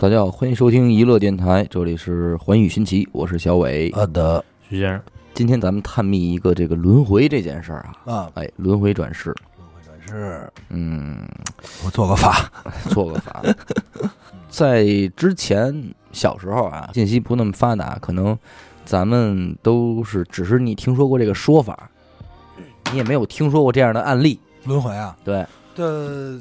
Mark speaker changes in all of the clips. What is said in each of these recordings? Speaker 1: 大家好，欢迎收听娱乐电台，这里是环宇新奇，我是小伟。
Speaker 2: 啊的
Speaker 3: 徐先生，
Speaker 1: 今天咱们探秘一个这个轮回这件事儿啊，
Speaker 2: 啊，
Speaker 1: 哎，轮回转世，
Speaker 2: 转世，
Speaker 1: 嗯，
Speaker 2: 我做个法，
Speaker 1: 错个 法。在之前小时候啊，信息不那么发达，可能咱们都是只是你听说过这个说法，你也没有听说过这样的案例。
Speaker 2: 轮回啊，
Speaker 1: 对
Speaker 2: 这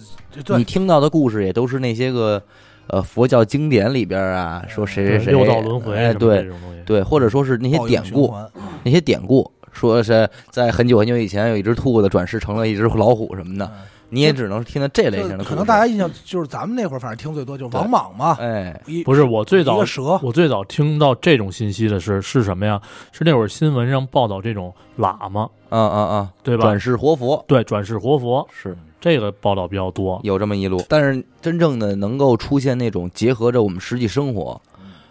Speaker 2: 这
Speaker 1: 你
Speaker 2: 对
Speaker 1: 听到的故事也都是那些个呃佛教经典里边啊，说谁谁谁
Speaker 3: 六道轮回
Speaker 1: 哎，
Speaker 3: 什么
Speaker 1: 对
Speaker 3: 这种东西，
Speaker 1: 对，或者说是那些
Speaker 2: 报应
Speaker 1: 典
Speaker 2: 循
Speaker 1: 故，
Speaker 2: 环
Speaker 1: 那些典故，说是在很久很久以前有一只兔子转世成了一只老虎什么的，
Speaker 2: 嗯
Speaker 1: 你也只能听到这类型的
Speaker 2: 这
Speaker 1: 故事。
Speaker 2: 可能大家印象就是咱们那会儿，反正听最多就是王莽嘛，
Speaker 1: 哎，
Speaker 2: 一
Speaker 3: 不是我最
Speaker 2: 一
Speaker 3: 早
Speaker 2: 个蛇，
Speaker 3: 我最早听到这种信息的是是什么呀？是那会儿新闻上报道这种喇嘛，
Speaker 1: 啊啊啊，
Speaker 3: 对吧？
Speaker 1: 转世活佛
Speaker 3: 对，转世活佛
Speaker 1: 是
Speaker 3: 这个报道比较多。
Speaker 1: 有这么一路，但是真正的能够出现那种结合着我们实际生活，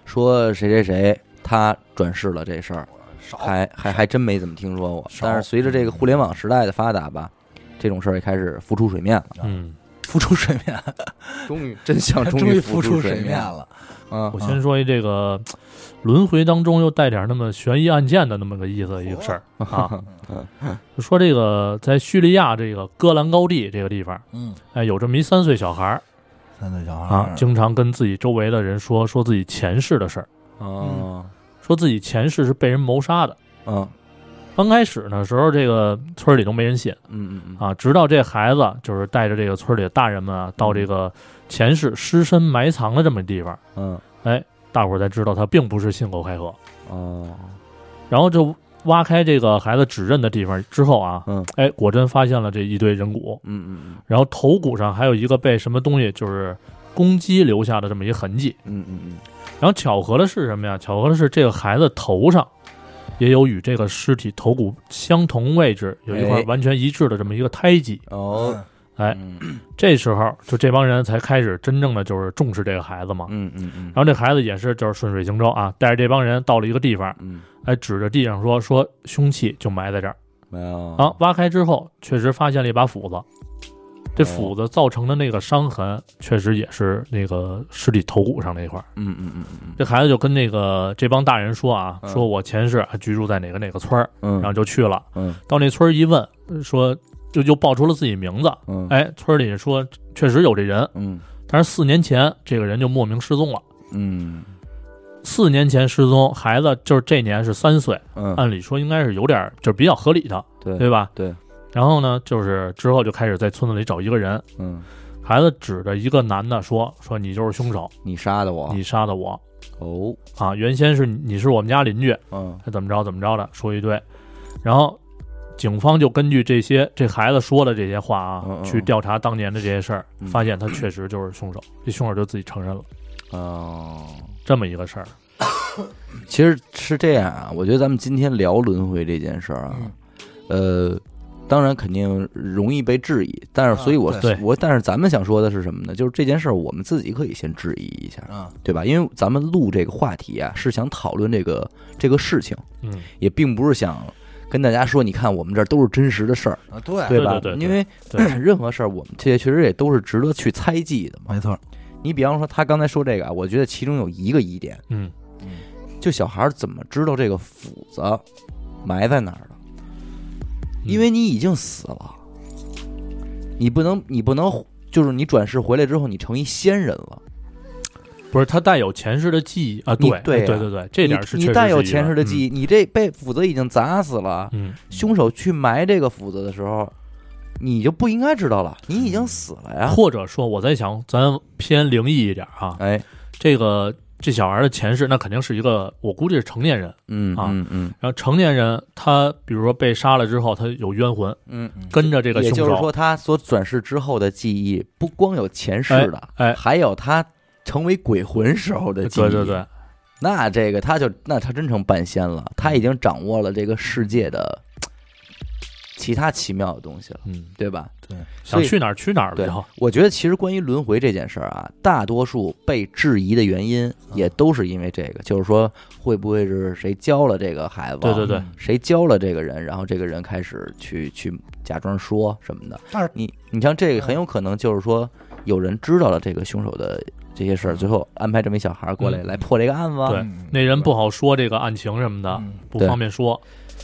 Speaker 1: 说谁谁谁他转世了这事儿，
Speaker 2: 少
Speaker 1: 还还还真没怎么听说过。
Speaker 2: 少
Speaker 1: 但是随着这个互联网时代的发达吧。这种事儿也开始浮出水面了，
Speaker 3: 嗯，
Speaker 2: 浮出水面，
Speaker 1: 终于真 相
Speaker 2: 终
Speaker 1: 于
Speaker 2: 浮
Speaker 1: 浮
Speaker 2: 出
Speaker 1: 水
Speaker 2: 水面
Speaker 1: 了。
Speaker 2: 了。
Speaker 1: 嗯
Speaker 3: 我先说一这个轮回当中又带点那么悬疑案件的那么个意思的一个事儿
Speaker 1: 嗯
Speaker 3: 啊。就说这个在叙利亚这个戈兰高地这个地方，
Speaker 2: 嗯，
Speaker 3: 哎，有这么一三岁小孩儿
Speaker 2: 三岁小孩
Speaker 3: 啊，
Speaker 2: 儿
Speaker 3: 经常跟自己周围的人说说自己前世的事儿，
Speaker 1: 哦，
Speaker 2: 嗯
Speaker 3: 说自己前世是被人谋杀的。
Speaker 1: 嗯
Speaker 3: 刚开始呢时候，这个村儿里都没人信
Speaker 1: 嗯嗯嗯
Speaker 3: 啊，直到这孩子就是带着这个村儿里的大人们啊，到这个前世尸身埋藏的这么地方，哎
Speaker 1: 嗯，
Speaker 3: 大伙儿才知道他并不是信口开河。
Speaker 1: 哦，
Speaker 3: 然后就挖开这个孩子指认的地方之后啊，
Speaker 1: 嗯
Speaker 3: 哎，果真发现了这一堆人骨，
Speaker 1: 嗯嗯
Speaker 3: 然后头骨上还有一个被什么东西就是攻击留下的这么一个痕迹。
Speaker 1: 嗯嗯
Speaker 3: 然后巧合的是什么呀？巧合的是这个孩子头上也有与这个尸体头骨相同位置有
Speaker 1: 哎
Speaker 3: 一块完全一致的这么一个胎记。
Speaker 1: 嗯，哦，
Speaker 3: 哎
Speaker 1: 嗯
Speaker 3: 这时候就这帮人才开始真正的就是重视这个孩子嘛。
Speaker 1: 嗯嗯嗯，
Speaker 3: 然后这孩子也是就是顺水行舟啊，带着这帮人到了一个地方，
Speaker 1: 嗯
Speaker 3: 哎，指着地上说说凶器就埋在这儿。
Speaker 1: 没有
Speaker 3: 啊，，挖开之后确实发现了一把斧子，
Speaker 1: 哦
Speaker 3: 这斧子造成的那个伤痕，确实也是那个尸体头骨上那一块儿。
Speaker 1: 嗯嗯嗯嗯
Speaker 3: 这孩子就跟那个这帮大人说啊，
Speaker 1: 嗯
Speaker 3: 说我前世啊居住在哪个哪个村儿，
Speaker 1: 嗯，
Speaker 3: 然后就去了。
Speaker 1: 嗯
Speaker 3: 到那村儿一问，说就就报出了自己名字。
Speaker 1: 嗯
Speaker 3: 哎，村儿里说确实有这人，
Speaker 1: 嗯
Speaker 3: 但是四年前这个人就莫名失踪了。
Speaker 1: 嗯
Speaker 3: 四年前失踪，孩子就是这年是三岁，
Speaker 1: 嗯，
Speaker 3: 按理说应该是有点儿就是比较合理的，啊对
Speaker 1: 对，
Speaker 3: 吧？
Speaker 1: 对。
Speaker 3: 然后呢，就是之后就开始在村子里找一个人，
Speaker 1: 嗯，
Speaker 3: 孩子指着一个男的说：“说你就是凶手，
Speaker 1: 你杀的我，
Speaker 3: 你杀的我
Speaker 1: 哦，
Speaker 3: 啊！原先是你是我们家邻居，
Speaker 1: 嗯
Speaker 3: 怎么着怎么着的，说一堆。”然后警方就根据这些这孩子说的这些话啊，
Speaker 1: 嗯嗯
Speaker 3: 去调查当年的这些事儿，
Speaker 1: 嗯
Speaker 3: 发现他确实就是凶手，这凶手就自己承认了
Speaker 1: 哦，
Speaker 3: 这么一个事儿。
Speaker 1: 其实是这样啊，我觉得咱们今天聊轮回这件事儿啊
Speaker 2: 嗯，
Speaker 1: 呃。当然肯定容易被质疑，但是所以我，
Speaker 2: 啊
Speaker 3: 对
Speaker 1: 我但是咱们想说的是什么呢？就是这件事儿，我们自己可以先质疑一下，
Speaker 2: 嗯
Speaker 1: 对吧？因为咱们录这个话题啊，是想讨论这个这个事情，
Speaker 3: 嗯，
Speaker 1: 也并不是想跟大家说，你看我们这儿都是真实的事儿，
Speaker 2: 啊，对
Speaker 3: 对
Speaker 1: 吧？
Speaker 3: 对对
Speaker 1: 因为
Speaker 3: 对
Speaker 1: 任何事儿，我们这些确实也都是值得去猜忌的嘛。
Speaker 2: 没错，
Speaker 1: 你比方说他刚才说这个啊，我觉得其中有一个疑点，
Speaker 3: 嗯，
Speaker 1: 就小孩儿怎么知道这个斧子埋在哪儿的？
Speaker 3: 嗯
Speaker 1: 因为你已经死了，你不能，你不能，就是你转世回来之后，你成一仙人了。
Speaker 3: 嗯不是他带有前世的记忆啊，
Speaker 1: 你
Speaker 3: 对
Speaker 1: 对
Speaker 3: 对
Speaker 1: 啊
Speaker 3: 对对，这点是
Speaker 1: 你你
Speaker 3: 确实
Speaker 1: 带
Speaker 3: 是
Speaker 1: 有
Speaker 3: 一个
Speaker 1: 前世的记
Speaker 3: 嗯
Speaker 1: 忆，你这被斧子已经砸死了，
Speaker 3: 嗯，
Speaker 1: 凶手去埋这个斧子的时候，你就不应该知道了，你已经死了呀。
Speaker 3: 或者说我在想，咱偏灵异一点啊，
Speaker 1: 哎，
Speaker 3: 这个这小孩的前世，那肯定是一个，我估计是成年人。
Speaker 1: 嗯
Speaker 3: 啊
Speaker 1: 嗯嗯
Speaker 3: 然后成年人他比如说被杀了之后，他有冤魂，
Speaker 1: 嗯，
Speaker 3: 跟着这个
Speaker 1: 也
Speaker 3: 凶
Speaker 1: 就是
Speaker 3: 手，
Speaker 1: 说，他所转世之后的记忆，不光有前世的，
Speaker 3: 哎哎
Speaker 1: 还有他成为鬼魂时候的记忆。
Speaker 3: 对对对，
Speaker 1: 那这个他就那他真成半仙了，他已经掌握了这个世界的其他奇妙的东西了，
Speaker 3: 嗯，
Speaker 1: 对吧？
Speaker 2: 对，
Speaker 3: 想
Speaker 1: 所以
Speaker 3: 去哪儿去哪儿了
Speaker 1: 对
Speaker 3: 以后，，
Speaker 1: 我觉得其实关于轮回这件事儿啊，大多数被质疑的原因
Speaker 3: 嗯
Speaker 1: 也都是因为这个，就是说会不会是谁教了这个孩子，
Speaker 3: 对对对，
Speaker 2: 嗯
Speaker 1: 谁教了这个人，然后这个人开始去去假装说什么的。
Speaker 2: 但是
Speaker 1: 你你像这个很有可能就是说，有人知道了这个凶手的这些事儿，最后安排这么一小孩儿过来、
Speaker 3: 嗯
Speaker 1: 来破这个案子啊。
Speaker 3: 对
Speaker 2: 嗯
Speaker 3: 那人不好说这个案情什么的，
Speaker 2: 嗯
Speaker 3: 不
Speaker 1: 对
Speaker 3: 方便说。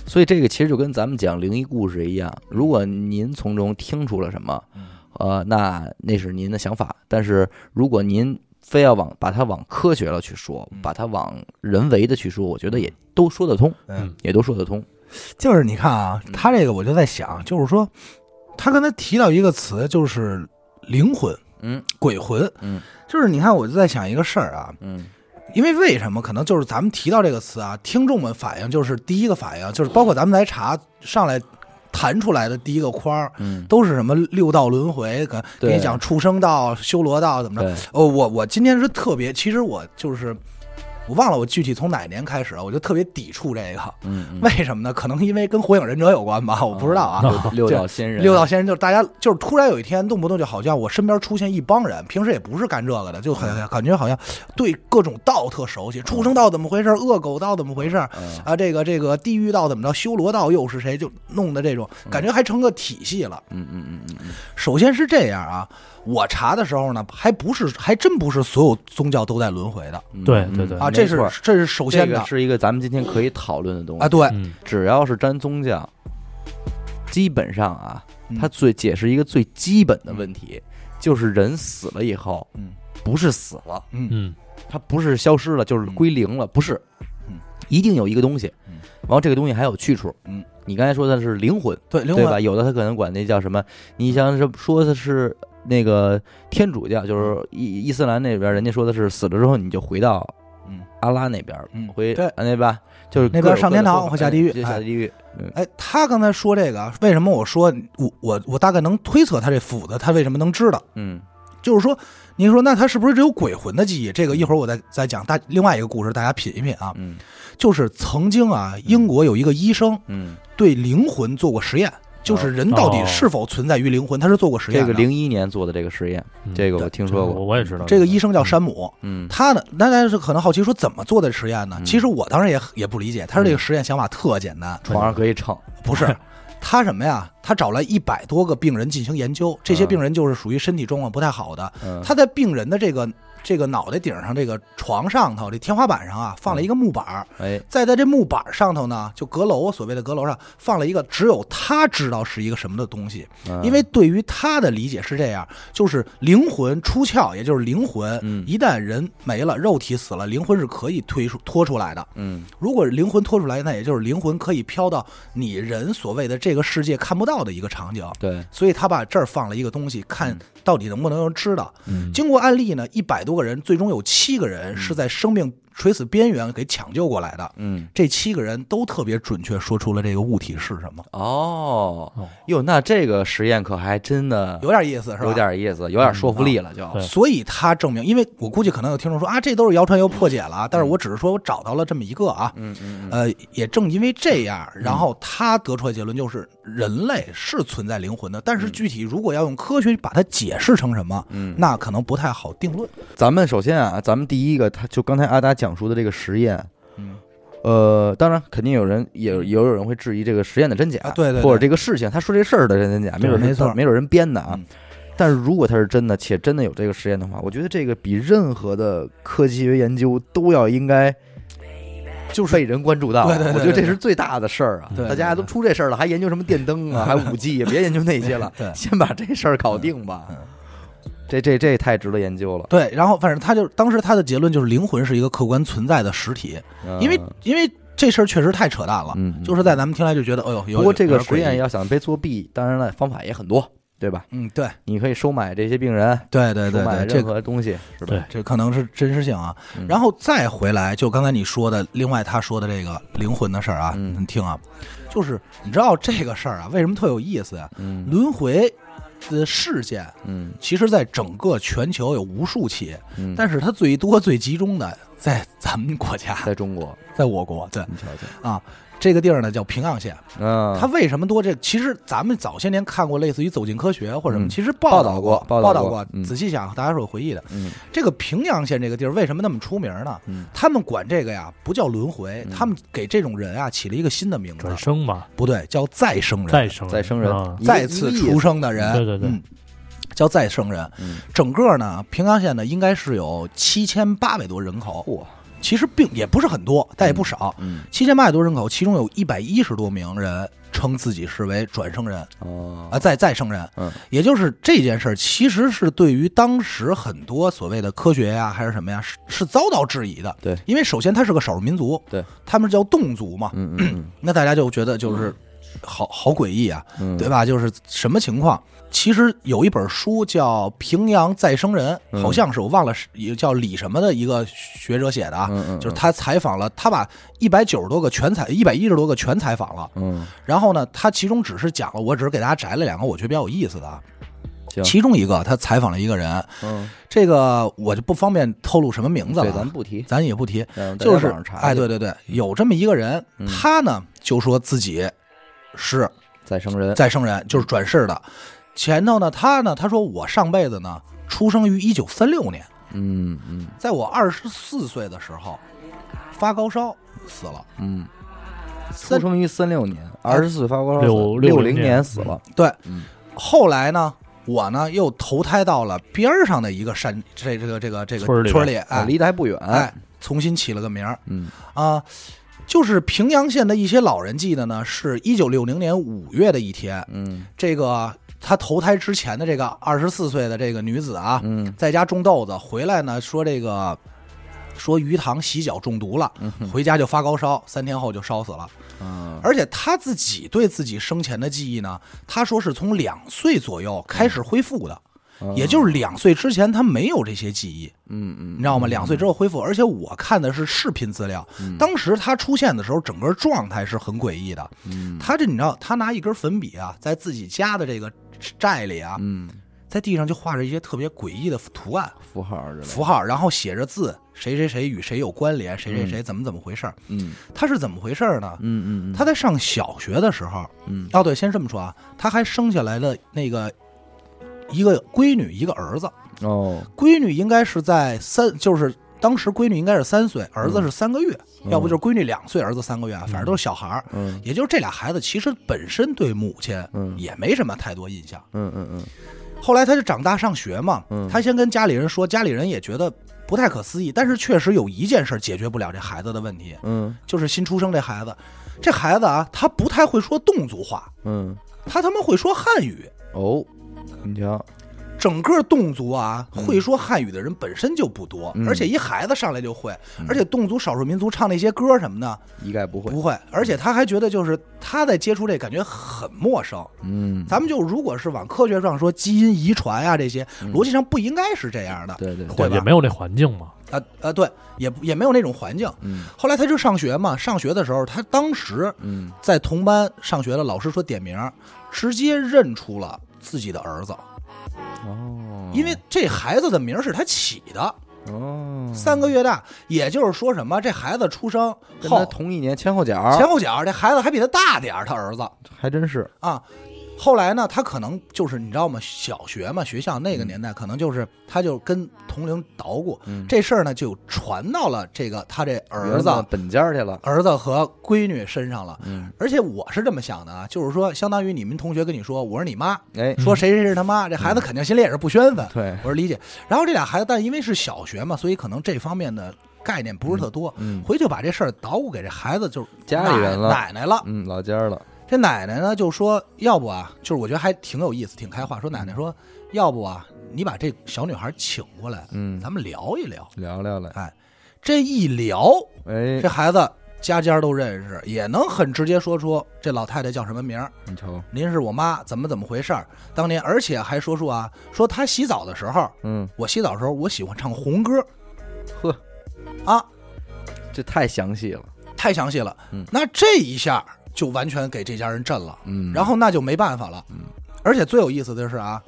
Speaker 1: 所以这个其实就跟咱们讲灵异故事一样，如果您从中听出了什么，
Speaker 2: 嗯
Speaker 1: 呃，那那是您的想法。但是如果您非要往把它往科学了去说，
Speaker 2: 嗯
Speaker 1: 把它往人为的去说，我觉得也都说得通，
Speaker 2: 嗯，
Speaker 1: 也都说得通。
Speaker 2: 就是你看啊，他这个我就在想，就是说，他刚才提到一个词，就是灵魂、
Speaker 1: 嗯
Speaker 2: 鬼魂，
Speaker 1: 嗯，
Speaker 2: 就是你看，我就在想一个事儿啊，
Speaker 1: 嗯
Speaker 2: 因为为什么？可能就是咱们提到这个词啊，听众们反应就是第一个反应就是，包括咱们来查上来弹出来的第一个框儿，
Speaker 1: 嗯，
Speaker 2: 都是什么六道轮回，可
Speaker 1: 对
Speaker 2: 给你讲畜生道、修罗道怎么着。
Speaker 1: 对，嗯
Speaker 2: 哦，我我今天是特别，其实我就是我忘了我具体从哪年开始啊，我就特别抵触这个。
Speaker 1: 嗯，
Speaker 2: 为什么呢？可能因为跟火影忍者有关吧，我不知道啊。
Speaker 1: 嗯六
Speaker 2: 就
Speaker 1: 道仙人，
Speaker 2: 六道仙人就是大家就是突然有一天动不动就好像我身边出现一帮人，平时也不是干这个的，就很
Speaker 1: 嗯
Speaker 2: 感觉好像对各种道特熟悉，畜生道怎么回事，恶狗道怎么回事
Speaker 1: 嗯
Speaker 2: 啊？这个这个地狱道怎么着，修罗道又是谁？就弄的这种感觉还成个体系了。
Speaker 1: 嗯嗯嗯嗯嗯，
Speaker 2: 首先是这样啊，我查的时候呢，还不是还真不是所有宗教都在轮回的
Speaker 1: 嗯
Speaker 3: 对
Speaker 1: 嗯
Speaker 3: 对对
Speaker 1: 嗯
Speaker 2: 啊，这
Speaker 1: 没
Speaker 2: 是
Speaker 1: 错
Speaker 2: 这是首
Speaker 1: 这
Speaker 2: 先
Speaker 1: 个
Speaker 2: 的
Speaker 1: 是一个咱们今天可以讨论的东西
Speaker 2: 啊，对，
Speaker 3: 嗯，
Speaker 1: 只要是沾宗教，基本上啊，
Speaker 2: 嗯
Speaker 1: 它最解释一个最基本的问题，就是人死了以后，
Speaker 2: 嗯
Speaker 1: 不是死了，
Speaker 2: 嗯
Speaker 3: 嗯，
Speaker 1: 它不是消失了，就是
Speaker 2: 嗯
Speaker 1: 归零了，不是
Speaker 2: 嗯，
Speaker 1: 一定有一个东西
Speaker 2: 嗯，
Speaker 1: 然后这个东西还有去处，
Speaker 2: 嗯，
Speaker 1: 你刚才说的是灵魂，
Speaker 2: 对，灵
Speaker 1: 嗯对吧？
Speaker 2: 魂
Speaker 1: 有的他可能管那叫什么，你像是说的是。那个天主教就是伊伊斯兰那边，人家说的是死了之后你就回到
Speaker 2: 嗯
Speaker 1: 阿拉那边，
Speaker 2: 嗯
Speaker 1: 回
Speaker 2: 对
Speaker 1: 啊那边就是
Speaker 2: 那边
Speaker 1: 各有
Speaker 2: 上
Speaker 1: 各
Speaker 2: 天
Speaker 1: 的
Speaker 2: 堂
Speaker 1: 说法
Speaker 2: 或下地狱
Speaker 1: 哎就下
Speaker 2: 哎
Speaker 1: 地狱，嗯
Speaker 2: 哎，他刚才说这个啊，为什么我说我我我大概能推测他这斧子他为什么能知道？
Speaker 1: 嗯
Speaker 2: 就是说，您说那他是不是只有鬼魂的记忆？这个一会儿我再再讲大另外一个故事，大家品一品啊。
Speaker 1: 嗯
Speaker 2: 就是曾经啊，英国有一个医生
Speaker 1: 嗯，
Speaker 2: 对灵魂做过实验，就是人到底是否存在于灵魂，他是做过实验
Speaker 1: 哦
Speaker 2: 啊
Speaker 1: 这
Speaker 2: 的。
Speaker 1: 个零一年做的这个实验，
Speaker 3: 嗯
Speaker 1: 这个我听说
Speaker 3: 我
Speaker 1: 过，
Speaker 3: 我也知道
Speaker 2: 这个医生叫山姆，
Speaker 1: 嗯
Speaker 2: 他呢，大家是可能好奇说怎么做的实验呢？
Speaker 1: 嗯
Speaker 2: 其实我当时也也不理解，他这个实验想法特简单，
Speaker 1: 床上可以称，
Speaker 2: 不 是，他什么呀？他找来一百多个病人进行研究，这些病人就是属于身体状况不太好的。
Speaker 1: 嗯，
Speaker 2: 他在病人的这个这个脑袋顶上、这个床上头、这天花板上啊，放了一个木板儿，
Speaker 1: 哎，
Speaker 2: 再在这木板上头呢，就阁楼所谓的阁楼上放了一个只有他知道是一个什么的东西，
Speaker 1: 嗯
Speaker 2: 因为对于他的理解是这样，就是灵魂出窍，也就是灵魂，
Speaker 1: 嗯
Speaker 2: 一旦人没了，肉体死了，灵魂是可以推出脱出来的。
Speaker 1: 嗯
Speaker 2: 如果灵魂脱出来，那也就是灵魂可以飘到你人所谓的这个世界看不到的一个场景。
Speaker 1: 对，
Speaker 2: 所以他把这儿放了一个东西，看到底能不能有人知道。
Speaker 3: 嗯
Speaker 2: 经过案例呢，一百多个人，最终有七个人是在生命垂死边缘给抢救过来的。
Speaker 1: 嗯
Speaker 2: 这七个人都特别准确说出了这个物体是什么，
Speaker 1: 哦
Speaker 3: 哦
Speaker 1: 哟，那这个实验可还真的
Speaker 2: 有点意思是吧？
Speaker 1: 有。点意思，有点说服力了，就
Speaker 3: 对
Speaker 2: 所以他证明，因为我估计可能有听众说啊，这都是谣传又破解了啊，但是我只是说我找到了这么一个啊，
Speaker 1: 嗯嗯
Speaker 2: 呃，也正因为这样，然后他得出的结论就是人类是存在灵魂的，但是具体如果要用科学把它解释成什么，
Speaker 1: 嗯
Speaker 2: 那可能不太好定论。
Speaker 1: 咱们首先啊，咱们第一个，他就刚才阿达讲述的这个实验，
Speaker 2: 嗯，
Speaker 1: 呃，当然肯定有人也也有人会质疑这个实验的真假，
Speaker 2: 啊对对对
Speaker 1: 或者这个事情他说这事儿的真假，没准
Speaker 2: 对没
Speaker 1: 是
Speaker 2: 错
Speaker 1: 没准人编的啊
Speaker 2: 嗯。
Speaker 1: 但是如果它是真的，且真的有这个实验的话，我觉得这个比任何的科学研究都要应该
Speaker 2: 就是
Speaker 1: 被人关注到。啊
Speaker 2: 对对对
Speaker 1: 我觉得这是最大的事儿啊！
Speaker 2: 对对
Speaker 1: 大家都出这事儿了，还 研究什么电灯啊，还五 G，别研究那些了
Speaker 2: 对，
Speaker 1: 先把这事儿搞定吧
Speaker 2: 嗯。
Speaker 1: 这这这太值得研究了，
Speaker 2: 对，然后反正他就当时他的结论就是灵魂是一个客观存在的实体，因为因为这事儿确实太扯淡了，
Speaker 1: 嗯嗯
Speaker 2: 就是在咱们听来就觉得，哎呦，有
Speaker 1: 不过这
Speaker 2: 有
Speaker 1: 个
Speaker 2: 点
Speaker 1: 实
Speaker 2: 诡异
Speaker 1: 验要想被作弊，当然了，方法也很多，对吧？
Speaker 2: 嗯，对
Speaker 1: 你可以收买这些病人，
Speaker 2: 对对
Speaker 1: 收
Speaker 2: 对
Speaker 1: 买
Speaker 2: 对，这
Speaker 1: 任
Speaker 2: 个
Speaker 1: 何东西，是吧？
Speaker 2: 这可能是真实性啊。
Speaker 1: 嗯
Speaker 2: 然后再回来，就刚才你说的，另外他说的这个灵魂的事儿啊，
Speaker 1: 嗯
Speaker 2: 你听啊，就是你知道这个事儿啊，为什么特有意思呀、
Speaker 1: 嗯
Speaker 2: 轮回的事件，
Speaker 1: 嗯
Speaker 2: 其实在整个全球有无数起，
Speaker 1: 嗯，
Speaker 2: 但是它最多最集中的在咱们国家，
Speaker 1: 在中国，
Speaker 2: 在我国，对
Speaker 1: 你瞧瞧，
Speaker 2: 啊。这个地儿呢叫平壤县，
Speaker 1: 嗯，
Speaker 2: 它为什么多？这其实咱们早些年看过类似于《走进科学》或者什么，
Speaker 1: 嗯
Speaker 2: 其实
Speaker 1: 报
Speaker 2: 道
Speaker 1: 道过报道
Speaker 2: 报道
Speaker 1: 过
Speaker 2: 过
Speaker 1: 嗯。
Speaker 2: 仔细想，大家是有回忆的。
Speaker 1: 嗯
Speaker 2: 这个平阳县这个地儿为什么那么出名呢？
Speaker 1: 嗯
Speaker 2: 他们管这个呀不叫轮回，
Speaker 1: 嗯
Speaker 2: 他们给这种人啊起了一个新的名字
Speaker 3: 转，生吧，
Speaker 2: 不对，叫再生人，
Speaker 3: 再生
Speaker 1: 再生人
Speaker 3: 啊
Speaker 1: 一个
Speaker 2: 再次出生的人。
Speaker 3: 对对对
Speaker 2: 嗯叫再生人。
Speaker 1: 嗯，
Speaker 2: 整个呢，平冈县呢应该是有七千八百多人口，
Speaker 1: 嚯，
Speaker 2: 其实并也不是很多，但也不少。
Speaker 1: 嗯，
Speaker 2: 七千八百多人口，其中有一百一十多名人称自己是为转生人
Speaker 1: 哦，
Speaker 2: 啊，再再生人。
Speaker 1: 嗯，
Speaker 2: 也就是这件事儿，其实是对于当时很多所谓的科学呀、还是什么呀，是是遭到质疑的。
Speaker 1: 对，
Speaker 2: 因为首先他是个少数民族，
Speaker 1: 对，
Speaker 2: 他们叫侗族嘛，
Speaker 1: 嗯嗯
Speaker 2: 那大家就觉得就是好好诡异啊，
Speaker 1: 嗯，
Speaker 2: 对吧？就是什么情况？其实有一本书叫《平阳再生人》，
Speaker 1: 嗯
Speaker 2: 好像是我忘了是也叫李什么的一个学者写的啊。
Speaker 1: 嗯？嗯嗯，
Speaker 2: 就是他采访了，他把一百九十多个全采，一百一十多个全采访了。
Speaker 1: 嗯，
Speaker 2: 然后呢，他其中只是讲了，我只是给大家摘了两个我觉得比较有意思的啊。
Speaker 1: 行
Speaker 2: 其中一个他采访了一个人，
Speaker 1: 嗯，
Speaker 2: 这个我就不方便透露什么名字
Speaker 1: 对，
Speaker 2: 了
Speaker 1: 咱
Speaker 2: 啊，
Speaker 1: 们不提，
Speaker 2: 咱也不提。
Speaker 1: 嗯
Speaker 2: 就
Speaker 1: 大家
Speaker 2: 是
Speaker 1: 网上查
Speaker 2: 哎，
Speaker 1: 去
Speaker 2: 对对对，有这么一个人，
Speaker 1: 嗯
Speaker 2: 他呢就说自己是
Speaker 1: 再生人，
Speaker 2: 再生人，就是转世的。前头呢，他呢，他说我上辈子呢出生于一九三六年，
Speaker 1: 嗯嗯
Speaker 2: 在我二十四岁的时候发高烧死了。
Speaker 1: 嗯，出
Speaker 2: 三哎
Speaker 1: 生于三六年，二十四岁发高烧死，
Speaker 3: 六
Speaker 1: 六
Speaker 3: 六
Speaker 1: 零
Speaker 3: 零
Speaker 1: 年
Speaker 3: 年
Speaker 1: 死了，
Speaker 2: 对，
Speaker 1: 嗯
Speaker 2: 后来呢，我呢又投胎到了边儿上的一个山，这这个这个这个
Speaker 3: 村儿里边
Speaker 2: 村里，
Speaker 1: 啊
Speaker 2: 哎
Speaker 1: 离得还不远，
Speaker 2: 哎，重新起了个名儿
Speaker 1: 嗯
Speaker 2: 啊。就是平阳县的一些老人记得呢，是一九六零年五月的一天，
Speaker 1: 嗯
Speaker 2: 这个她投胎之前的这个二十四岁的这个女子啊，
Speaker 1: 嗯
Speaker 2: 在家种豆子，回来呢说这个说鱼塘洗脚中毒了，
Speaker 1: 嗯
Speaker 2: 回家就发高烧，三天后就烧死了。
Speaker 1: 啊，
Speaker 2: 而且她自己对自己生前的记忆呢，她说是从两岁左右开始恢复的，也就是两岁之前她没有这些记忆，
Speaker 1: 嗯嗯
Speaker 2: 你知道吗？两岁之后恢复，而且我看的是视频资料，当时她出现的时候，整个状态是很诡异的。
Speaker 1: 嗯
Speaker 2: 她这你知道，她拿一根粉笔啊，在自己家的这个寨里啊，
Speaker 1: 嗯，
Speaker 2: 在地上就画着一些特别诡异的图案。
Speaker 1: 符号之类的，
Speaker 2: 符号，然后写着字，谁谁谁与谁有关联，谁谁谁怎么怎么回事儿。
Speaker 1: 嗯
Speaker 2: 他是怎么回事儿呢？
Speaker 1: 嗯嗯，
Speaker 2: 他在上小学的时候，
Speaker 1: 嗯
Speaker 2: 哦对，先这么说啊，他还生下来了那个一个闺女，一个儿子。
Speaker 1: 哦，
Speaker 2: 闺女应该是在三，就是当时闺女应该是三岁，儿子是三个月，
Speaker 1: 嗯
Speaker 2: 要不就是闺女两岁，儿子三个月，反正都是小孩儿。
Speaker 1: 嗯
Speaker 2: 也就是这俩孩子其实本身对母亲
Speaker 1: 嗯
Speaker 2: 也没什么太多印象。
Speaker 1: 嗯嗯
Speaker 2: 后来他就长大上学嘛，
Speaker 1: 嗯
Speaker 2: 他先跟家里人说，家里人也觉得不太可思议，但是确实有一件事解决不了这孩子的问题，
Speaker 1: 嗯
Speaker 2: 就是新出生这孩子，这孩子啊，他不太会说侗族话，
Speaker 1: 嗯嗯，
Speaker 2: 他他妈会说汉语。
Speaker 1: 哦，你瞧，
Speaker 2: 整个侗族啊，会说汉语的人本身就不多，
Speaker 1: 嗯
Speaker 2: 而且一孩子上来就会，而且侗族少数民族唱那些歌什么的
Speaker 1: 一概不会，
Speaker 2: 不会，而且他还觉得就是他在接触这感觉很陌生。
Speaker 1: 嗯，
Speaker 2: 咱们就如果是往科学上说，基因遗传呀、这些逻辑上不应该是这样的，
Speaker 1: 嗯对对对，
Speaker 2: 对吧
Speaker 3: 也没有那环境嘛，
Speaker 2: 啊啊，对，也不也没有那种环境。
Speaker 1: 嗯
Speaker 2: 后来他就上学嘛，上学的时候，他当时
Speaker 1: 嗯，
Speaker 2: 在同班上学的老师说点名儿，直接认出了自己的儿子，
Speaker 1: 哦，
Speaker 2: 因为这孩子的名儿是他起的，
Speaker 1: 哦，
Speaker 2: 三个月大，也就是说什么，这孩子出生
Speaker 1: 跟他
Speaker 2: 后
Speaker 1: 同一年前后脚，
Speaker 2: 前后脚，这孩子还比他大点儿，他儿子
Speaker 1: 还真是，
Speaker 2: 啊。后来呢，他可能就是你知道吗？小学嘛，学校那个年代，可能就是他就跟同龄捣鼓
Speaker 1: 嗯
Speaker 2: 这事儿呢，就传到了这个他这儿子
Speaker 1: 啊本家去了，
Speaker 2: 儿子和闺女身上了。
Speaker 1: 嗯，
Speaker 2: 而且我是这么想的啊，就是说，相当于你们同学跟你说我是你妈，
Speaker 1: 哎，
Speaker 2: 说谁谁是他妈，这孩子肯定心里也是不宣愤。
Speaker 1: 对，
Speaker 2: 我是理解。然后这俩孩子，但因为是小学嘛，所以可能这方面的概念不是特多，
Speaker 1: 嗯
Speaker 2: 回去就把这事儿捣鼓给这孩子，就是
Speaker 1: 家里人了
Speaker 2: 奶奶奶了。
Speaker 1: 嗯，老家了，
Speaker 2: 这奶奶呢就说，要不啊，就是我觉得还挺有意思，挺开化。说奶
Speaker 1: 嗯
Speaker 2: 奶说，要不啊，你把这小女孩请过来，
Speaker 1: 嗯，
Speaker 2: 咱们聊一聊。
Speaker 1: 聊聊来，
Speaker 2: 哎，这一聊，
Speaker 1: 哎
Speaker 2: 这，孩子家家都认识，也能很直接说出这老太太叫什么名儿，
Speaker 1: 你瞅，
Speaker 2: 您是我妈，怎么怎么回事儿？当年，而且还说出啊，说她洗澡的时候，
Speaker 1: 嗯，
Speaker 2: 我洗澡的时候我喜欢唱红歌
Speaker 1: 呵，
Speaker 2: 啊，
Speaker 1: 这太详细了，
Speaker 2: 太详细了。
Speaker 1: 嗯
Speaker 2: 那这一下就完全给这家人震了，
Speaker 1: 嗯，
Speaker 2: 然，后那就没办法了。
Speaker 1: 嗯
Speaker 2: 而且最有意思的是啊，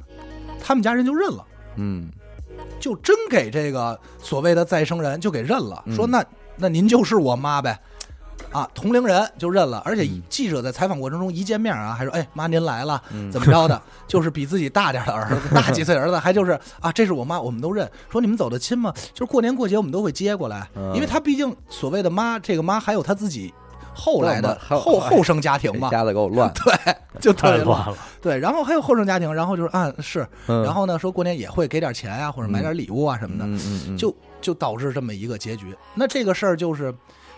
Speaker 2: 他们家人就认了，
Speaker 1: 嗯，
Speaker 2: 就真给这个所谓的再生人就给认了，
Speaker 1: 嗯
Speaker 2: 说那那您就是我妈呗。啊，同龄人就认了，而且
Speaker 1: 嗯
Speaker 2: 记者在采访过程中一见面啊，还说：“哎，妈您来了，
Speaker 1: 嗯
Speaker 2: 怎么着的？就是比自己大点的儿子，大几岁儿子，还就是啊，这是我妈，我们都认。说你们走得亲吗？就是过年过节我们都会接过来，
Speaker 1: 嗯
Speaker 2: 因为她毕竟所谓的妈，这个妈还有她自己后来
Speaker 1: 对我
Speaker 2: 的
Speaker 1: 们还有哎
Speaker 2: 后后生家庭嘛，
Speaker 1: 家的给我乱，
Speaker 2: 对，就特
Speaker 3: 太
Speaker 2: 别乱。
Speaker 3: 乱了。
Speaker 2: 对，然后还有后生家庭，然后就是啊是，
Speaker 1: 嗯
Speaker 2: 然后呢说过年也会给点钱啊，或者买点礼物啊什么的，
Speaker 1: 嗯嗯嗯，
Speaker 2: 就就导致这么一个结局。那这个事儿就是，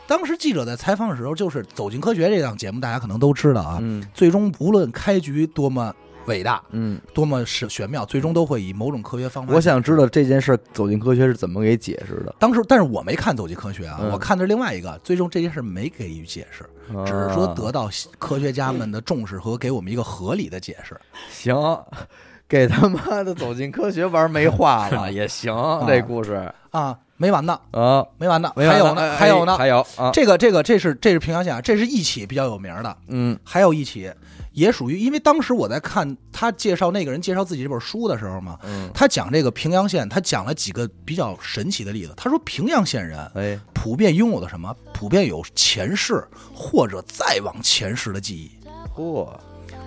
Speaker 2: 当时记者在采访的时候，就是《走进科学》这档节目，大家可能都知道啊，
Speaker 1: 嗯
Speaker 2: 最终无论开局多么伟大，
Speaker 1: 嗯，
Speaker 2: 多么是玄妙，最终都会以某种科学方法。
Speaker 1: 我想知道这件事儿走进科学是怎么给解释的，
Speaker 2: 当时，但是我没看《走进科学》啊，
Speaker 1: 嗯
Speaker 2: 我看的是另外一个。最终这件事没给予解释，只是说得
Speaker 1: 啊
Speaker 2: 到科学家们的重视和给我们一个合理的解释。
Speaker 1: 行。给他妈的走进科学玩没话 了也行，这故事
Speaker 2: 啊，没完呢，
Speaker 1: 啊，
Speaker 2: 没完呢，
Speaker 1: 没完
Speaker 2: 还有
Speaker 1: 了哎
Speaker 2: 呢，还有呢
Speaker 1: 哎。还有啊，
Speaker 2: 这个这个这是这是平遥县啊，这是一起比较有名的，
Speaker 1: 嗯
Speaker 2: 还有一起也属于，因为当时我在看他介绍那个人介绍自己这本书的时候嘛，
Speaker 1: 嗯，
Speaker 2: 他讲这个平阳县，他讲了几个比较神奇的例子。他说平阳县人
Speaker 1: 哎，
Speaker 2: 普遍拥有的什么？普遍有前世或者再往前世的记忆。
Speaker 1: 嚯，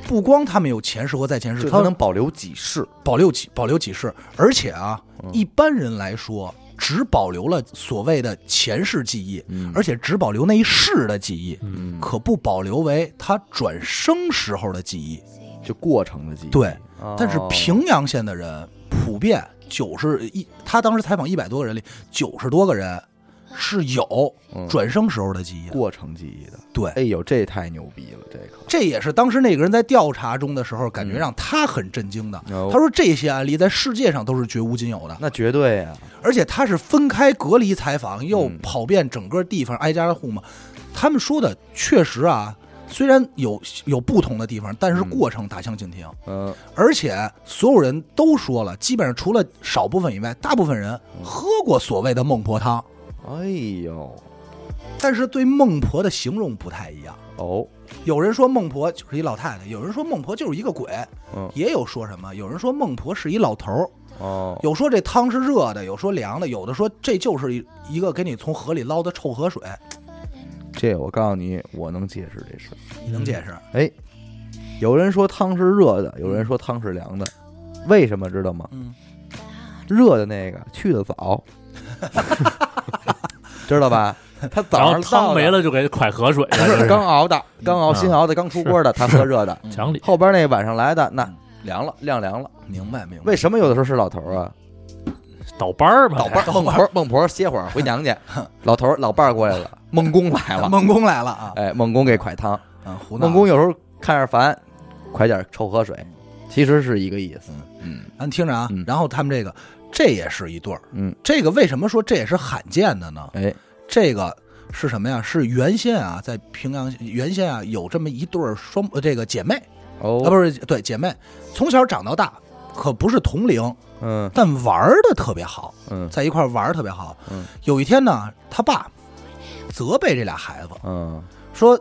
Speaker 2: 不光他们有前世或再前世，
Speaker 1: 就它
Speaker 2: 他
Speaker 1: 能
Speaker 2: 能
Speaker 1: 保留几世，
Speaker 2: 保留几保留几世，而且啊，
Speaker 1: 嗯
Speaker 2: 一般人来说只保留了所谓的前世记忆，而且只保留那一世的记忆，
Speaker 1: 嗯，
Speaker 2: 可不保留为他转生时候的记忆。
Speaker 1: 就过程的记忆。
Speaker 2: 对，
Speaker 1: 哦，
Speaker 2: 但是平阳县的人普遍九十一，他当时采访一百多个人里，九十多个人是有
Speaker 1: 嗯
Speaker 2: 转生时候的记忆的。
Speaker 1: 过程记忆的，
Speaker 2: 对，
Speaker 1: 哎呦，这也太牛逼了，这个
Speaker 2: 这也是当时那个人在调查中的时候，感觉
Speaker 1: 嗯
Speaker 2: 让他很震惊的。
Speaker 1: 哦
Speaker 2: 他说这些案例在世界上都是绝无仅有的，
Speaker 1: 那绝对啊呀，
Speaker 2: 而且他是分开隔离采访，又
Speaker 1: 嗯
Speaker 2: 跑遍整个地方挨家挨户嘛。他们说的确实啊，虽然有有不同的地方，但是
Speaker 1: 嗯
Speaker 2: 过程大相径庭。
Speaker 1: 嗯，
Speaker 2: 而且所有人都说了，基本上除了少部分以外，大部分人喝过所谓的孟婆汤，
Speaker 1: 哎呦，
Speaker 2: 但是对孟婆的形容不太一样。
Speaker 1: 哦，
Speaker 2: 有人说孟婆就是一老太太，有人说孟婆就是一个鬼，
Speaker 1: 嗯，
Speaker 2: 也有说什么，有人说孟婆是一老头儿，
Speaker 1: 哦，
Speaker 2: 有说这汤是热的，有说凉的，有的说这就是一一个给你从河里捞的臭河水，
Speaker 1: 这我告诉你，我能解释这事儿。
Speaker 2: 你
Speaker 3: 嗯
Speaker 2: 能解释？
Speaker 1: 哎，有人说汤是热的，有人说汤是凉的，为什么知道吗？
Speaker 2: 嗯，
Speaker 1: 热的那个去的早， 知道吧？他
Speaker 3: 然
Speaker 1: 早
Speaker 3: 后
Speaker 1: 上
Speaker 3: 汤
Speaker 1: 到的
Speaker 3: 没了就给蒯河水了，
Speaker 1: 不
Speaker 3: 就是
Speaker 1: 是刚熬的，刚熬
Speaker 3: 嗯
Speaker 1: 新熬的，刚出锅的，他喝热的。
Speaker 3: 讲理。
Speaker 1: 后边那晚上来的，那
Speaker 2: 嗯
Speaker 1: 凉了，晾凉了。
Speaker 2: 明白明白。
Speaker 1: 为什么有的时候是老头儿啊？
Speaker 3: 倒班儿嘛，
Speaker 1: 老伴儿、孟婆、孟婆歇会儿回娘家，老头儿、老伴儿过来了，孟公来了，
Speaker 2: 孟公来了啊？
Speaker 1: 哎，孟公给蒯汤。
Speaker 2: 啊，胡闹
Speaker 1: 孟公有时候看着烦，蒯点臭河水，其实是一个意思。嗯
Speaker 2: 咱听着啊，
Speaker 1: 嗯
Speaker 2: 然后他们这个这也是一对儿，
Speaker 1: 嗯，
Speaker 2: 这个为什么说这也是罕见的呢？
Speaker 1: 哎，
Speaker 2: 这个是什么呀？是原先啊，在平阳原先啊有这么一对儿双呃这个姐妹
Speaker 1: 哦，
Speaker 2: 啊，不是对姐妹，从小长到大，可不是同龄，
Speaker 1: 嗯
Speaker 2: 但玩儿的特别好，
Speaker 1: 嗯
Speaker 2: 在一块儿玩儿特别好。
Speaker 1: 嗯，
Speaker 2: 有一天呢，他爸责备这俩孩子
Speaker 1: 嗯，
Speaker 2: 说。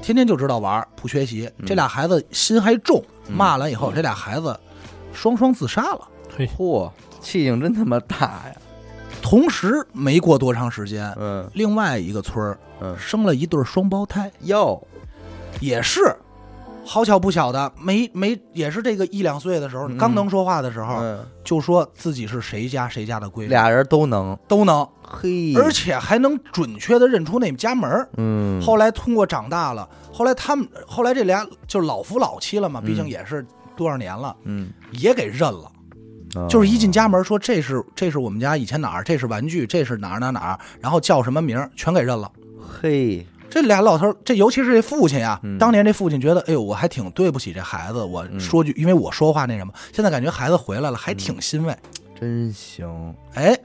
Speaker 2: 天天就知道玩儿，不学习。
Speaker 1: 嗯
Speaker 2: 这俩孩子心还重，
Speaker 1: 嗯
Speaker 2: 骂完以后，这俩孩子双双自杀了。
Speaker 1: 嚯，气性真他妈大呀！
Speaker 2: 同时，没过多长时间，
Speaker 1: 嗯
Speaker 2: 另外一个村儿
Speaker 1: 嗯，
Speaker 2: 生了一对儿双胞胎，
Speaker 1: 哟，
Speaker 2: 也是好巧不巧的，没没也是这个一两岁的时候，
Speaker 1: 嗯
Speaker 2: 刚能说话的时候，
Speaker 1: 嗯，
Speaker 2: 就说自己是谁家谁家的闺女，
Speaker 1: 俩人都能，
Speaker 2: 都能，
Speaker 1: 嘿，
Speaker 2: 而且还能准确的认出那家门儿。
Speaker 1: 嗯，
Speaker 2: 后来通过长大了，后来他们后来这俩就老夫老妻了嘛，
Speaker 1: 嗯
Speaker 2: 毕竟也是多少年了，
Speaker 1: 嗯，
Speaker 2: 也给认了。就是一进家门说这是这是我们家以前哪儿，这是玩具，这是哪儿哪儿哪儿，然后叫什么名儿，全给认了。
Speaker 1: 嘿，
Speaker 2: 这俩老头儿，这尤其是这父亲啊，
Speaker 1: 嗯
Speaker 2: 当年这父亲觉得，哎呦，我还挺对不起这孩子，我说句，因为我说话那什么，现在感觉孩子回来了，还挺欣慰，
Speaker 1: 真行，
Speaker 2: 哎，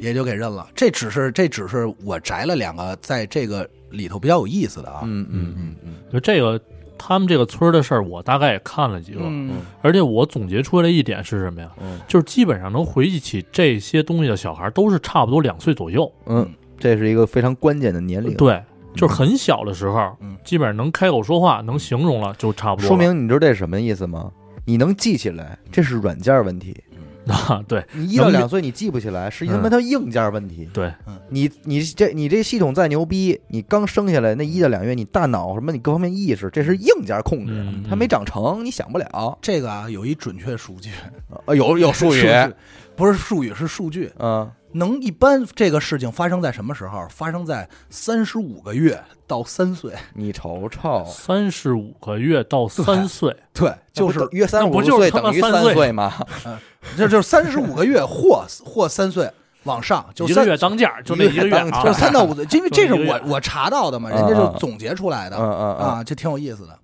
Speaker 2: 也就给认了。这只是这只是我摘了两个在这个里头比较有意思的啊，
Speaker 1: 嗯嗯嗯嗯，
Speaker 3: 就这个他们这个村儿的事儿，我大概也看了几个，
Speaker 2: 嗯
Speaker 3: 而且我总结出来一点是什么呀？
Speaker 1: 嗯
Speaker 3: 就是基本上能回忆起这些东西的小孩儿，都是差不多两岁左右。
Speaker 1: 嗯，这是一个非常关键的年龄，，
Speaker 3: 对，就是很小的时候，
Speaker 2: 嗯
Speaker 3: 基本上能开口说话、能形容了，就差不多
Speaker 1: 说
Speaker 3: 了。
Speaker 1: 明你知道这是什么意思吗？你能记起来，这是软件问题。
Speaker 2: 嗯
Speaker 3: 啊，对
Speaker 1: 你一到
Speaker 3: 能
Speaker 1: 两岁你记不起来，是因为
Speaker 3: 嗯
Speaker 1: 他妈它硬件问题。
Speaker 3: 对，
Speaker 1: 你你这你这系统再牛逼，你刚生下来那一到两月，你大脑什么你各方面意识，这是硬件控制
Speaker 3: 嗯嗯，
Speaker 1: 它没长成，你想不了。
Speaker 2: 这 个啊有一准确数据，
Speaker 1: 啊，有有
Speaker 2: 数据不是术语是数据，
Speaker 1: 嗯
Speaker 2: 能一般这个事情发生在什么时候？发生在三十五个月到三岁，
Speaker 1: 你瞅瞅，
Speaker 3: 三十五个月到三岁，
Speaker 2: 对，就
Speaker 1: 那
Speaker 2: 是
Speaker 1: 不约三十
Speaker 3: 那不
Speaker 1: 五
Speaker 3: 就是
Speaker 1: 岁
Speaker 3: 他妈
Speaker 1: 等于
Speaker 3: 三
Speaker 1: 三
Speaker 3: 岁
Speaker 1: 岁 吗？
Speaker 2: 这就是三十五个月或或三岁往上，就
Speaker 3: 一个
Speaker 2: 三
Speaker 3: 月当价，就那一个
Speaker 1: 一个
Speaker 3: 月
Speaker 1: 月
Speaker 3: 啊
Speaker 1: 当
Speaker 2: 就
Speaker 1: 价
Speaker 2: 是三到五岁，因为这是
Speaker 3: 就一个
Speaker 2: 我
Speaker 3: 月
Speaker 2: 我查到的嘛，
Speaker 1: 嗯
Speaker 2: 人家就总结出
Speaker 1: 嗯
Speaker 2: 来的
Speaker 1: 嗯嗯，
Speaker 2: 啊，这挺有意思的。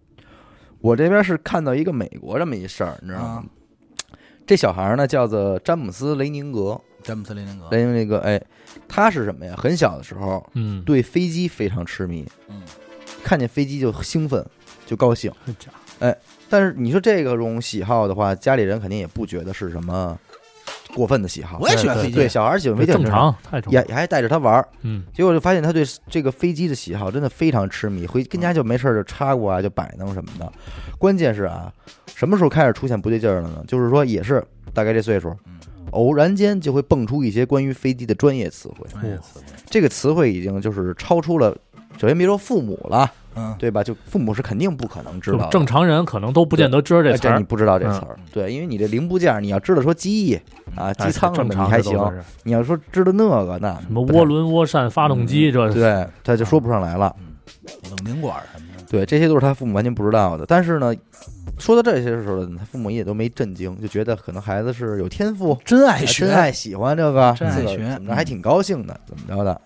Speaker 1: 我这边是看到一个美国这么一事儿，你知道吗
Speaker 2: 啊？
Speaker 1: 这小孩呢叫做詹姆斯·雷宁格，
Speaker 2: 詹姆斯林林
Speaker 3: 啊
Speaker 2: 格，
Speaker 1: 雷宁格，哎，他是什么呀？很小的时候
Speaker 3: 嗯，
Speaker 1: 对飞机非常痴迷，
Speaker 2: 嗯，
Speaker 1: 看见飞机就兴奋，就高兴。
Speaker 3: 真假
Speaker 1: 但是你说这个种喜好的话，家里人肯定也不觉得是什么过分的喜好。
Speaker 2: 我也喜欢
Speaker 3: 对
Speaker 2: 飞
Speaker 1: 对，
Speaker 2: 机，啊
Speaker 1: 小孩喜欢飞机很
Speaker 3: 正，常，太正
Speaker 1: 也
Speaker 3: 常，
Speaker 1: 也还带着他玩儿。
Speaker 3: 嗯，
Speaker 1: 结果就发现他对这个飞机的喜好真的非常痴迷，回跟家就没事儿就插过啊，就摆弄什么的。关键是啊，什么时候开始出现不对劲儿了呢？就是说，也是大概这岁数
Speaker 2: 嗯，
Speaker 1: 偶然间就会蹦出一些关于飞机的专业词汇。
Speaker 2: 专业词汇
Speaker 1: 这个词汇已经就是超出了，首先别说父母了，
Speaker 2: 嗯，
Speaker 1: 对吧？就父母是肯定不可能知
Speaker 3: 就
Speaker 1: 道的。
Speaker 3: 正常人可能都不见得知道这
Speaker 1: 哎
Speaker 3: 词
Speaker 1: 这
Speaker 3: 儿
Speaker 1: 你，不知道这
Speaker 3: 嗯
Speaker 1: 词儿，对，因为你这零部件儿你要知道说机翼啊、
Speaker 3: 哎
Speaker 1: 机舱什
Speaker 3: 正
Speaker 1: 么的
Speaker 3: 常
Speaker 1: 你还
Speaker 3: 这都
Speaker 1: 行，
Speaker 3: 是
Speaker 1: 你要说知道那个那
Speaker 3: 什么
Speaker 1: 不太嗯
Speaker 3: 涡轮、涡扇、发动机，这是
Speaker 1: 对，他就说不上来了。
Speaker 2: 冷凝管什么的，
Speaker 1: 对，这些都是他父母完全不知道的。但是呢，说到这些时候呢，他父母也都没震惊，就觉得可能孩子是有天赋，
Speaker 2: 真爱
Speaker 1: 哎
Speaker 2: 学
Speaker 1: 真，爱喜欢这个，
Speaker 2: 真爱
Speaker 1: 自个儿
Speaker 2: 学嗯
Speaker 1: 怎么着还挺高兴的，怎么着的。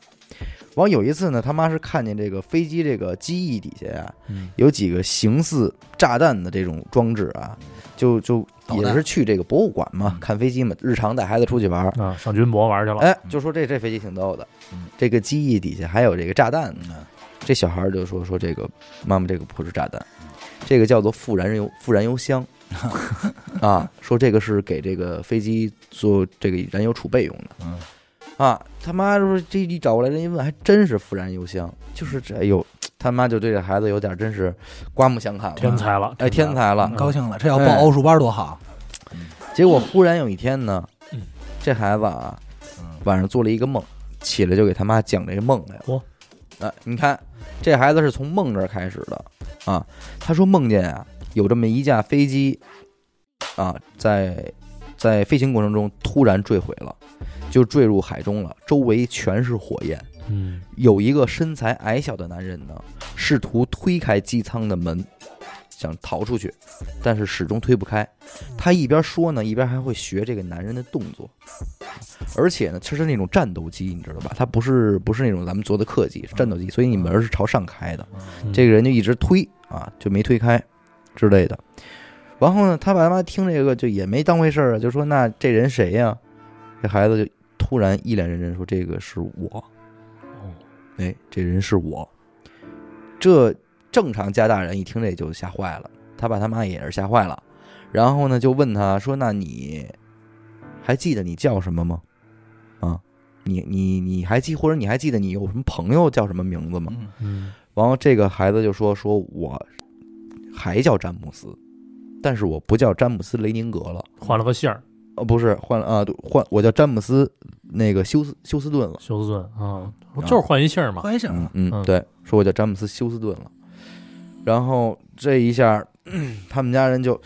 Speaker 1: 完有一次呢，他妈是看见这个飞机这个机翼底下呀、
Speaker 3: 嗯
Speaker 1: 有几个形似炸弹的这种装置啊，就就
Speaker 2: 导
Speaker 1: 也
Speaker 2: 弹
Speaker 1: 是去这个博物馆嘛
Speaker 2: 嗯，
Speaker 1: 看飞机嘛，日常带孩子出去玩儿，
Speaker 3: 啊，上军博玩去了，
Speaker 1: 哎，就说这这飞机挺逗的
Speaker 2: 嗯，
Speaker 1: 这个机翼底下还有这个炸弹呢。
Speaker 2: 嗯
Speaker 1: 这小孩儿就说说这个妈妈这个不是炸弹，
Speaker 2: 嗯
Speaker 1: 这个叫做复燃油复燃油 箱啊，说这个是给这个飞机做这个燃油储备用的。
Speaker 2: 嗯
Speaker 1: 啊，他妈说这一找过来人一问，还真是复燃油箱，就是这哎呦，他妈就对这孩子有点真是刮目相看了，
Speaker 3: 天才了，
Speaker 1: 哎天才了。
Speaker 2: 高兴了，这要报
Speaker 1: 哎
Speaker 2: 奥数班多好，
Speaker 1: 结果忽然有一天呢
Speaker 3: 嗯，
Speaker 1: 这孩子啊
Speaker 2: 嗯
Speaker 1: 晚上做了一个梦，起来就给他妈讲这个梦来了
Speaker 3: 嚯。
Speaker 1: 哎，你看这孩子是从梦这儿开始的啊，他说梦见啊有这么一架飞机啊在在飞行过程中突然坠毁了，就坠入海中了，周围全是火焰。
Speaker 3: 嗯，
Speaker 1: 有一个身材矮小的男人呢，试图推开机舱的门，想逃出去，但是始终推不开。他一边说呢，一边还会学这个男人的动作，而且呢，这是那种战斗机，你知道吧？它不是不是那种咱们做的客机，是战斗机，所以你门是朝上开的。
Speaker 3: 嗯
Speaker 1: 这个人就一直推啊，就没推开之类的。然后呢，他爸妈听这个就也没当回事儿啊，就说那这人谁呀、这孩子就突然一脸认真说：“这个是我。”
Speaker 3: 哦
Speaker 1: 哎，这人是我。这正常家大人一听这就吓坏了，他爸他妈也是吓坏了，然后呢就问他说：“那你还记得你叫什么吗？啊，你你你还记或者你还记得你有什么朋友叫什么名字吗
Speaker 2: 嗯，
Speaker 3: 嗯，
Speaker 1: 然后这个孩子就说：“说我还叫詹姆斯，但是我不叫詹姆斯雷宁格了，
Speaker 3: 换了个姓儿，
Speaker 1: 呃，不是换了啊，对换我叫詹姆斯那个休斯休斯顿了。”
Speaker 3: 休斯顿啊，就是换一姓儿嘛，
Speaker 2: 高兴
Speaker 1: 嗯
Speaker 2: 了，
Speaker 1: 嗯
Speaker 3: 嗯，
Speaker 1: 对，说我叫詹姆斯休斯顿了。然后这一下， 嗯他们家人就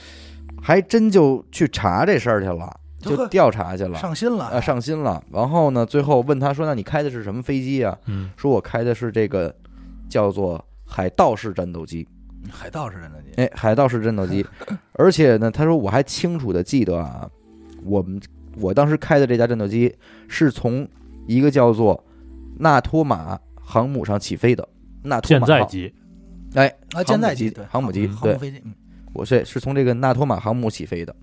Speaker 1: 还真就去查这事儿去了，
Speaker 2: 就
Speaker 1: 就调查去了，
Speaker 2: 上心了
Speaker 1: 啊上心了。然后呢，最后问他说：“那你开的是什么飞机啊？”
Speaker 3: 嗯，
Speaker 1: 说我开的是这个叫做海盗式战斗机。
Speaker 2: 海盗是人的你，
Speaker 1: 哎，海盗式战斗 机，而且呢，他说我还清楚的记得啊，我们我当时开的这架战斗机是从一个叫做纳托马航母上起飞的。纳托
Speaker 3: 现
Speaker 1: 马
Speaker 3: 在
Speaker 1: 号
Speaker 3: 级，
Speaker 1: 哎，
Speaker 2: 啊，舰载机
Speaker 1: 航母机航母机
Speaker 2: 对，航
Speaker 1: 对
Speaker 2: 母飞机，嗯
Speaker 1: 我是是从这个纳托马航母起飞的。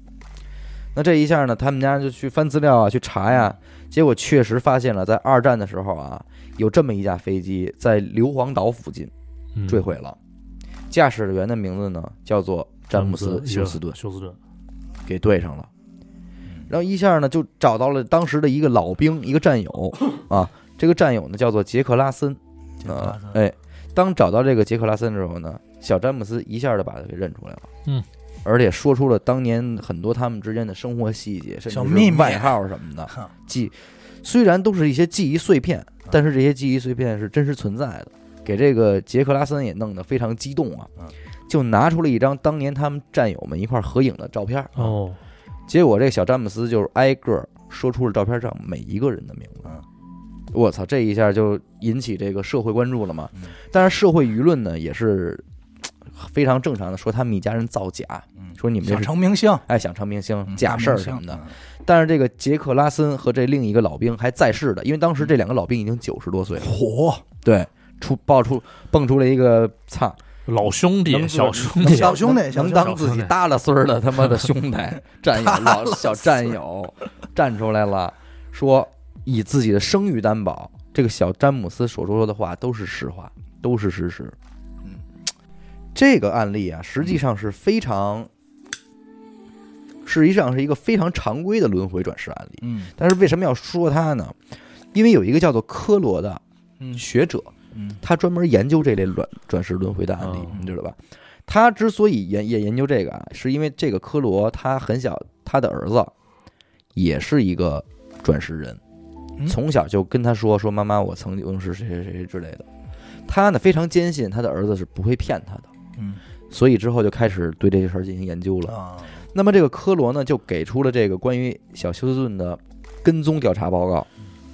Speaker 1: 那这一下呢，他们家就去翻资料啊，去查呀，结果确实发现了，在二战的时候啊，有这么一架飞机在硫磺岛附近
Speaker 3: 嗯
Speaker 1: 坠毁了，驾驶员的名字呢叫做詹姆斯·休斯顿，
Speaker 3: 休斯顿，
Speaker 1: 给对上了。
Speaker 2: 嗯
Speaker 1: 然后一下呢，就找到了当时的一个老兵，一个战 友啊，这个战友呢叫做杰克拉森，
Speaker 2: 杰克
Speaker 1: 啊
Speaker 2: 拉，森
Speaker 1: 哎，当找到这个杰克拉森之后呢，小詹姆斯一下就把他给认出来了，
Speaker 3: 嗯，
Speaker 1: 而且说出了当年很多他们之间的生活细节，甚
Speaker 2: 小
Speaker 1: 至
Speaker 2: 秘
Speaker 1: 是
Speaker 2: 密啊
Speaker 1: 外号什么的
Speaker 2: 哼，
Speaker 1: 记，虽然都是一些记忆碎片，但是这些记忆碎片是真实存在的，给这个杰克拉森也弄得非常激动啊
Speaker 2: 嗯，
Speaker 1: 就拿出了一张啊当年他们战友们一块儿合影的照片儿，
Speaker 3: 哦，
Speaker 1: 结果这小詹姆斯就是挨个儿说出了照片上每一个人的名字
Speaker 2: 嗯。
Speaker 1: 我操，这一下就引起这个社会关注了嘛
Speaker 2: 嗯。
Speaker 1: 但是社会舆论呢，也是嘖非常正常的，说他们一家人造假，
Speaker 2: 嗯
Speaker 1: 说你们这
Speaker 2: 想
Speaker 1: 是
Speaker 2: 成明星，
Speaker 1: 哎想成明星
Speaker 2: 嗯
Speaker 1: 假事儿什么的。，但是这个杰克拉森和这另一个老兵还在世的，因为当时这两个老兵已经九十多岁了，
Speaker 2: 嗯火
Speaker 1: 对，出爆出蹦出了一个操
Speaker 3: 老兄弟、
Speaker 1: 能
Speaker 3: 小
Speaker 1: 做
Speaker 3: 兄
Speaker 2: 能
Speaker 3: 弟，
Speaker 2: 小兄弟小
Speaker 1: 能
Speaker 2: 兄弟
Speaker 1: 当自己耷拉丝儿的他妈的兄弟战友老小战友站出来了，说以自己的声誉担保，这个小詹姆斯所说的话都是实话，都是事实
Speaker 2: 嗯。
Speaker 1: 这个案例啊，实际上是非常，实际上是一个非常常规的轮回转世案例。
Speaker 2: 嗯
Speaker 1: 但是为什么要说他呢？因为有一个叫做科罗的
Speaker 2: 嗯
Speaker 1: 学者，
Speaker 2: 嗯
Speaker 1: 他专门研究这类转转世轮回的案例
Speaker 3: 哦，
Speaker 1: 你知道吧？他之所以研也研究这个啊，是因为这个科罗他很小，他的儿子也是一个转世人，
Speaker 2: 嗯
Speaker 1: 从小就跟他说说妈妈，我曾经是谁谁谁之类的。他呢非常坚信他的儿子是不会骗他的，
Speaker 2: 嗯
Speaker 1: 所以之后就开始对这个事儿进行研究了。
Speaker 2: 啊，
Speaker 1: 那么这个科罗呢，就给出了这个关于小休斯顿的跟踪调查报告，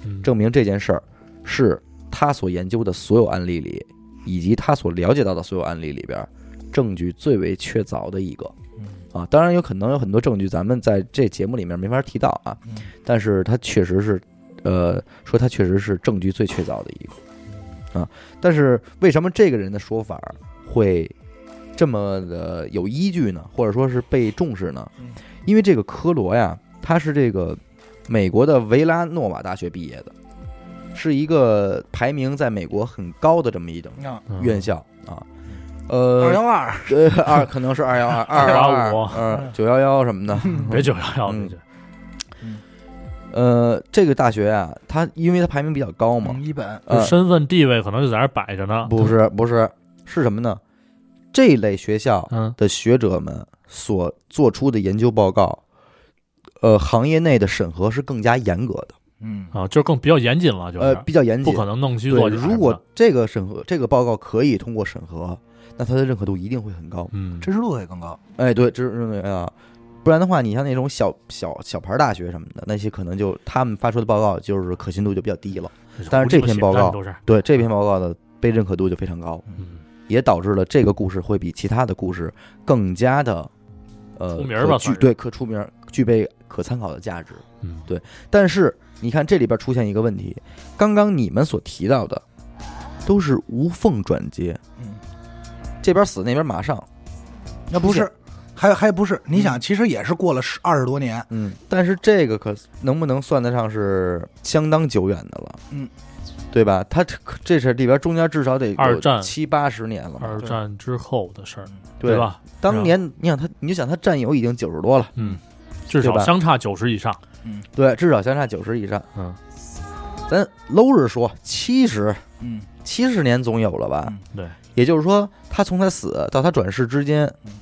Speaker 3: 嗯
Speaker 1: 证明这件事儿是他所研究的所有案例里，以及他所了解到的所有案例里边儿，证据最为确凿的一个。
Speaker 2: 嗯
Speaker 1: 啊，当然有可能有很多证据，咱们在这节目里面没法提到啊，
Speaker 2: 嗯
Speaker 1: 但是它确实是，呃，说它确实是证据最确凿的一个啊。但是为什么这个人的说法会这么的有依据呢？或者说是被重视呢
Speaker 2: 嗯？
Speaker 1: 因为这个科罗呀，他是这个美国的维拉诺瓦大学毕业的，是一个排名在美国很高的这么一种
Speaker 2: 啊，
Speaker 3: 嗯
Speaker 1: 院校啊。呃，
Speaker 2: 二幺二，
Speaker 1: 呃，二可能是二幺二、二
Speaker 3: 215
Speaker 1: 幺二、呃九幺幺什么 的。
Speaker 3: 别九幺幺，别
Speaker 1: 嗯
Speaker 3: 九
Speaker 1: 呃，这个大学啊，它因为它排名比较高嘛
Speaker 2: 嗯，一本，
Speaker 3: 就
Speaker 1: 呃，
Speaker 3: 身份地位可能就在那儿摆着呢。
Speaker 1: 不是不是是什么呢？这类学校
Speaker 3: 嗯，
Speaker 1: 的学者们所做出的研究报告，呃，行业内的审核是更加严格的，
Speaker 2: 嗯
Speaker 3: 啊，就是更比较严谨了，就是、
Speaker 1: 呃，比较严
Speaker 3: 不
Speaker 1: 谨。
Speaker 3: 可能弄虚
Speaker 1: 对，
Speaker 3: 作假什么的。
Speaker 1: 如果这个审核这个报告可以通过审核，那它的认可度一定会很高。
Speaker 3: 嗯，
Speaker 2: 知识度也更高，
Speaker 1: 哎，对，这认为啊，不然的话，你像那种小小小牌大学什么的，那些可能就他们发出的报告就是可信度就比较低了。但是这篇报告
Speaker 3: 都是
Speaker 1: 对这篇报告的被认可度就非常高，
Speaker 3: 嗯，
Speaker 1: 也导致了这个故事会比其他的故事更加的呃
Speaker 3: 出名儿吧
Speaker 1: 可
Speaker 3: 算
Speaker 1: 具
Speaker 3: 是
Speaker 1: 对可出名儿，具备可参考的价值。
Speaker 3: 嗯
Speaker 1: 对但是你看这里边出现一个问题，刚刚你们所提到的都是无缝转接，
Speaker 2: 嗯，
Speaker 1: 这边死那边马上，
Speaker 2: 那不
Speaker 3: 嗯
Speaker 2: 是，还还不是，你想，其实也是过了十二十多年，
Speaker 1: 嗯，但是这个可能不能算得上是相当久远的了，
Speaker 2: 嗯，
Speaker 1: 对吧？它这这是里边中间至少得有
Speaker 3: 二战
Speaker 1: 七八十年了嘛，
Speaker 3: 二
Speaker 2: 对
Speaker 3: 战之后的事儿，
Speaker 2: 嗯
Speaker 1: 对吧？
Speaker 3: 吧？
Speaker 1: 当年你想他，你就想他战友已经九十多了，
Speaker 3: 嗯，至
Speaker 1: 对
Speaker 3: 少
Speaker 1: 吧
Speaker 3: 相差九十以上。
Speaker 1: 对，至少相差九十以上。
Speaker 3: 嗯，
Speaker 1: 咱搂着说七十
Speaker 2: 嗯
Speaker 1: 七十年总有了吧？
Speaker 2: 嗯
Speaker 3: 对，
Speaker 1: 也就是说，他从他死到他转世之间
Speaker 2: 嗯，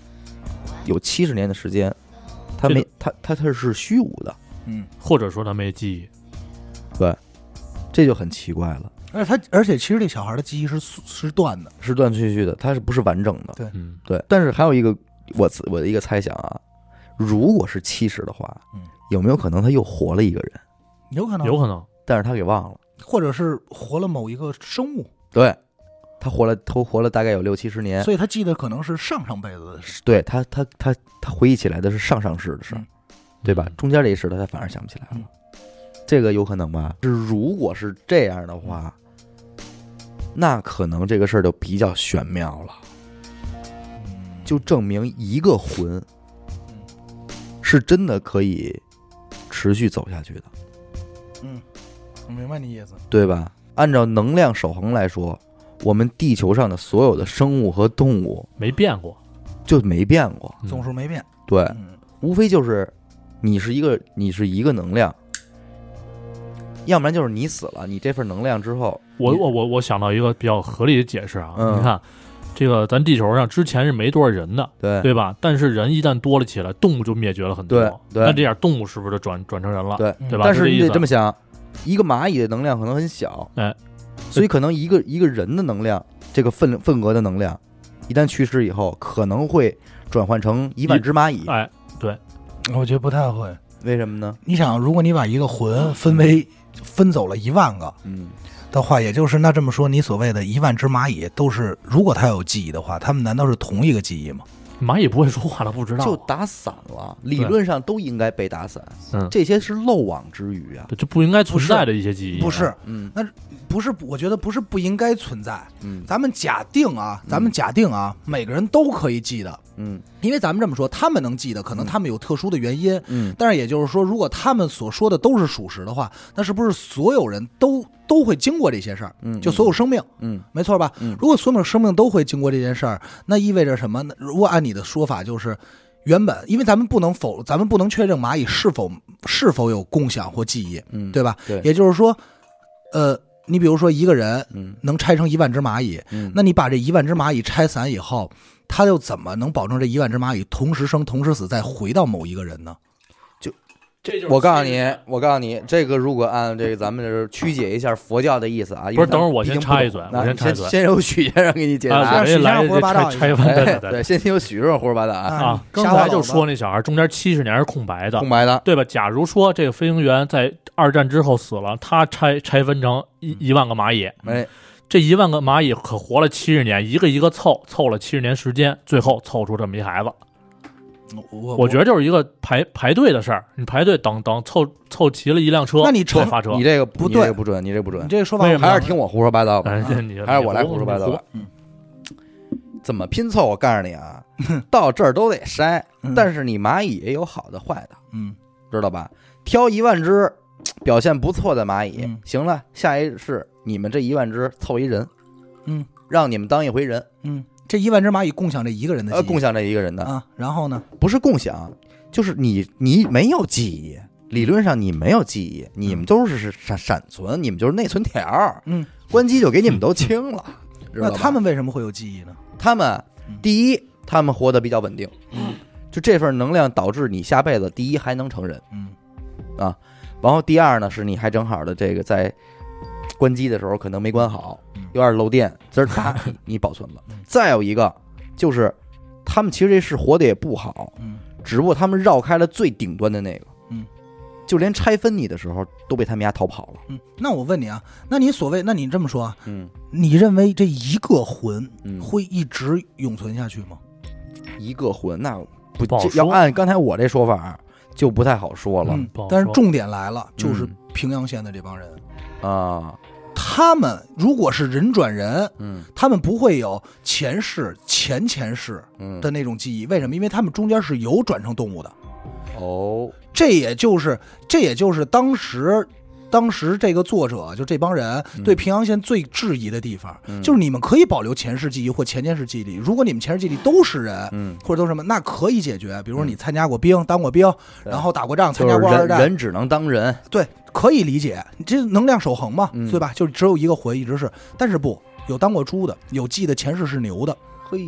Speaker 1: 有七十年的时间，他
Speaker 3: 这个
Speaker 1: 没他他他是虚无的，
Speaker 2: 嗯，
Speaker 3: 或者说他没记忆，
Speaker 1: 这就很奇怪了，
Speaker 2: 而且他，而且其实这小孩的记忆是速是断的，
Speaker 1: 是断断续续的，他是不是完整的？
Speaker 3: 嗯，
Speaker 1: 对，但是还有一个我自我的一个猜想啊，如果是七十的话
Speaker 2: 嗯，
Speaker 1: 有没有可能他又活了一个人，
Speaker 2: 有可能，
Speaker 3: 有可能
Speaker 1: 但是他给忘了？
Speaker 2: 或者是活了某一个生物，
Speaker 1: 对，他活了，他活了大概有六七十
Speaker 3: 哎
Speaker 1: 年，
Speaker 2: 所以他记得可能是上上辈子的事，
Speaker 1: 对他，他他他回忆起来的是上上世的事儿
Speaker 2: 嗯，
Speaker 1: 对吧
Speaker 3: 嗯？
Speaker 1: 中间这一世的他反而想不起来
Speaker 2: 嗯
Speaker 1: 了，这个有可能吧？是如果是这样的话，那可能这个事儿就比较玄妙了，
Speaker 2: 嗯
Speaker 1: 就证明一个魂是真的可以持续走下去的。
Speaker 2: 嗯，我明白你意思，
Speaker 1: 对吧？按照能量守恒来说，我们地球上的所有的生物和动物
Speaker 3: 没变过，
Speaker 1: 就没变过，
Speaker 3: 嗯哎
Speaker 2: 总数没变，
Speaker 1: 对，
Speaker 2: 嗯
Speaker 1: 无非就是你是一个你是一个能量，要不然就是你死了，你这份能量之后，
Speaker 3: 我
Speaker 1: 你
Speaker 3: 我我我想到一个比较合理的解释啊，
Speaker 1: 嗯
Speaker 3: 你看，这个咱地球上之前是没多少人的，
Speaker 1: 对
Speaker 3: 对吧？但是人一旦多了起来，动物就灭绝了很多
Speaker 1: 对。对
Speaker 3: 那这样动物是不是就转转成人了？
Speaker 1: 对
Speaker 2: 嗯
Speaker 3: 对吧？
Speaker 1: 但
Speaker 3: 这
Speaker 1: 是你
Speaker 3: 意
Speaker 1: 得
Speaker 3: 思
Speaker 1: 这么想，一个蚂蚁的能量可能很小，
Speaker 3: 哎，
Speaker 1: 所以可能一个一个人的能量，这个份份额的能量，一旦去世以后，可能会转换成一万只蚂蚁，
Speaker 3: 哎，
Speaker 2: 我觉得不太会，
Speaker 1: 为什么呢？
Speaker 2: 你想，如果你把一个魂分为分走了一万个
Speaker 1: 嗯
Speaker 2: 的话，也就是那这么说，你所谓的一万只蚂蚁都是，如果它有记忆的话，它们难道是同一个记忆吗？
Speaker 3: 蚂蚁不会说话了，不知道
Speaker 1: 就打散了，理论上都应该被打散，
Speaker 3: 嗯
Speaker 1: 这些是漏网之鱼啊。
Speaker 3: 对就不应该存在的一些记忆，
Speaker 2: 不是，
Speaker 1: 嗯
Speaker 2: 那不是，我觉得不是不应该存在。
Speaker 1: 嗯
Speaker 2: 咱们假定啊，咱们假定啊，每个人都可以记得，
Speaker 1: 嗯
Speaker 2: 因为咱们这么说，他们能记得，可能他们有特殊的原因。
Speaker 1: 嗯，
Speaker 2: 但是也就是说，如果他们所说的都是属实的话，那是不是所有人都都会经过这些事儿？
Speaker 1: 嗯
Speaker 2: 就所有生命，
Speaker 1: 嗯
Speaker 2: 没错吧？
Speaker 1: 嗯
Speaker 2: 如果所有生命都会经过这件事儿，那意味着什么呢？如果按你的说法，就是原本，因为咱们不能否，咱们不能确定蚂蚁是否是否有共享或记忆，
Speaker 1: 嗯，
Speaker 2: 对吧？
Speaker 1: 对，
Speaker 2: 也就是说，呃，你比如说一个人
Speaker 1: 嗯
Speaker 2: 能拆成一万只蚂蚁，
Speaker 1: 嗯，
Speaker 2: 那你把这一万只蚂蚁拆散以后，他又怎么能保证这一万只蚂蚁同时生、同时死，再回到某一个人呢？
Speaker 3: 这就 是
Speaker 1: 我告诉你，我告诉你，这个如果按这个咱们就是曲解一下佛教的意思啊，因为
Speaker 3: 不是
Speaker 1: 咱们
Speaker 3: 等会儿我
Speaker 1: 毕
Speaker 3: 先
Speaker 1: 竟
Speaker 3: 插
Speaker 1: 不
Speaker 3: 一
Speaker 1: 懂
Speaker 3: 嘴
Speaker 1: 那
Speaker 3: 我先
Speaker 1: 你
Speaker 3: 插一嘴
Speaker 1: 先由许先生给你解答。
Speaker 3: 啊，
Speaker 2: 啊
Speaker 3: 我这
Speaker 2: 许先
Speaker 3: 来
Speaker 2: 生胡说
Speaker 3: 这
Speaker 2: 八
Speaker 3: 拆
Speaker 2: 道一下
Speaker 3: 拆分
Speaker 1: 哎
Speaker 3: 的，
Speaker 1: 对，先听由许先生胡说八道啊，
Speaker 2: 啊
Speaker 3: 啊，刚
Speaker 2: 瞎唠
Speaker 3: 才就
Speaker 2: 吧
Speaker 3: 说那小孩中间七十年是空白的，
Speaker 1: 空白的，
Speaker 3: 对吧？假如说这个飞行员在二战之后死了，他拆拆分成
Speaker 1: 嗯
Speaker 3: 一一万个蚂蚁，
Speaker 1: 哎，
Speaker 3: 这一万个蚂蚁可活了七十年，一个一个凑，凑了七十年时间，最后凑出这么一孩子。
Speaker 2: 我
Speaker 3: 我觉得就是一个排排队的事儿，你排队等等凑凑齐了一辆车，
Speaker 2: 那你
Speaker 3: 再
Speaker 2: 成
Speaker 3: 发车。
Speaker 1: 你这个
Speaker 2: 不
Speaker 1: 你这
Speaker 2: 对
Speaker 1: 个不准，你这个不准
Speaker 2: 你，这个说法
Speaker 3: 为什么
Speaker 1: 还是听我胡说八道吧。
Speaker 3: 哎，这你
Speaker 1: 啊还是我来胡说八道吧。怎么拼凑？我告诉你啊，到这儿都得筛，
Speaker 2: 嗯
Speaker 1: 但是你蚂蚁也有好的坏的，
Speaker 2: 嗯
Speaker 1: 知道吧？挑一万只表现不错的蚂蚁
Speaker 2: 嗯，
Speaker 1: 行了，下一是你们这一万只凑一人，
Speaker 2: 嗯
Speaker 1: 让你们当一回人，
Speaker 2: 嗯，这一万只蚂蚁共享这一个人的
Speaker 1: 呃，
Speaker 2: 记忆
Speaker 1: 共享这一个人的，
Speaker 2: 啊，然后呢？
Speaker 1: 不是共享，就是你你没有记忆。理论上你没有记忆，你们都是闪闪存，你们就是内存条儿，
Speaker 2: 嗯，
Speaker 1: 关机就给你们都清了，知道
Speaker 2: 那
Speaker 1: 吧？
Speaker 2: 他们为什么会有记忆呢？
Speaker 1: 他们
Speaker 2: 嗯
Speaker 1: 第一，他们活得比较稳定，就这份能量导致你下辈子第一还能成人，
Speaker 2: 嗯
Speaker 1: 然后第二呢是你还正好的这个在关机的时候可能没关好
Speaker 2: 嗯，
Speaker 1: 有点漏电，滋儿 啪你你保存了
Speaker 2: 嗯。
Speaker 1: 再有一个就是他们其实这是活得也不好，
Speaker 2: 嗯
Speaker 1: 只不过他们绕开了最顶端的那个，
Speaker 2: 嗯，
Speaker 1: 就连拆分你的时候都被他们家逃跑了，
Speaker 2: 嗯。那我问你啊，那你所谓，那你这么说啊，
Speaker 1: 嗯
Speaker 2: 你认为这一个魂
Speaker 1: 嗯，
Speaker 2: 会一直永存下去吗？
Speaker 1: 一个魂那不
Speaker 3: 不好
Speaker 1: 这
Speaker 3: 说
Speaker 1: 要按刚才我这说法就不太好说了
Speaker 2: 嗯
Speaker 3: 不好说
Speaker 2: 但是重点来了，就是
Speaker 1: 嗯
Speaker 2: 平阳县的这帮人，
Speaker 1: 啊，
Speaker 2: 他们如果是人转人，
Speaker 1: 嗯
Speaker 2: 他们不会有前世、前前世
Speaker 1: 嗯
Speaker 2: 的那种记忆。为什么？因为他们中间是有转成动物的。
Speaker 1: 哦，
Speaker 2: 这也就是，这也就是当时。当时这个作者就这帮人对平阳县最质疑的地方，
Speaker 1: 嗯
Speaker 2: 就是你们可以保留前世记忆或前前世记忆，如果你们前世记忆都是人，
Speaker 1: 嗯，
Speaker 2: 或者都是什么，那可以解决。比如说你参加过兵、当过兵，
Speaker 1: 对
Speaker 2: 然后打过仗、参
Speaker 1: 就
Speaker 2: 加
Speaker 1: 是
Speaker 2: 过二
Speaker 1: 人
Speaker 2: 战，
Speaker 1: 人只能当人，
Speaker 2: 对，可以理解，这能量守恒嘛，
Speaker 1: 嗯
Speaker 2: 对吧？就只有一个魂，一直是，但是不有当过猪的，有记得前世是牛的，
Speaker 1: 嘿，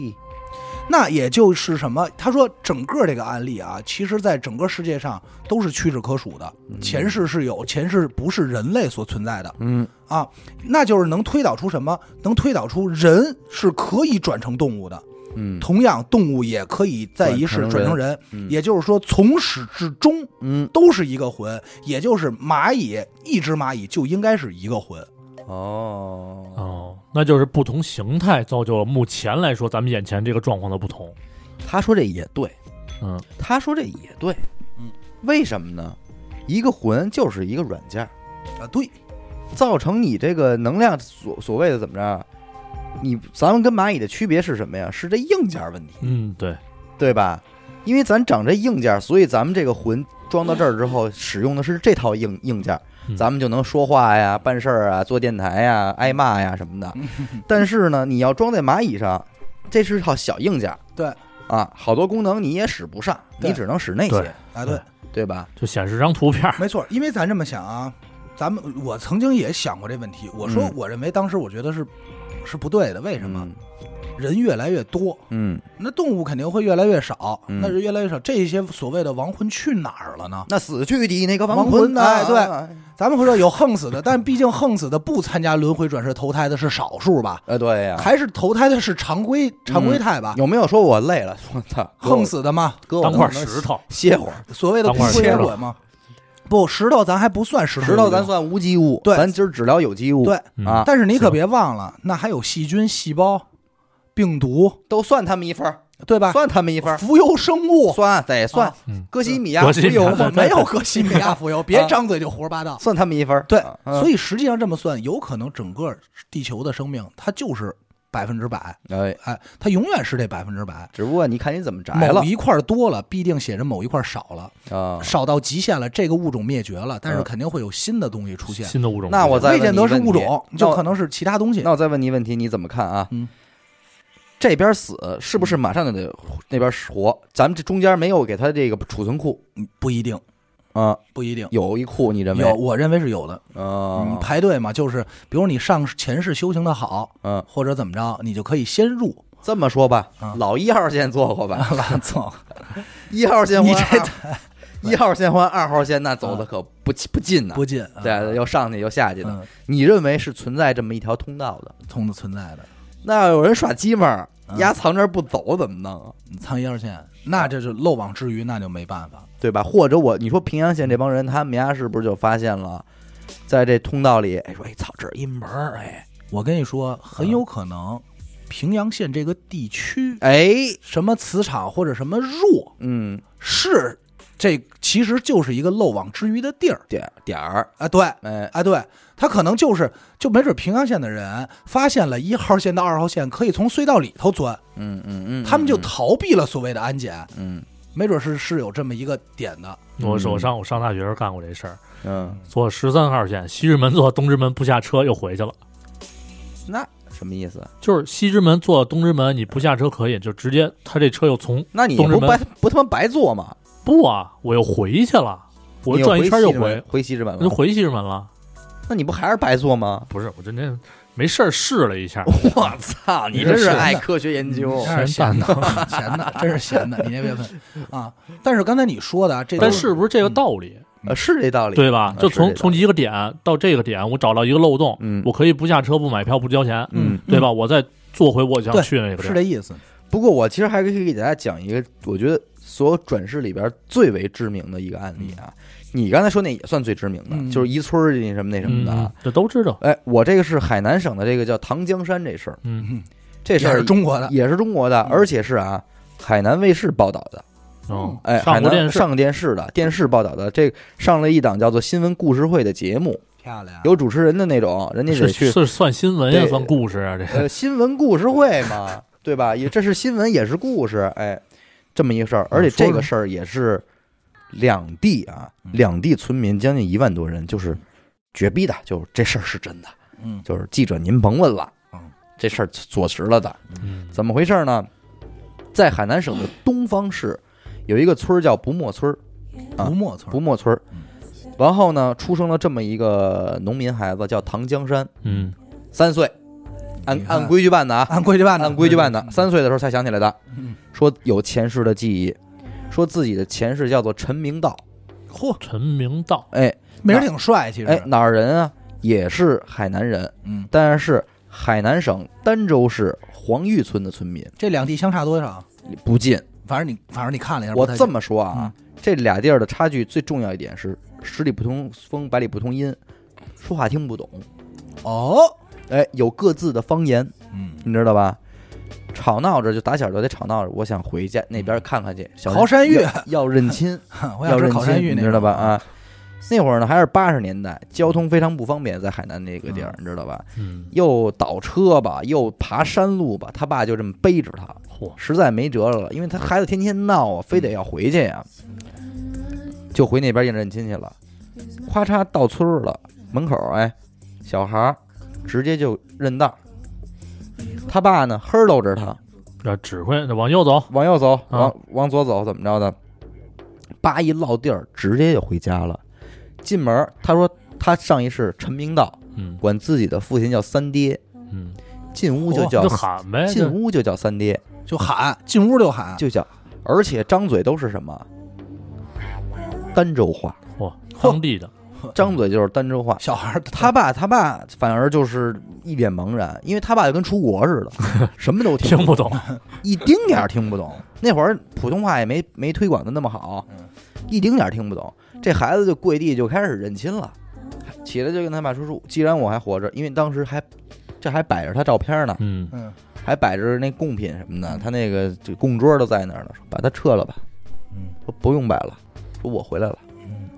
Speaker 2: 那也就是什么？他说整个这个案例啊，其实在整个世界上都是屈指可数的，前世是有，前世不是人类所存在的
Speaker 1: 嗯
Speaker 2: 啊，那就是能推导出什么？能推导出人是可以转成动物的，
Speaker 1: 嗯
Speaker 2: 同样动物也可以在一世
Speaker 1: 转
Speaker 2: 转
Speaker 1: 成
Speaker 2: 成人，
Speaker 1: 嗯
Speaker 2: 也就是说从始至终。
Speaker 1: 嗯，
Speaker 2: 都是一个魂，也就是蚂蚁，一只蚂蚁就应该是一个魂。
Speaker 1: 哦，
Speaker 3: 哦，那就是不同形态造就了目前来说咱们眼前这个状况的不同。
Speaker 1: 他说这也对，
Speaker 3: 嗯，
Speaker 1: 他说这也对，
Speaker 2: 嗯，
Speaker 1: 为什么呢？一个魂就是一个软件儿，
Speaker 2: 啊，对，
Speaker 1: 造成你这个能量所所谓的怎么着？你咱们跟蚂蚁的区别是什么呀？是这硬件问题，
Speaker 3: 嗯，对，
Speaker 1: 对吧？因为咱长这硬件，所以咱们这个魂装到这儿之后，使用的是这套硬硬件，
Speaker 3: 嗯
Speaker 1: 咱们就能说话呀、办事儿啊、做电台呀、挨骂呀什么的。但是呢，你要装在蚂蚁上，这是套小硬件，
Speaker 2: 对
Speaker 1: 啊，好多功能你也使不上，
Speaker 2: 对
Speaker 1: 你只能使那
Speaker 3: 对
Speaker 1: 些，
Speaker 2: 啊，对，
Speaker 1: 对吧？
Speaker 3: 就显示张图片儿。
Speaker 2: 没错，因为咱这么想啊，咱们我曾经也想过这问题。我说
Speaker 1: 嗯，
Speaker 2: 我认为当时我觉得是、是不对的。为什么
Speaker 1: 嗯？
Speaker 2: 人越来越多，
Speaker 1: 嗯，
Speaker 2: 那动物肯定会越来越少，
Speaker 1: 嗯
Speaker 2: 那人越来越少，这些所谓的亡魂去哪儿了呢？
Speaker 1: 那死去的那个
Speaker 2: 亡
Speaker 1: 魂
Speaker 2: 魂
Speaker 1: 呢？
Speaker 2: 哎对
Speaker 1: 哎
Speaker 2: 咱们会说有横死的，但毕竟横死的不参加轮回转世投胎的是少数吧？
Speaker 1: 呃，对呀、啊
Speaker 2: 还是投胎的是常规常规态吧？
Speaker 1: 嗯有没有说我累了？我操，
Speaker 2: 横死的嘛，
Speaker 1: 哥，
Speaker 3: 当
Speaker 1: 我
Speaker 3: 块
Speaker 1: 能不能
Speaker 3: 石头
Speaker 1: 歇会儿。
Speaker 2: 所谓的
Speaker 3: 当
Speaker 2: 不
Speaker 3: 块
Speaker 2: 归
Speaker 3: 石
Speaker 2: 而
Speaker 3: 头
Speaker 2: 滚嘛。不，石头咱还不算石头，
Speaker 1: 石头咱。算无机物，
Speaker 2: 对
Speaker 1: 咱今儿只聊有机物，
Speaker 2: 对
Speaker 3: 嗯
Speaker 1: 啊，
Speaker 2: 但是你可别忘了，那还有细菌、细胞、病毒，
Speaker 1: 都算他们一分儿，
Speaker 2: 对吧？
Speaker 1: 算他们一分儿，
Speaker 2: 浮游生物，
Speaker 1: 啊 算得算
Speaker 2: 啊
Speaker 3: 嗯，
Speaker 1: 哥西米亚
Speaker 3: 哥西
Speaker 1: 浮
Speaker 3: 米
Speaker 1: 游
Speaker 3: 亚
Speaker 2: 我
Speaker 1: 嘛，
Speaker 2: 没有哥西米亚浮
Speaker 1: 啊
Speaker 2: 游，别张嘴就胡说八道。
Speaker 1: 算他们一分儿，
Speaker 2: 对
Speaker 1: 啊，
Speaker 2: 所以实际上这么算，有可能整个地球的生命它就是百分之百，
Speaker 1: 哎，
Speaker 2: 哎，它永远是这百分之百。
Speaker 1: 只不过你看你怎么摘了
Speaker 2: 某一块多了，必定写着某一块少了，
Speaker 1: 啊。
Speaker 2: 少到极限了，这个物种灭绝了，但是
Speaker 1: 嗯
Speaker 2: 肯定会有新的东西出现，
Speaker 3: 新的物种。
Speaker 1: 那我再
Speaker 2: 未
Speaker 1: 问
Speaker 2: 见
Speaker 1: 你
Speaker 2: 得是
Speaker 1: 问
Speaker 2: 物
Speaker 1: 题
Speaker 2: 种，
Speaker 1: 那
Speaker 2: 就
Speaker 1: 我
Speaker 2: 可能是其他东 西。
Speaker 1: 那我再问你一问题，你怎么看啊？
Speaker 2: 嗯
Speaker 1: 这边死是不是马上就得那边活？咱们这中间没有给他这个储存库
Speaker 2: 不一定，
Speaker 1: 啊，
Speaker 2: 不一定。
Speaker 1: 有一库你认为
Speaker 2: 有，我认为是有的。嗯，
Speaker 1: 啊？
Speaker 2: 排队嘛，就是比如你上前世修行的好，
Speaker 1: 嗯，
Speaker 2: 或者怎么着，你就可以先入。
Speaker 1: 这么说吧
Speaker 2: 啊，
Speaker 1: 老一号线做过吧？
Speaker 2: 拉走，
Speaker 1: 一号线换
Speaker 2: 你这啊
Speaker 1: 二 一号线换二号线，那走的可不不近呢。
Speaker 2: 不进，啊
Speaker 1: 对，又上去又下去的。
Speaker 2: 嗯，
Speaker 1: 你认为是存在这么一条通道的？
Speaker 2: 通的存在的。
Speaker 1: 那有人耍鸡门儿，
Speaker 2: 嗯
Speaker 1: 压藏这儿不走怎么弄啊？
Speaker 2: 你藏一号线，那这就漏网之鱼，那就没办法。
Speaker 1: 对吧？或者我你说平阳县这帮人，他们家是不是就发现了，在这通道里，哎说哎操，这儿一门儿，哎
Speaker 2: 我跟你说，很
Speaker 1: 嗯
Speaker 2: 有可能平阳县这个地区
Speaker 1: 哎，
Speaker 2: 什么磁场或者什么弱，
Speaker 1: 嗯，
Speaker 2: 是这其实就是一个漏网之鱼的地儿
Speaker 1: 点点儿，
Speaker 2: 啊。对，
Speaker 1: 哎，
Speaker 2: 啊，对，他可能就是就没准平阳县的人发现了一号线到二号线可以从隧道里头钻，
Speaker 1: 嗯嗯嗯，
Speaker 2: 他们就
Speaker 1: 嗯
Speaker 2: 逃避了所谓的安检，
Speaker 1: 嗯
Speaker 2: 没准是是有这么一个点的。
Speaker 3: 我是我上我上大学时候干过这事儿，
Speaker 1: 嗯，
Speaker 3: 坐十三号线西直门坐东直门不下车又回去了。
Speaker 1: 那什么意思？
Speaker 3: 就是西直门坐东直门，你不下车可以，就直接他这车又从
Speaker 1: 那你
Speaker 3: 东直
Speaker 1: 不
Speaker 3: 门
Speaker 1: 白不他妈白做吗？
Speaker 3: 不啊，我又回去了，我
Speaker 1: 你又
Speaker 3: 又转一圈又
Speaker 1: 西直门
Speaker 3: 回，
Speaker 1: 回西直门
Speaker 3: 我就
Speaker 1: 了，
Speaker 3: 回西直门了。
Speaker 1: 那你不还是白做 吗？
Speaker 3: 不是，我真真没事儿试了一下，
Speaker 1: 我操，你这
Speaker 2: 是
Speaker 1: 是爱
Speaker 2: 的
Speaker 1: 科学研究
Speaker 2: 嗯，真是
Speaker 3: 闲
Speaker 2: 闲
Speaker 3: 蛋
Speaker 2: 的， 闲的，真是闲的，你那别问啊。但是刚才你说的啊，这都
Speaker 3: 但是不是这个道理，
Speaker 1: 呃是这道理，
Speaker 3: 对吧
Speaker 1: 嗯？
Speaker 3: 就是
Speaker 1: 这道
Speaker 3: 从
Speaker 1: 理
Speaker 3: 从一个点到这个点，我找到一个漏洞，
Speaker 1: 嗯
Speaker 3: 我可以不下车、不买票、不交钱，
Speaker 1: 嗯
Speaker 3: 对吧？我再坐回我想
Speaker 2: 对
Speaker 3: 去的那个
Speaker 2: 是
Speaker 3: 地
Speaker 2: 这
Speaker 3: 儿。
Speaker 2: 意思，
Speaker 1: 不过我其实还可以给大家讲一个，我觉得所有转世里边最为知名的一个案例啊。你刚才说那也算最知名的，
Speaker 2: 嗯
Speaker 1: 就是一村儿那什么那什么的
Speaker 3: 嗯
Speaker 1: 啊。，
Speaker 3: 这都知道。
Speaker 1: 哎，我这个是海南省的这个叫唐江山这事儿，
Speaker 3: 嗯，
Speaker 1: 这事
Speaker 2: 也
Speaker 1: 儿
Speaker 2: 是中国的，
Speaker 1: 也是中国的，
Speaker 2: 嗯
Speaker 1: 而且是啊海南卫视报道的，
Speaker 3: 哦，
Speaker 1: 哎，海
Speaker 3: 上过
Speaker 1: 南
Speaker 3: 电视，
Speaker 1: 上电视的电视报道的，这上了一档叫做《新闻故事会》的节目，
Speaker 2: 漂亮。
Speaker 1: 有主持人的那种，人家得
Speaker 3: 是
Speaker 1: 去
Speaker 3: 是算新闻呀，
Speaker 1: 对
Speaker 3: 算故事啊？这
Speaker 1: 呃，新闻故事会嘛，对吧？也这是新闻，也是故事，哎，这么一个事
Speaker 2: 嗯
Speaker 1: 儿。而且这个事儿也是两地啊，
Speaker 2: 嗯
Speaker 1: 两地村民将近一万多人，就是绝逼的，就是这事儿是真的，
Speaker 2: 嗯
Speaker 1: 就是记者您甭问了
Speaker 2: 嗯，
Speaker 1: 这事儿坐实了的。
Speaker 3: 嗯
Speaker 1: 怎么回事呢？在海南省的东方市有一个村儿叫不墨村儿，啊
Speaker 2: 不墨村
Speaker 1: 不墨村儿
Speaker 2: 嗯。
Speaker 1: 然后呢，出生了这么一个农民孩子，叫唐江山，
Speaker 3: 嗯
Speaker 1: 三岁，按
Speaker 2: 你看
Speaker 1: 按规矩办的啊，
Speaker 2: 按规矩办的，
Speaker 1: 按规矩办的。
Speaker 2: 嗯
Speaker 1: 三岁的时候才想起来的
Speaker 2: 嗯，
Speaker 1: 说有前世的记忆，说自己的前世叫做陈明道。
Speaker 2: 嗯嚯，
Speaker 3: 陈明道，
Speaker 1: 哎
Speaker 2: 名儿挺帅，其实。
Speaker 1: 哎，哪儿人啊？也是海南人，
Speaker 2: 嗯，
Speaker 1: 但是海南省儋州市黄峪村的村民，
Speaker 2: 这两地相差多少？
Speaker 1: 不近。
Speaker 2: 反正你，反正你看了一下，
Speaker 1: 我
Speaker 2: 不太嗯
Speaker 1: 这么说啊，这俩地儿的差距最重要一点是十里不同风，百里不同音，说话听不懂。
Speaker 2: 哦，
Speaker 1: 哎，有各自的方言，
Speaker 2: 嗯，
Speaker 1: 你知道吧？吵闹着就打小就得吵闹着，我想回去那边看看去。小
Speaker 2: 烤嗯山芋
Speaker 1: 要要认亲，
Speaker 2: 我
Speaker 1: 要
Speaker 2: 想吃
Speaker 1: 认
Speaker 2: 烤
Speaker 1: 亲，
Speaker 2: 山芋那
Speaker 1: 你
Speaker 2: 个
Speaker 1: 知道吧？？啊，那会儿呢还是八十年代，交通非常不方便，在海南那个地儿，你知道吧？
Speaker 3: 嗯，
Speaker 1: 又倒车吧，又爬山路吧，他爸就这么背着他，
Speaker 3: 嚯，
Speaker 1: 实在没辙了，因为他孩子天天闹啊，非得要回去呀、就回那边应认亲去了。咔嚓到村儿了，门口哎，小孩儿直接就认道儿，他爸呢呵儿搂着他，
Speaker 3: 这指挥往右走，
Speaker 1: 往右走，
Speaker 3: 啊
Speaker 1: 往往左走，怎么着的？叭一落地儿，直接就回家了。进门儿，他说他上一世陈明道，
Speaker 3: 嗯
Speaker 1: 管自己的父亲叫三爹，
Speaker 3: 嗯，
Speaker 1: 进屋就叫、
Speaker 3: 就喊呗，
Speaker 1: 进
Speaker 3: 就
Speaker 1: 屋就叫三爹，
Speaker 2: 就喊，进屋就喊，
Speaker 1: 就叫，而且张嘴都是什么？儋州话，
Speaker 3: 嚯，当地的
Speaker 1: 哦张嘴就是儋州话。
Speaker 2: 小孩儿
Speaker 1: 他爸他爸反而就是一脸茫然，因为他爸就跟出国似的，什么都
Speaker 3: 听
Speaker 1: 不
Speaker 3: 不懂，
Speaker 1: 一丁点儿听不懂。那会儿普通话也没没推广的那么好
Speaker 2: 嗯，
Speaker 1: 一丁点儿听不懂。这孩子就跪地就开始认亲了，起来就跟他爸说：“说既然我还活着，因为当时还这还摆着他照片呢，
Speaker 3: 嗯，
Speaker 2: 嗯，
Speaker 1: 还摆着那贡品什么的，他那个这供桌都在那儿呢，说把它撤了吧。”
Speaker 2: 嗯
Speaker 1: 说不用摆了，说我回来了，
Speaker 2: 嗯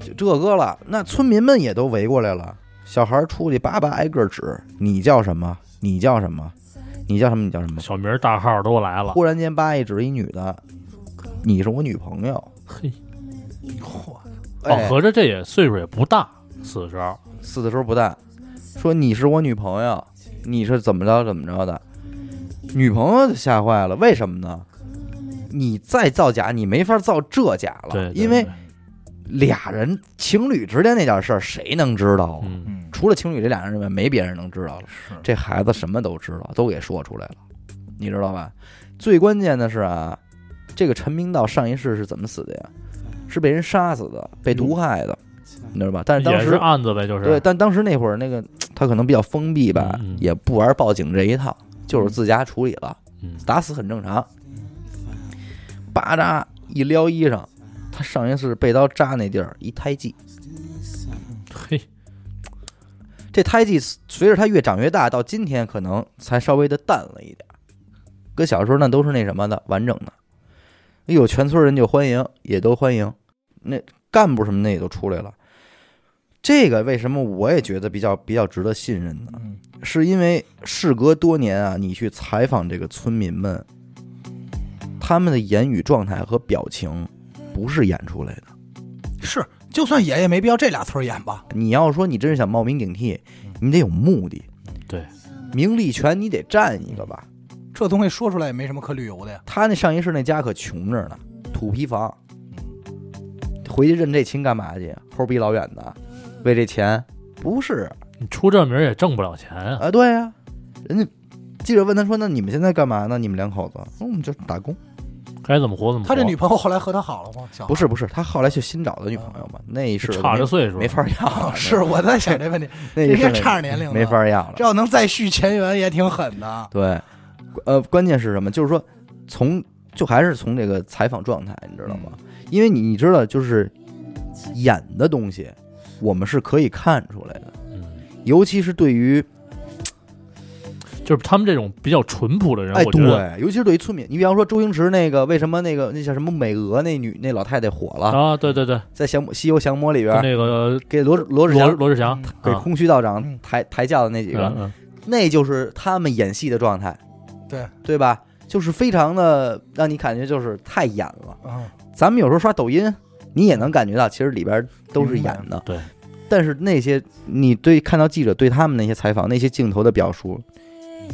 Speaker 1: 就这个了。那村民们也都围过来了，小孩出去叭叭挨个指，你叫什么？你叫什么？你叫什么？你叫什么？
Speaker 3: 小名儿大号都来了，哦
Speaker 1: 忽然间叭一指一女的，你是我女朋友。
Speaker 3: 嘿，
Speaker 2: 嚯，
Speaker 3: 哦，
Speaker 1: 哎，
Speaker 3: 合着这也岁数也不大，四十二，
Speaker 1: 死的时候不淡，说你是我女朋友，你是怎么着怎么着的，女朋友就吓坏了，为什么呢？你再造假，你没法造这假了，
Speaker 3: 对，对
Speaker 1: 因为
Speaker 3: 对
Speaker 1: 俩人情侣之间那点事儿，谁能知道啊？
Speaker 3: 嗯，
Speaker 2: 嗯，
Speaker 1: 除了情侣这俩人之外，没别人能知道了。
Speaker 2: 是，
Speaker 1: 这孩子什么都知道，都给说出来了，你知道吧？最关键的是啊，这个陈明道上一世是怎么死的呀？是被人杀死的，被毒害的，你知道吧？但是当
Speaker 3: 也是
Speaker 1: 时
Speaker 3: 案子呗，就是
Speaker 1: 对，但当时那会儿那个他可能比较封闭吧，
Speaker 3: 嗯嗯
Speaker 1: 也不玩报警这一套，就是自家处理了，
Speaker 3: 嗯
Speaker 1: 打死很正常。巴扎一撩衣裳，他上一世被刀扎那地儿一胎记，
Speaker 3: 嘿，
Speaker 1: 这胎记随着它越长越大，到今天可能才稍微的淡了一点儿。搁小时候那都是那什么的完整的，哎呦，全村人就欢迎，也都欢迎，那干部什么的也都出来了。这个为什么我也觉得比较比较值得信任呢？
Speaker 2: 嗯
Speaker 1: 是因为事隔多年啊，你去采访这个村民们，他们的言语状态和表情不是演出来的。
Speaker 2: 是，就算演也没必要这俩村儿演吧，
Speaker 1: 你要说你真是想冒名顶替，
Speaker 2: 嗯
Speaker 1: 你得有目的。
Speaker 3: 对，
Speaker 1: 名利权你得占一个吧。
Speaker 2: 这东西说出来也没什么可旅游的呀。
Speaker 1: 他那上一世那家可穷着呢，土坯房，回去认这亲干嘛去？齁逼老远的，为这钱？不是
Speaker 3: 你出这名儿也挣不了钱啊，
Speaker 1: 啊，对呀、人家记者问他说：“那你们现在干嘛呢？你们两口子？”嗯我们就打工。
Speaker 3: 该怎么活怎么活。
Speaker 2: 他这女朋友后来和他好了吗？小
Speaker 1: 不是不是，他后来就新找的女朋友嘛，那一世
Speaker 3: 差着岁数，
Speaker 1: 没没法要
Speaker 2: 孩， 是我在想这问题，
Speaker 1: 那一
Speaker 2: 应
Speaker 1: 世
Speaker 2: 该差着年龄的
Speaker 1: 没法要了
Speaker 2: 这。要能再续前缘也挺狠 的。啊
Speaker 1: 对，呃，关键是什么？就是说，从就还是从这个采访状态，你知道吗？
Speaker 3: 嗯
Speaker 1: 因为你你知道，就是演的东西，我们是可以看出来的，
Speaker 3: 嗯，
Speaker 1: 尤其是对于
Speaker 3: 就是他们这种比较淳朴的人，
Speaker 1: 哎
Speaker 3: 我觉得
Speaker 1: 对，尤其是对于村民。你比方说周星驰那个，为什么那个那叫什么美俄那女那老太太火了，
Speaker 3: 啊，对对对，
Speaker 1: 在降魔西游降魔里
Speaker 3: 跟
Speaker 1: 边
Speaker 3: 那个
Speaker 1: 给罗啊罗志
Speaker 3: 罗
Speaker 1: 祥
Speaker 3: 罗志祥
Speaker 2: 嗯，
Speaker 1: 给
Speaker 3: 啊
Speaker 1: 空虚道长
Speaker 2: 嗯
Speaker 1: 抬抬轿的那几个，
Speaker 3: 嗯
Speaker 1: 那就是他们演戏的状态，
Speaker 2: 对，
Speaker 1: 对吧？就是非常的让你感觉就是太演了。
Speaker 2: 嗯，
Speaker 1: 咱们有时候刷抖音，你也能感觉到，其实里边都是演的。
Speaker 3: 对，
Speaker 1: 但是那些你对看到记者对他们那些采访、那些镜头的表述，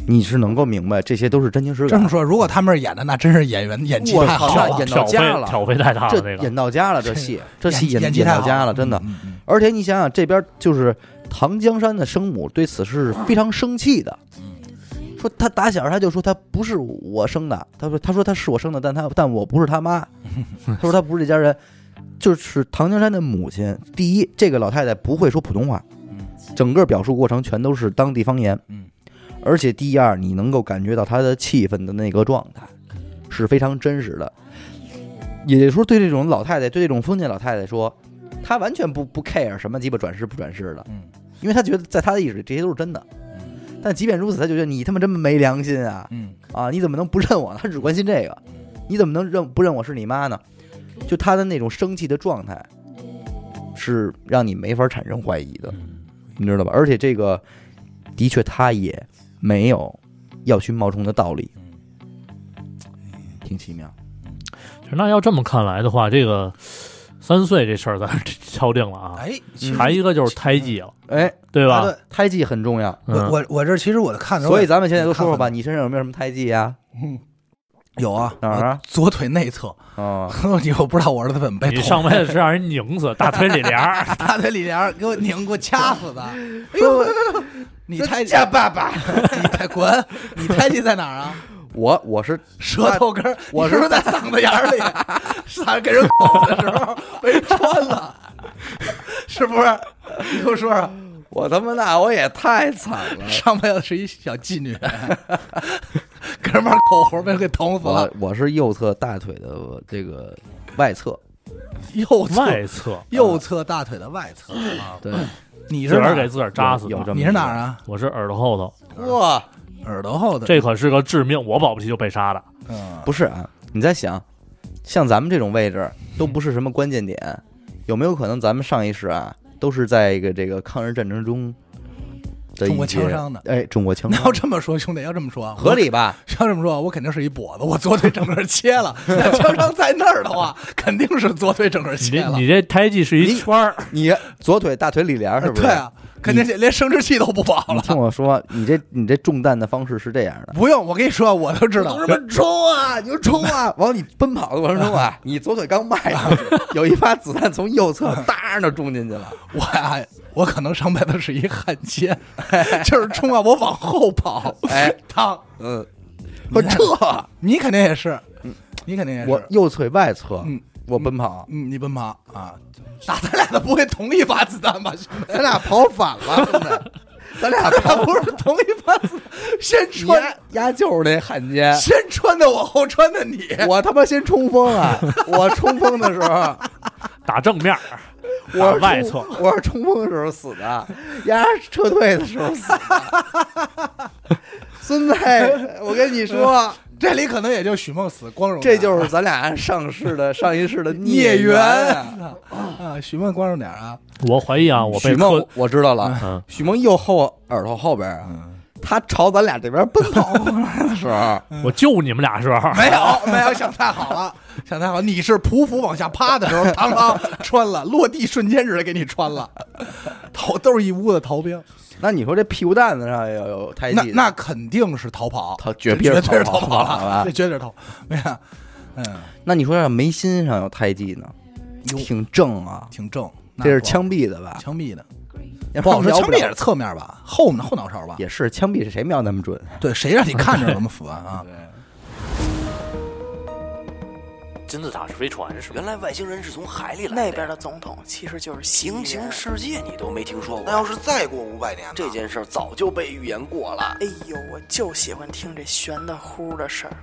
Speaker 1: 你是能够明白这些都是真情实
Speaker 2: 这么
Speaker 1: 感。
Speaker 2: 说，如果他们是演的，那真是演员演技
Speaker 1: 嗯我
Speaker 2: 太
Speaker 1: 操
Speaker 2: 好
Speaker 1: 那
Speaker 2: 了，
Speaker 1: 演
Speaker 3: 挑
Speaker 1: 到
Speaker 3: 费
Speaker 1: 家了，
Speaker 3: 挑费太大了
Speaker 1: 这
Speaker 3: 那个，
Speaker 1: 演到家了，这戏这戏演
Speaker 2: 啊演技
Speaker 1: 演
Speaker 2: 太
Speaker 1: 到
Speaker 2: 好
Speaker 1: 家了，真的。
Speaker 2: 嗯嗯
Speaker 1: 而且你想想，这边就是唐江山的生母对此事是非常生气的，
Speaker 2: 嗯
Speaker 1: 说他打小他就说他不是我生的，他说他说他是我生的，但他但我不是他 妈，他说他不是这家人，就是唐江山的母亲。第一，这个老太太不会说普通话，
Speaker 2: 嗯
Speaker 1: 整个表述过程全都是当地方言，
Speaker 2: 嗯
Speaker 1: 而且第二，你能够感觉到他的气氛的那个状态是非常真实的。也就是说，对这种老太太，对这种封建老太太说，她完全不不 care 什么鸡巴转世不转世的，
Speaker 2: 嗯
Speaker 1: 因为她觉得在她的意识里这些都是真的。但即便如此，她就觉得你他妈这么没良心啊
Speaker 2: 嗯
Speaker 1: 啊！你怎么能不认我呢？她只关心这个，你怎么能认不认我是你妈呢？就她的那种生气的状态，是让你没法产生怀疑的。
Speaker 3: 嗯
Speaker 1: 你知道吧？而且这个的确他也没有要去冒充的道理，挺奇妙。
Speaker 3: 就那要这么看来的话，这个三岁这事儿咱是 敲定了
Speaker 2: 嗯，
Speaker 3: 啊。
Speaker 2: 哎，
Speaker 3: 还一个就是胎记了，
Speaker 1: 哎，
Speaker 3: 对
Speaker 2: 啊
Speaker 3: 吧
Speaker 2: 对？
Speaker 1: 胎记很重要，
Speaker 2: 我
Speaker 3: 嗯，
Speaker 2: 我我这其实我看的时候
Speaker 1: 所以
Speaker 2: 也，
Speaker 1: 咱们现在都说说吧，
Speaker 2: 看
Speaker 1: 你身上有没有什么胎记啊呀？
Speaker 2: 有啊，
Speaker 1: 哪儿啊
Speaker 2: 我左腿内侧，
Speaker 1: 啊，
Speaker 2: 我不知道我儿子怎么被
Speaker 3: 你
Speaker 2: 捅
Speaker 3: 上辈子是让人拧死，大腿里帘儿，
Speaker 2: 大腿里边给我拧，给我掐死的。哎呦， 你胎记爸爸， 你太滚！你胎记在哪儿啊？
Speaker 1: 我我是
Speaker 2: 舌头根儿，
Speaker 1: 我
Speaker 2: 你是不是在嗓子眼儿里？嗓子给人捅的时候被人穿了，是不是？你给我说说，。
Speaker 1: 我他妈那我也太惨了
Speaker 2: 上辈子是一小妓女， 给人玩口活被人给疼死了
Speaker 1: 我。我是右侧大腿的这个外侧，
Speaker 2: 右侧
Speaker 3: 外侧
Speaker 2: 右侧大腿的外侧，
Speaker 1: 对，啊
Speaker 2: 你
Speaker 3: 自
Speaker 2: 是
Speaker 3: 个
Speaker 2: 哪
Speaker 3: 儿给
Speaker 2: 儿？
Speaker 3: 自个儿扎死
Speaker 1: 有有
Speaker 3: 的
Speaker 1: 这。么
Speaker 2: 你是哪儿啊？
Speaker 3: 我是耳朵后头，
Speaker 2: 哇，耳朵后的，
Speaker 3: 这可是个致命，我保不齐就被杀了。
Speaker 2: 嗯，
Speaker 1: 不是啊？你在想，像咱们这种位置都不是什么关键点，有没有可能咱们上一世啊都是在一个这个抗日战争中的
Speaker 2: 中国
Speaker 1: 一些
Speaker 2: 枪伤的
Speaker 1: 哎，中国枪
Speaker 2: 你
Speaker 1: 伤
Speaker 2: 要这么说，兄弟，要这么说，我
Speaker 1: 合理吧？
Speaker 2: 要这么说，我肯定是一跛子，我左腿整个切 了。那枪伤在那儿的话，肯定是左腿整个
Speaker 3: 你
Speaker 2: 切
Speaker 3: 这
Speaker 2: 了。
Speaker 3: 你这胎记是一
Speaker 1: 你
Speaker 3: 圈儿，
Speaker 1: 你左腿大腿里联是不是？
Speaker 2: 对啊，肯定是连生殖器都不保
Speaker 1: 你
Speaker 2: 了。
Speaker 1: 听我说，你这你这中弹的方式是这样的。
Speaker 2: 不用，我跟你说，我都知道。
Speaker 1: 什么冲啊！你就冲啊！ 往你奔跑的过程中啊，你左腿刚迈出 去，有一发子弹从右 侧哒的中进去了。
Speaker 2: 我呀，我可能上辈子是一汉奸， 就是冲啊，我往后跑，
Speaker 1: 哎，
Speaker 2: 当
Speaker 1: 嗯，我这
Speaker 2: 你肯定也是，你肯定也
Speaker 1: 嗯我
Speaker 2: 是，
Speaker 1: 右腿外侧，
Speaker 2: 嗯
Speaker 1: 我奔跑，
Speaker 2: 嗯，你奔跑啊，打咱俩的不会同一发子弹吧，兄弟？
Speaker 1: 咱俩跑反了，真的，咱俩
Speaker 2: 咱
Speaker 1: 跑
Speaker 2: 俩不是同一发 子弹，先
Speaker 1: 丫
Speaker 2: 穿
Speaker 1: 丫就是那汉奸。
Speaker 2: 先穿的我，后穿的你，
Speaker 1: 我他妈先冲锋啊！我冲锋的时 候，
Speaker 3: 打正面儿，打
Speaker 1: 我是
Speaker 3: 外
Speaker 1: 冲
Speaker 3: 侧，，
Speaker 1: 我是冲锋的时候死的，丫撤退的时候死的。 孙子，我跟你 说，
Speaker 2: 这里可能也就许梦死光荣点
Speaker 1: 这
Speaker 2: 儿，
Speaker 1: 就是咱俩上世 的上一世的
Speaker 2: 啊孽缘
Speaker 1: 缘啊。
Speaker 2: 啊！啊许梦光荣点儿啊，
Speaker 3: 我怀疑啊，我被
Speaker 1: 许梦
Speaker 3: 磕，，
Speaker 1: 我知道了。
Speaker 3: 嗯，
Speaker 1: 许梦右后耳朵后边啊，
Speaker 2: 嗯
Speaker 1: 他朝咱俩这边奔跑 过来的时候，
Speaker 3: 我救你们俩时候，
Speaker 2: 没有没有，想太好了，想太好，你是匍匐往下趴的时候，螳螂穿了，落地瞬间直接给你穿了，逃都是一屋子逃兵，
Speaker 1: 那你说这屁股蛋子上要有胎记
Speaker 2: 那
Speaker 1: 的，
Speaker 2: 那肯定是逃跑，
Speaker 1: 他哎绝
Speaker 2: 绝
Speaker 1: 逼是
Speaker 2: 对是逃
Speaker 1: 逃跑好吧
Speaker 2: 了，这绝对是逃，没有，嗯，
Speaker 1: 那你说要眉心上有胎记呢，
Speaker 2: 哟，
Speaker 1: 挺正啊，
Speaker 2: 挺正，那
Speaker 1: 这是
Speaker 2: 不
Speaker 1: 枪毙的吧？
Speaker 2: 枪毙的，
Speaker 1: 要
Speaker 2: 不好说，
Speaker 1: 然
Speaker 2: 枪毙也
Speaker 1: 聊
Speaker 2: 是
Speaker 1: 了
Speaker 2: 侧面吧，后呢后脑勺吧，
Speaker 1: 也是枪毙，谁瞄那么准？啊
Speaker 2: 对，谁让你看着怎么死啊啊？
Speaker 3: 金字塔是飞船是吗？
Speaker 4: 原来外星人是从海里来的呀。
Speaker 5: 那边的总统其实就是
Speaker 4: 平行
Speaker 5: 行星世。
Speaker 4: 世界你都没听说过，
Speaker 6: 那要是再过五百年呢？
Speaker 4: 这件事儿早就被预言过了。
Speaker 5: 哎呦，我就喜欢听这悬的乎的事儿。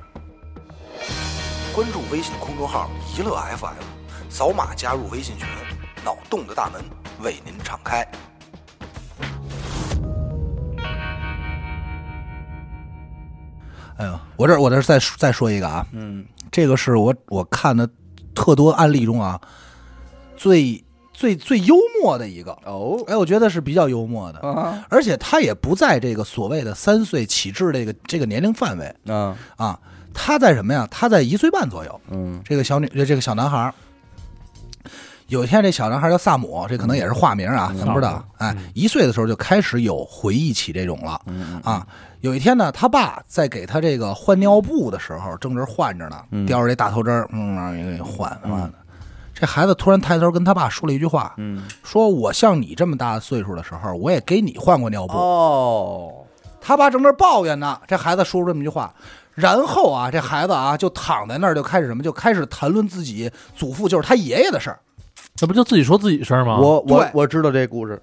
Speaker 6: 关注微信公众号“一乐 FM”，扫码加入微信群，脑洞的大门为您敞开。
Speaker 2: 哎呦，我这我这再说再说一个啊，
Speaker 1: 嗯，
Speaker 2: 这个是我我看的特多案例中啊，最最最幽默的一个。
Speaker 1: 哦
Speaker 2: 哎，我觉得是比较幽默的，
Speaker 1: 啊，
Speaker 2: 而且他也不在这个所谓的三岁起至这个这个年龄范围
Speaker 1: 嗯
Speaker 2: 啊，他在什么呀？他在一岁半左右。
Speaker 1: 嗯
Speaker 2: 这个小女，这个小男孩儿，有一天这小男孩儿叫萨姆，这可能也是化名
Speaker 1: 嗯
Speaker 2: 啊，咱不知道。哎，一岁的时候就开始有回忆起这种了
Speaker 1: 嗯
Speaker 2: 啊。有一天呢，他爸在给他这个换尿布的时候，正这儿换着呢，叼着这大头针儿，嗯，让人给换换的。这孩子突然抬头跟他爸说了一句话，
Speaker 1: 嗯，
Speaker 2: 说我像你这么大岁数的时候，我也给你换过尿布。
Speaker 1: 哦，
Speaker 2: 他爸正这儿抱怨呢，这孩子说出这么一句话，然后啊，这孩子啊就躺在那儿就开始什么，就开始谈论自己祖父就是他爷爷的事儿。
Speaker 3: 这不就自己说自己事儿吗？
Speaker 1: 我我
Speaker 2: 啊对
Speaker 1: 我知道这故事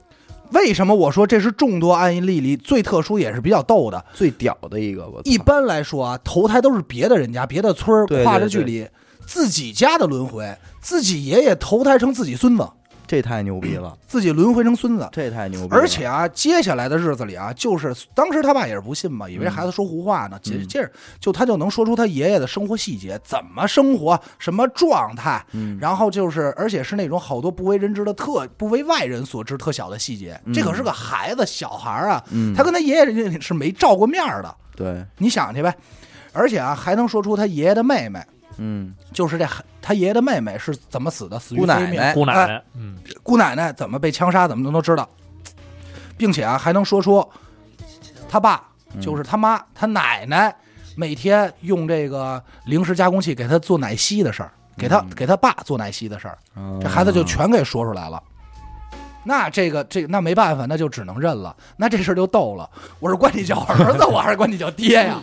Speaker 2: 为什么我说这是众多案例里最特殊也是比较逗的？
Speaker 1: 最屌的一个，我操
Speaker 2: 一般来说啊，投胎都是别的人家、别的村儿
Speaker 1: 对对
Speaker 2: 跨着距离，自己家的轮回，自己爷爷投胎成自己孙子，
Speaker 1: 这太牛逼了，
Speaker 2: 自己轮回成孙子。
Speaker 1: 这太牛逼了，
Speaker 2: 而且啊，接下来的日子里啊，就是当时他爸也是不信嘛，
Speaker 1: 嗯
Speaker 2: 以为孩子说胡话呢，接接着就他就能说出他爷爷的生活细节，怎么生活，什么状态，
Speaker 1: 嗯
Speaker 2: 然后就是而且是那种好多不为人知的特不为外人所知特小的细节，这可是个孩子小孩儿啊，
Speaker 1: 嗯
Speaker 2: 他跟他爷爷人家是没照过面儿的，
Speaker 1: 对，
Speaker 2: 你想去呗，而且啊还能说出他爷爷的妹妹。
Speaker 1: 嗯，
Speaker 2: 就是这孩他爷爷的妹妹是怎么死的，死于
Speaker 1: 姑
Speaker 2: 非
Speaker 1: 奶
Speaker 2: 命。
Speaker 1: 奶
Speaker 3: 姑奶
Speaker 2: 哎
Speaker 3: 奶，嗯，
Speaker 2: 姑奶奶怎么被枪杀，怎么都能知道，并且啊还能说出他爸就是他妈、他奶奶每天用这个零食加工器给他做奶昔的事儿，给他、给他爸做奶昔的事儿，
Speaker 1: 哦
Speaker 2: 这孩子
Speaker 1: 啊
Speaker 2: 就全给说出来了。那这个这那没办法，那就只能认了。那这事儿就逗了，我是管你叫儿子，我还是管你叫爹呀？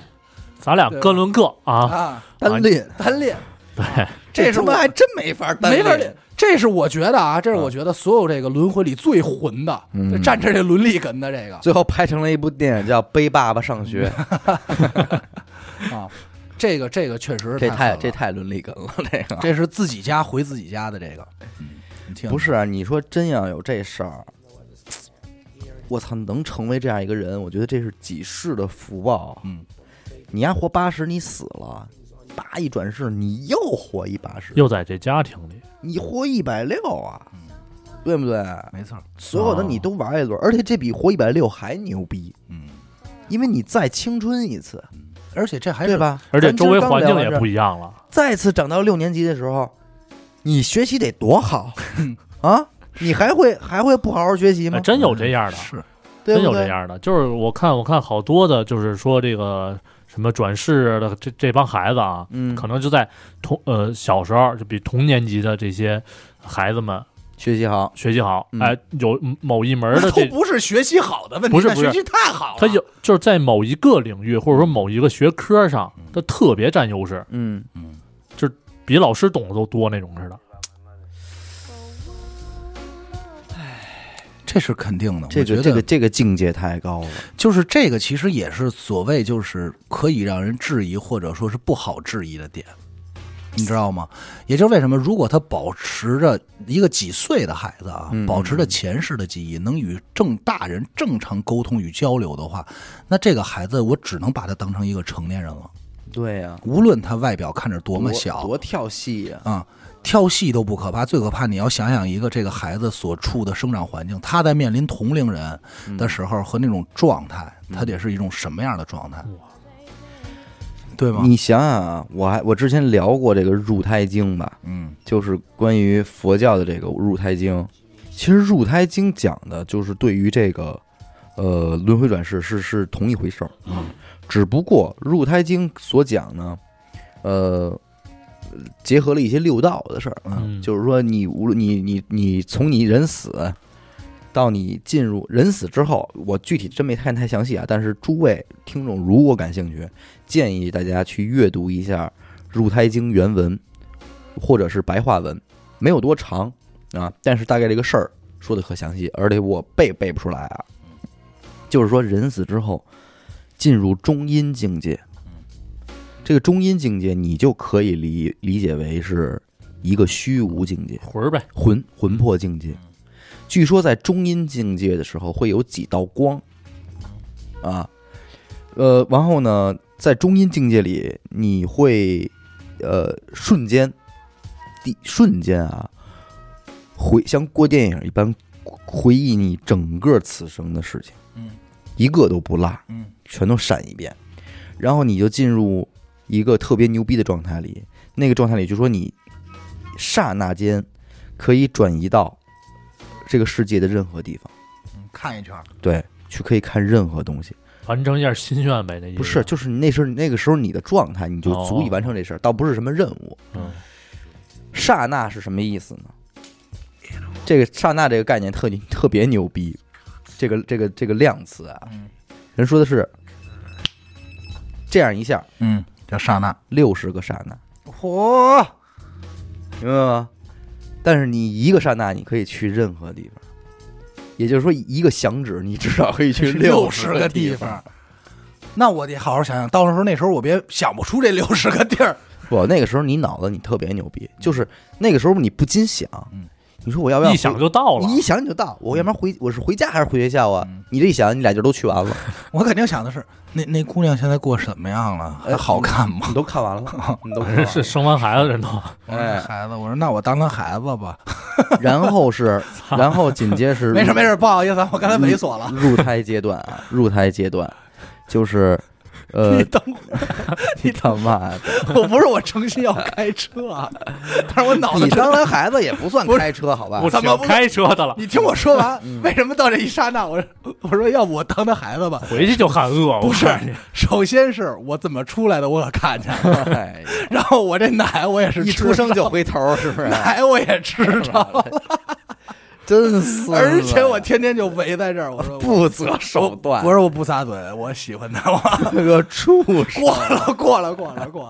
Speaker 3: 咱俩各论各啊，
Speaker 2: 啊，
Speaker 1: 单恋
Speaker 2: 单恋，
Speaker 3: 对，
Speaker 2: 这是
Speaker 1: 他
Speaker 2: 我
Speaker 1: 妈还真没法单
Speaker 2: 没法
Speaker 1: 列
Speaker 2: 练。这是我觉得啊，这是我觉得所有这个轮回里最混的，
Speaker 1: 嗯
Speaker 2: 这站着这伦理哏的这个
Speaker 1: 最后拍成了一部电影叫《背爸爸上学》，
Speaker 2: 啊，这个这个确实是
Speaker 1: 这
Speaker 2: 太
Speaker 1: 太
Speaker 2: 狠
Speaker 1: 这
Speaker 2: 了
Speaker 1: 太伦理梗了，这个
Speaker 2: 这是自己家回自己家的这个，嗯，
Speaker 1: 不
Speaker 2: 是
Speaker 1: 是啊？你说真要有这事儿，我操，能成为这样一个人，我觉得这是几世的福报。啊
Speaker 2: 嗯，
Speaker 1: 你丫活八十，你死了，叭一转世，你又活一八十，
Speaker 3: 又在这家庭里，
Speaker 1: 你活一百六啊，对不对？
Speaker 2: 没错，
Speaker 1: 所有的你都玩一轮，而且这比活一百六还牛逼，
Speaker 2: 嗯，
Speaker 1: 因为你再青春一次，
Speaker 2: 而且这还
Speaker 1: 对
Speaker 2: 是
Speaker 1: 吧？
Speaker 3: 而且
Speaker 1: 咱今
Speaker 3: 周
Speaker 1: 儿
Speaker 3: 围
Speaker 1: 刚
Speaker 3: 环境
Speaker 1: 聊完
Speaker 3: 也
Speaker 1: 这儿
Speaker 3: 不一样了。
Speaker 1: 再次长到六年级的时候，你学习得多 好啊！你还会还会不好好学习吗？
Speaker 3: 嗯哎，真有
Speaker 2: 嗯
Speaker 3: 这样的，
Speaker 2: 是
Speaker 1: 对
Speaker 3: 真
Speaker 1: 不
Speaker 3: 有这
Speaker 1: 嗯对？
Speaker 3: 样的。就是我看，我看好多的，就是说这个什么转世的这这帮孩子啊，
Speaker 1: 嗯
Speaker 3: 可能就在同呃小时候就比同年级的这些孩子们
Speaker 1: 学习好，
Speaker 3: 学习好，
Speaker 1: 嗯
Speaker 3: 哎，有某一门儿的
Speaker 2: 都
Speaker 3: 这。
Speaker 2: 不是学习好的问题，
Speaker 3: 不是
Speaker 2: 但
Speaker 3: 不是
Speaker 2: 学习太
Speaker 1: 啊
Speaker 2: 好了，
Speaker 3: 他有就是在某一个领域或者说某一个学科上，他特别占优势，
Speaker 1: 嗯，
Speaker 3: 比老师懂得都多那种似的。
Speaker 2: 这是肯定的，
Speaker 1: 这
Speaker 2: 我
Speaker 1: 个
Speaker 2: 觉得
Speaker 1: 这个这个境界太高了，
Speaker 2: 就是这个，其实也是所谓就是可以让人质疑或者说是不好质疑的点，你知道吗？也就是为什么，如果他保持着一个几岁的孩子啊，
Speaker 1: 嗯
Speaker 2: 保持着前世的记忆，能与正大人正常沟通与交流的话，那这个孩子我只能把他当成一个成年人了，
Speaker 1: 对呀，
Speaker 2: 无论他外表看着多么小
Speaker 1: 多跳戏呀，
Speaker 2: 啊。跳戏都不可怕，最可怕你要想想一个这个孩子所处的生长环境，他在面临同龄人的时候和那种状态，他得是一种什么样的状态，对吗？
Speaker 1: 你想想啊，我还我之前聊过这个入胎经吧，
Speaker 2: 嗯
Speaker 1: 就是关于佛教的这个入胎经。其实入胎经讲的就是对于这个，呃，轮回转世是是同一回事儿。嗯，只不过入胎经所讲呢，呃，结合了一些六道的事儿。
Speaker 3: 嗯
Speaker 1: 就是说你无论你你你从你人死到你进入人死之后，我具体真没看太详细啊。但是诸位听众如果感兴趣，建议大家去阅读一下《入胎经》原文或者是白话文，没有多长啊，但是大概这个事儿说的可详细，而且我背背不出来啊。就是说人死之后进入中阴境界。这个中阴境界，你就可以理理解为是一个虚无境界，
Speaker 3: 魂儿呗，
Speaker 1: 魂魂魄境界。据说在中阴境界的时候会有几道光，啊，呃，然后呢，在中阴境界里，你会呃瞬间，第瞬间啊，回像过电影一般回忆你整个此生的事情，
Speaker 2: 嗯，
Speaker 1: 一个都不落，
Speaker 2: 嗯，
Speaker 1: 全都闪一遍，然后你就进入一个特别牛逼的状态里，那个状态里就说你刹那间可以转移到这个世界的任何地方，
Speaker 2: 看一圈，
Speaker 1: 对，去可以看任何东西。
Speaker 3: 完成一下心愿呗，那意思啊
Speaker 1: 不是，就是那时候那个时候你的状态，你就足以完成这事儿，倒不是什么任务。
Speaker 3: 嗯
Speaker 1: 刹那是什么意思呢？这个刹那这个概念特特别牛逼，这个这个这个量词啊，人说的是这样一下
Speaker 2: 嗯，叫刹那，
Speaker 1: 六十个刹那，
Speaker 2: 嚯，
Speaker 1: 明白吗？但是你一个刹那，你可以去任何地方，也就是说，一个响指，你至少可以去
Speaker 2: 六
Speaker 1: 十
Speaker 2: 十个
Speaker 1: 地
Speaker 2: 地。。那我得好好想想，到时候那时候我别想不出这六十个地儿。
Speaker 1: 不，那个时候你脑子你特别牛逼，
Speaker 2: 嗯
Speaker 1: 就是那个时候你不禁想，你说我啊要不要
Speaker 3: 一
Speaker 1: 回
Speaker 3: 想就到了
Speaker 1: 你一想你就到，我要不然
Speaker 2: 嗯
Speaker 1: 回我是回家还是回学校啊？你这一想，你俩就都去完 了，
Speaker 2: 我肯定想的是，那那姑娘现在过什么样了？还好看吗？
Speaker 1: 你都看 完了
Speaker 2: 哦
Speaker 1: 吗，你都看完了
Speaker 3: 是生完孩子人都
Speaker 2: 我说这
Speaker 1: 哎，
Speaker 2: 孩子，我说那我当他孩子吧。
Speaker 1: 然后是，然后紧接着是
Speaker 2: 没事没事，不好意思啊，我刚才猥琐了。
Speaker 1: 入胎阶段啊，入胎阶段就是，呃
Speaker 2: 你，等会儿，
Speaker 1: 你他妈的，
Speaker 2: 我不是我诚心要开车啊，但是我脑子
Speaker 1: 你
Speaker 2: 真的
Speaker 1: 当完孩子也不算开车好吧？
Speaker 3: 我
Speaker 2: 怎
Speaker 3: 去
Speaker 2: 么不
Speaker 3: 开车的了，
Speaker 2: 你听我说完，
Speaker 1: 嗯
Speaker 2: 为什么到这一刹那，我我说要不我当他孩子吧？
Speaker 3: 回去就喊饿。
Speaker 2: 不是
Speaker 3: 我告诉你，
Speaker 2: 首先是我怎么出来的，我可看见了。
Speaker 1: 哎呀
Speaker 2: 然后我这奶我也是
Speaker 1: 一
Speaker 2: 吃
Speaker 1: 出生
Speaker 2: 着
Speaker 1: 就回头，是不是？
Speaker 2: 奶我也吃着，
Speaker 1: 真是，
Speaker 2: 而且我天天就围在这儿，我说我
Speaker 1: 不择手段，
Speaker 2: 我说我不撒嘴，我喜欢他，我
Speaker 1: 是个畜生。
Speaker 2: 过了过了过了过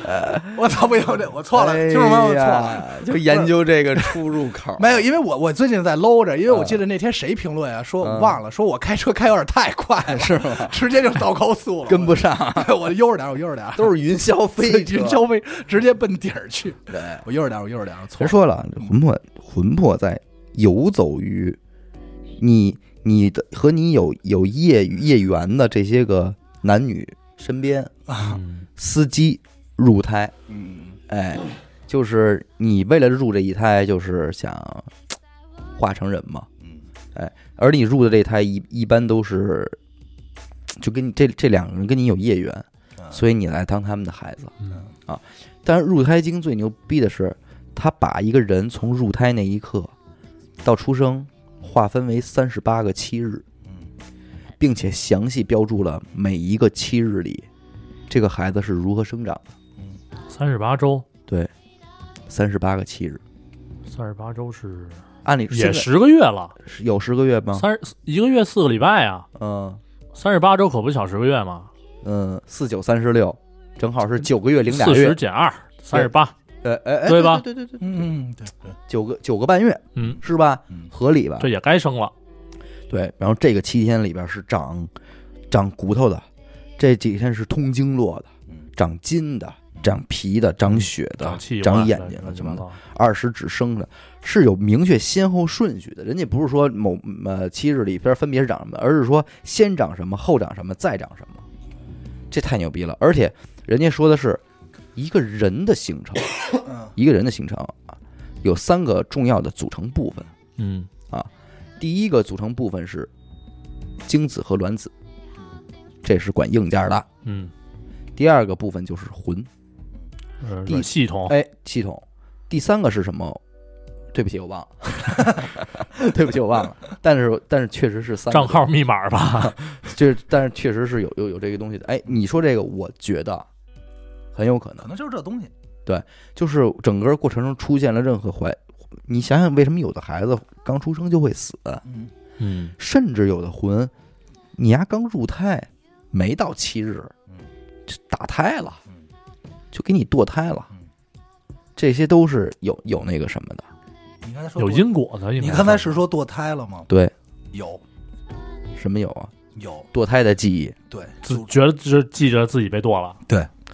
Speaker 2: 了，我操，不行，这我错了，听众朋友们我错
Speaker 1: 呃
Speaker 2: 了。
Speaker 1: 哎呀就研究这个出入口
Speaker 2: 没有，因为我我最近在搂着，因
Speaker 1: 嗯
Speaker 2: 为我记得那天谁评论啊，说我忘了，说我开车开有点太快 了，
Speaker 1: 是吗？
Speaker 2: 直接就到高速了，
Speaker 1: 跟不上，
Speaker 2: 对， 我悠着点，我悠着点，
Speaker 1: 都是云 霄飞车。
Speaker 2: 云消费直接奔底儿去，
Speaker 1: 对，
Speaker 2: 我悠着点，我悠着点，我错
Speaker 1: 人
Speaker 2: 了，
Speaker 1: 说了，魂魄魂魄在游走于你你的和你有有业业缘的这些个男女身边，
Speaker 3: 嗯
Speaker 1: 司机入胎，
Speaker 2: 嗯，
Speaker 1: 哎，就是你为了入这一胎，就是想化成人嘛，
Speaker 2: 嗯，
Speaker 1: 哎，而你入的这胎一一般都是，就跟你这这两个人跟你有业缘，
Speaker 2: 嗯
Speaker 1: 所以你来当他们的孩子，
Speaker 3: 嗯
Speaker 1: 啊，但是入胎经最牛逼的是，他把一个人从入胎那一刻到出生划分为三十八个七日，
Speaker 2: 嗯
Speaker 1: 并且详细标注了每一个七日里这个孩子是如何生长的，
Speaker 3: 三十八周，
Speaker 1: 三十八个七日。
Speaker 3: 三十八周是
Speaker 1: 按理说
Speaker 3: 也
Speaker 1: 现在
Speaker 3: 十个月了，
Speaker 1: 是有十个月吗？
Speaker 3: 三十一个月四个礼拜啊，
Speaker 1: 嗯
Speaker 3: 三十八周可不小十个月嘛，
Speaker 1: 嗯，四九三十六，正好是九个月零俩
Speaker 3: 四
Speaker 1: 月
Speaker 3: 十，减二，三十八，
Speaker 1: 呃哎哎，
Speaker 3: 对吧
Speaker 1: 对对对，对
Speaker 2: 嗯，对对，
Speaker 1: 九个九个半月
Speaker 3: 嗯，
Speaker 1: 是吧
Speaker 2: 嗯？
Speaker 1: 合理吧
Speaker 3: 这？也该生了，
Speaker 1: 对，然后这个七天里边是长长骨头的，这几天是通经络的
Speaker 2: 嗯，
Speaker 1: 长筋的，长皮的，长血的
Speaker 3: 长气，
Speaker 1: 啊长眼睛
Speaker 3: 了，
Speaker 1: 的，什么的，
Speaker 3: 的，
Speaker 1: 二十指生的，是有明确先后顺序的。人家不是说某呃七日里边分别是长什么，而是说先长什么，后长什么，再长什么，这太牛逼了。而且人家说的是一个人的形成， 一个人的形成啊，有三个重要的组成部分。
Speaker 3: 嗯，
Speaker 1: 第一个组成部分是精子和卵子，这是管硬件的。
Speaker 3: 嗯，
Speaker 1: 第二个部分就是魂，
Speaker 3: 呃
Speaker 1: 第
Speaker 3: 系
Speaker 2: 哦
Speaker 3: 统，
Speaker 1: 哎，系统。第三个是什么？对不起，我忘了。 对不起，我忘了。但是，但是确实是三个
Speaker 3: 账号，密码吧，
Speaker 1: 就是但是确实是有有有这个东西的。哎，你说这个，我觉得很有可能
Speaker 2: 可，能就是这东西，
Speaker 1: 就是整个过程中出现了任何怀。你想想，为什么有的孩子刚出生就会死？
Speaker 2: 嗯，
Speaker 3: 嗯，
Speaker 1: 甚至有的魂，你丫刚入胎没到七日
Speaker 2: 嗯，
Speaker 1: 就打胎了
Speaker 2: 嗯，
Speaker 1: 就给你堕胎了
Speaker 2: 嗯，
Speaker 1: 这些都是有有那个什么的。
Speaker 2: 你刚才说
Speaker 3: 有
Speaker 2: 堕，
Speaker 3: 因果的，应
Speaker 2: 嗯
Speaker 3: 该
Speaker 2: 你刚才是说堕胎了吗？
Speaker 1: 对，
Speaker 2: 有
Speaker 1: 什么有啊？
Speaker 2: 有，
Speaker 1: 堕胎的记忆，
Speaker 2: 对，
Speaker 3: 自
Speaker 2: 就
Speaker 3: 觉得只记着自己被剁了，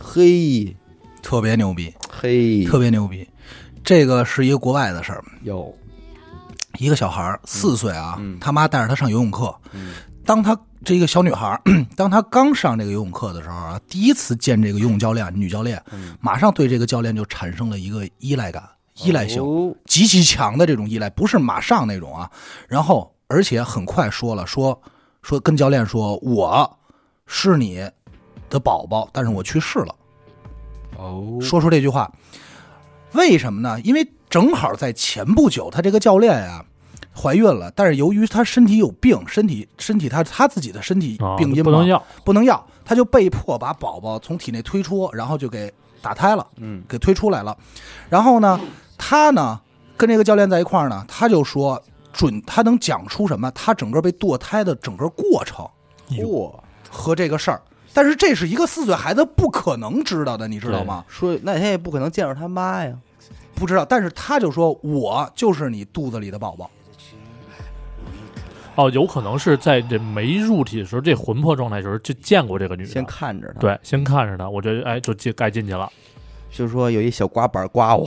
Speaker 1: 嘿
Speaker 2: 特别牛逼，
Speaker 1: 嗯嘿，
Speaker 2: 特别牛逼，这个是一个国外的事儿，
Speaker 1: 有，
Speaker 2: 一个小孩儿四岁啊，
Speaker 1: 嗯
Speaker 2: 他妈带着他上游泳课。
Speaker 1: 嗯
Speaker 2: 当他这个小女孩儿，当她刚上这个游泳课的时候啊，第一次见这个游泳教练，女教练，
Speaker 1: 嗯
Speaker 2: 马上对这个教练就产生了一个依赖感、依赖性，
Speaker 1: 哦
Speaker 2: 极其强的这种依赖，不是马上那种啊。然后，而且很快说了，说说跟教练说我是你的宝宝，但是我去世了。
Speaker 1: 哦，
Speaker 2: 说出这句话，为什么呢？因为正好在前不久，她这个教练啊怀孕了，但是由于她身体有病，身体身体她她自己的身体
Speaker 3: 啊，
Speaker 2: 病因嘛
Speaker 3: 不能要，
Speaker 2: 不能要，她就被迫把宝宝从体内推出，然后就给打胎了，
Speaker 1: 嗯
Speaker 2: 给推出来了。然后呢，她呢跟这个教练在一块儿呢，她就说准，她能讲出什么？她整个被堕胎的整个过程
Speaker 1: 嚯，
Speaker 2: 和这个事儿。但是这是一个四岁孩子不可能知道的，你知道吗？
Speaker 1: 说那天也不可能见着他妈呀，
Speaker 2: 不知道，但是他就说我就是你肚子里的宝宝，
Speaker 3: 哦，有可能是在这没入体的时候，这魂魄状态的时候就见过这个女
Speaker 1: 先
Speaker 3: 的，
Speaker 1: 看着他，，
Speaker 3: 对，先看着她，我觉得哎，就进该进去了，
Speaker 1: 就说有一小刮板刮 我，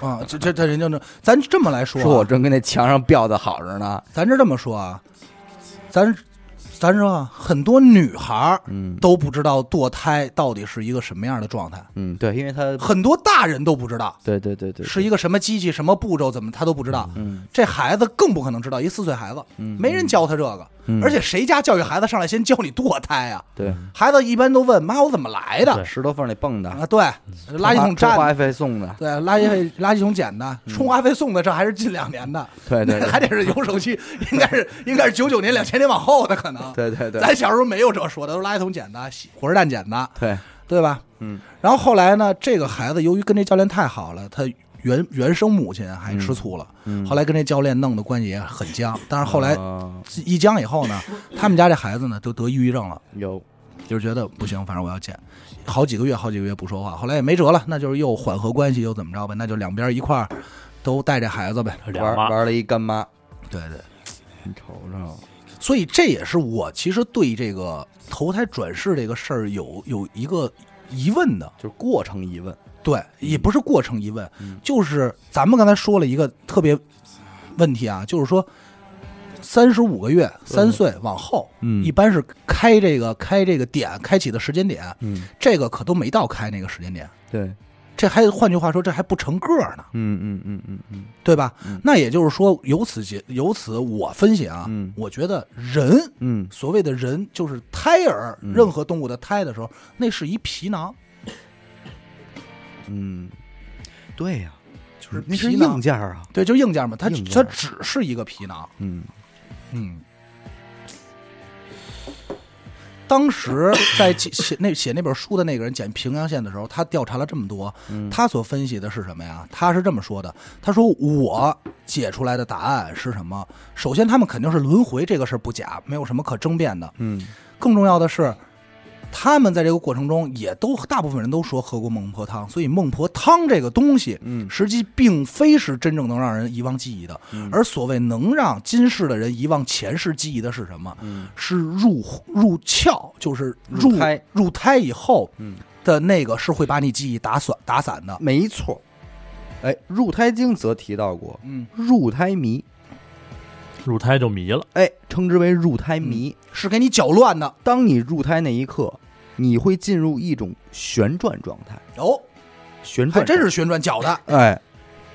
Speaker 2: 啊，这这这人就这，咱这么来说、啊，
Speaker 1: 说我正跟那墙上吊的好着呢，
Speaker 2: 咱这这么说啊，咱咱说啊，很多女孩儿
Speaker 1: 嗯
Speaker 2: 都不知道堕胎到底是一个什么样的状态，
Speaker 1: 嗯，对，因为 他，
Speaker 2: 很多大人都不知道
Speaker 1: 对对对对，
Speaker 2: 是一个什么机器、什么步骤，怎么他都不知道。
Speaker 1: 嗯
Speaker 2: 这孩子更不可能知道，一四岁孩子，没人教他这个，
Speaker 1: 嗯
Speaker 2: 而且谁家教育孩子上来先教你堕胎啊？
Speaker 1: 对，
Speaker 2: 孩子一般都问妈，我怎么来的？
Speaker 3: 对
Speaker 1: 石头缝里蹦的，
Speaker 2: 啊，对，垃圾桶
Speaker 1: 充
Speaker 2: 站
Speaker 1: 话费送 的，
Speaker 2: 对，垃圾费垃圾桶捡的，充话费送的，这还是近两年的，
Speaker 1: 嗯对对对
Speaker 2: 还得是有手机，应该是应该是九九年、两千年往后的可能。
Speaker 1: 对对对
Speaker 2: 咱小时候没有这说的，都是垃圾桶捡的、洗火车站捡的，
Speaker 1: 对，
Speaker 2: 对吧？
Speaker 1: 嗯。
Speaker 2: 然后后来呢，这个孩子由于跟这教练太好了，他原原生母亲还
Speaker 1: 嗯
Speaker 2: 吃醋了，后来跟这教练弄的关系也很僵。但是后来
Speaker 1: 啊
Speaker 2: 一僵以后呢，他们家这孩子呢都得抑郁症了。
Speaker 1: 有
Speaker 2: 就是觉得不行，反正我要见，好几个月好几个月不说话，后来也没辙了，那就是又缓和关系又怎么着呗，那就两边一块儿都带着孩子呗，
Speaker 3: 两
Speaker 1: 玩
Speaker 3: 妈，
Speaker 1: 玩了一干妈，
Speaker 2: 对对。
Speaker 1: 你瞅瞅，
Speaker 2: 所以这也是我其实对这个投胎转世这个事儿有有一个疑问的，
Speaker 1: 就是过程疑问，
Speaker 2: 对，也不是过程疑问，
Speaker 1: 嗯
Speaker 2: 就是咱们刚才说了一个特别问题啊，就是说三十五个月、三岁往后，
Speaker 1: 嗯
Speaker 2: 一般是开这个开这个点开启的时间点，
Speaker 1: 嗯，
Speaker 2: 这个可都没到开那个时间点，
Speaker 1: 对，
Speaker 2: 这还换句话说，这还不成个儿呢，
Speaker 1: 嗯嗯嗯嗯嗯
Speaker 2: 对吧？
Speaker 1: 嗯
Speaker 2: 那也就是说，由此结，由此我分析啊，
Speaker 1: 嗯
Speaker 2: 我觉得人
Speaker 1: 嗯，
Speaker 2: 所谓的人就是胎儿，
Speaker 1: 嗯
Speaker 2: 任何动物的胎的时候，那是一皮囊，
Speaker 1: 嗯，对呀、
Speaker 2: 就是
Speaker 1: 嗯那是
Speaker 2: 皮囊
Speaker 1: 硬，件儿啊，
Speaker 2: 对，就是硬件嘛，它
Speaker 1: 硬件
Speaker 2: 它只是一个皮囊。
Speaker 1: 嗯
Speaker 2: 嗯，当时在写写那写那本书的那个人讲平阳县的时候，他调查了这么多，
Speaker 1: 嗯
Speaker 2: 他所分析的是什么呀？他是这么说的：他说我解出来的答案是什么？首先，他们肯定是轮回这个事儿不假，没有什么可争辩的。
Speaker 1: 嗯
Speaker 2: 更重要的是，他们在这个过程中也都大部分人都说喝过孟婆汤，所以孟婆汤这个东西，
Speaker 1: 嗯
Speaker 2: 实际并非是真正能让人遗忘记忆的。
Speaker 1: 嗯
Speaker 2: 而所谓能让今世的人遗忘前世记忆的是什么？
Speaker 1: 嗯
Speaker 2: 是入入窍，就是入
Speaker 1: 入胎
Speaker 2: 入胎以后
Speaker 1: 嗯，
Speaker 2: 的那个是会把你记忆打散打散的。
Speaker 1: 没错。哎，《入胎经》则提到过
Speaker 2: 嗯，
Speaker 1: 入胎迷，
Speaker 3: 入胎就迷了，
Speaker 1: 哎，称之为入胎迷。
Speaker 2: 是给你搅乱的。
Speaker 1: 当你入胎那一刻，你会进入一种旋转状态，
Speaker 2: 哦，
Speaker 1: 旋
Speaker 2: 还
Speaker 1: 转
Speaker 2: 真是旋转搅的。
Speaker 1: 哎，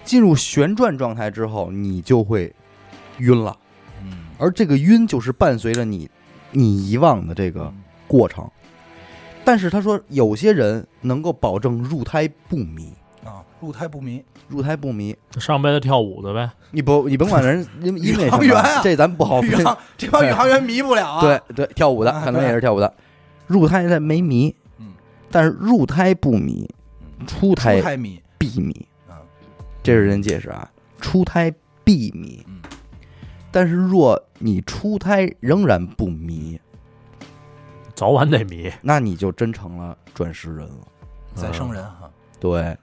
Speaker 1: 进入旋转状态之后，你就会晕了，
Speaker 2: 嗯，
Speaker 1: 而这个晕就是伴随着你你遗忘的这个
Speaker 2: 嗯
Speaker 1: 过程。但是他说，有些人能够保证入胎不迷，
Speaker 2: 啊，入胎不迷。
Speaker 1: 入胎不迷。
Speaker 3: 上辈子跳舞的呗，
Speaker 1: 你不，你甭管 人因因为什么
Speaker 2: 宇航员啊
Speaker 1: 这咱不好
Speaker 2: 宇
Speaker 1: 分。
Speaker 2: 航这帮宇航员迷不了啊。
Speaker 1: 对对，跳舞的
Speaker 2: 啊
Speaker 1: 可能
Speaker 2: 对
Speaker 1: 也是跳舞的，入胎他没迷
Speaker 2: 嗯，
Speaker 1: 但是入胎不迷，
Speaker 2: 嗯，
Speaker 1: 出
Speaker 2: 出
Speaker 1: 胎
Speaker 2: 胎迷。
Speaker 1: 必迷
Speaker 2: 嗯。
Speaker 1: 这是人解释啊，出胎必迷
Speaker 2: 嗯。
Speaker 1: 但是若你出胎仍然不迷，
Speaker 3: 早晚得迷。
Speaker 1: 那你就真成了转世人了。
Speaker 2: 再生
Speaker 1: 嗯
Speaker 2: 人啊哈。
Speaker 1: 对，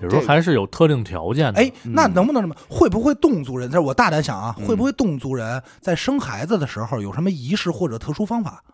Speaker 3: 有时候还是有特定条件的。
Speaker 2: 哎，
Speaker 1: 嗯
Speaker 2: 那能不能这么？会不会侗族人？这是我大胆想啊，
Speaker 1: 嗯
Speaker 2: 会不会侗族人在生孩子的时候有什么仪式或者特殊方法？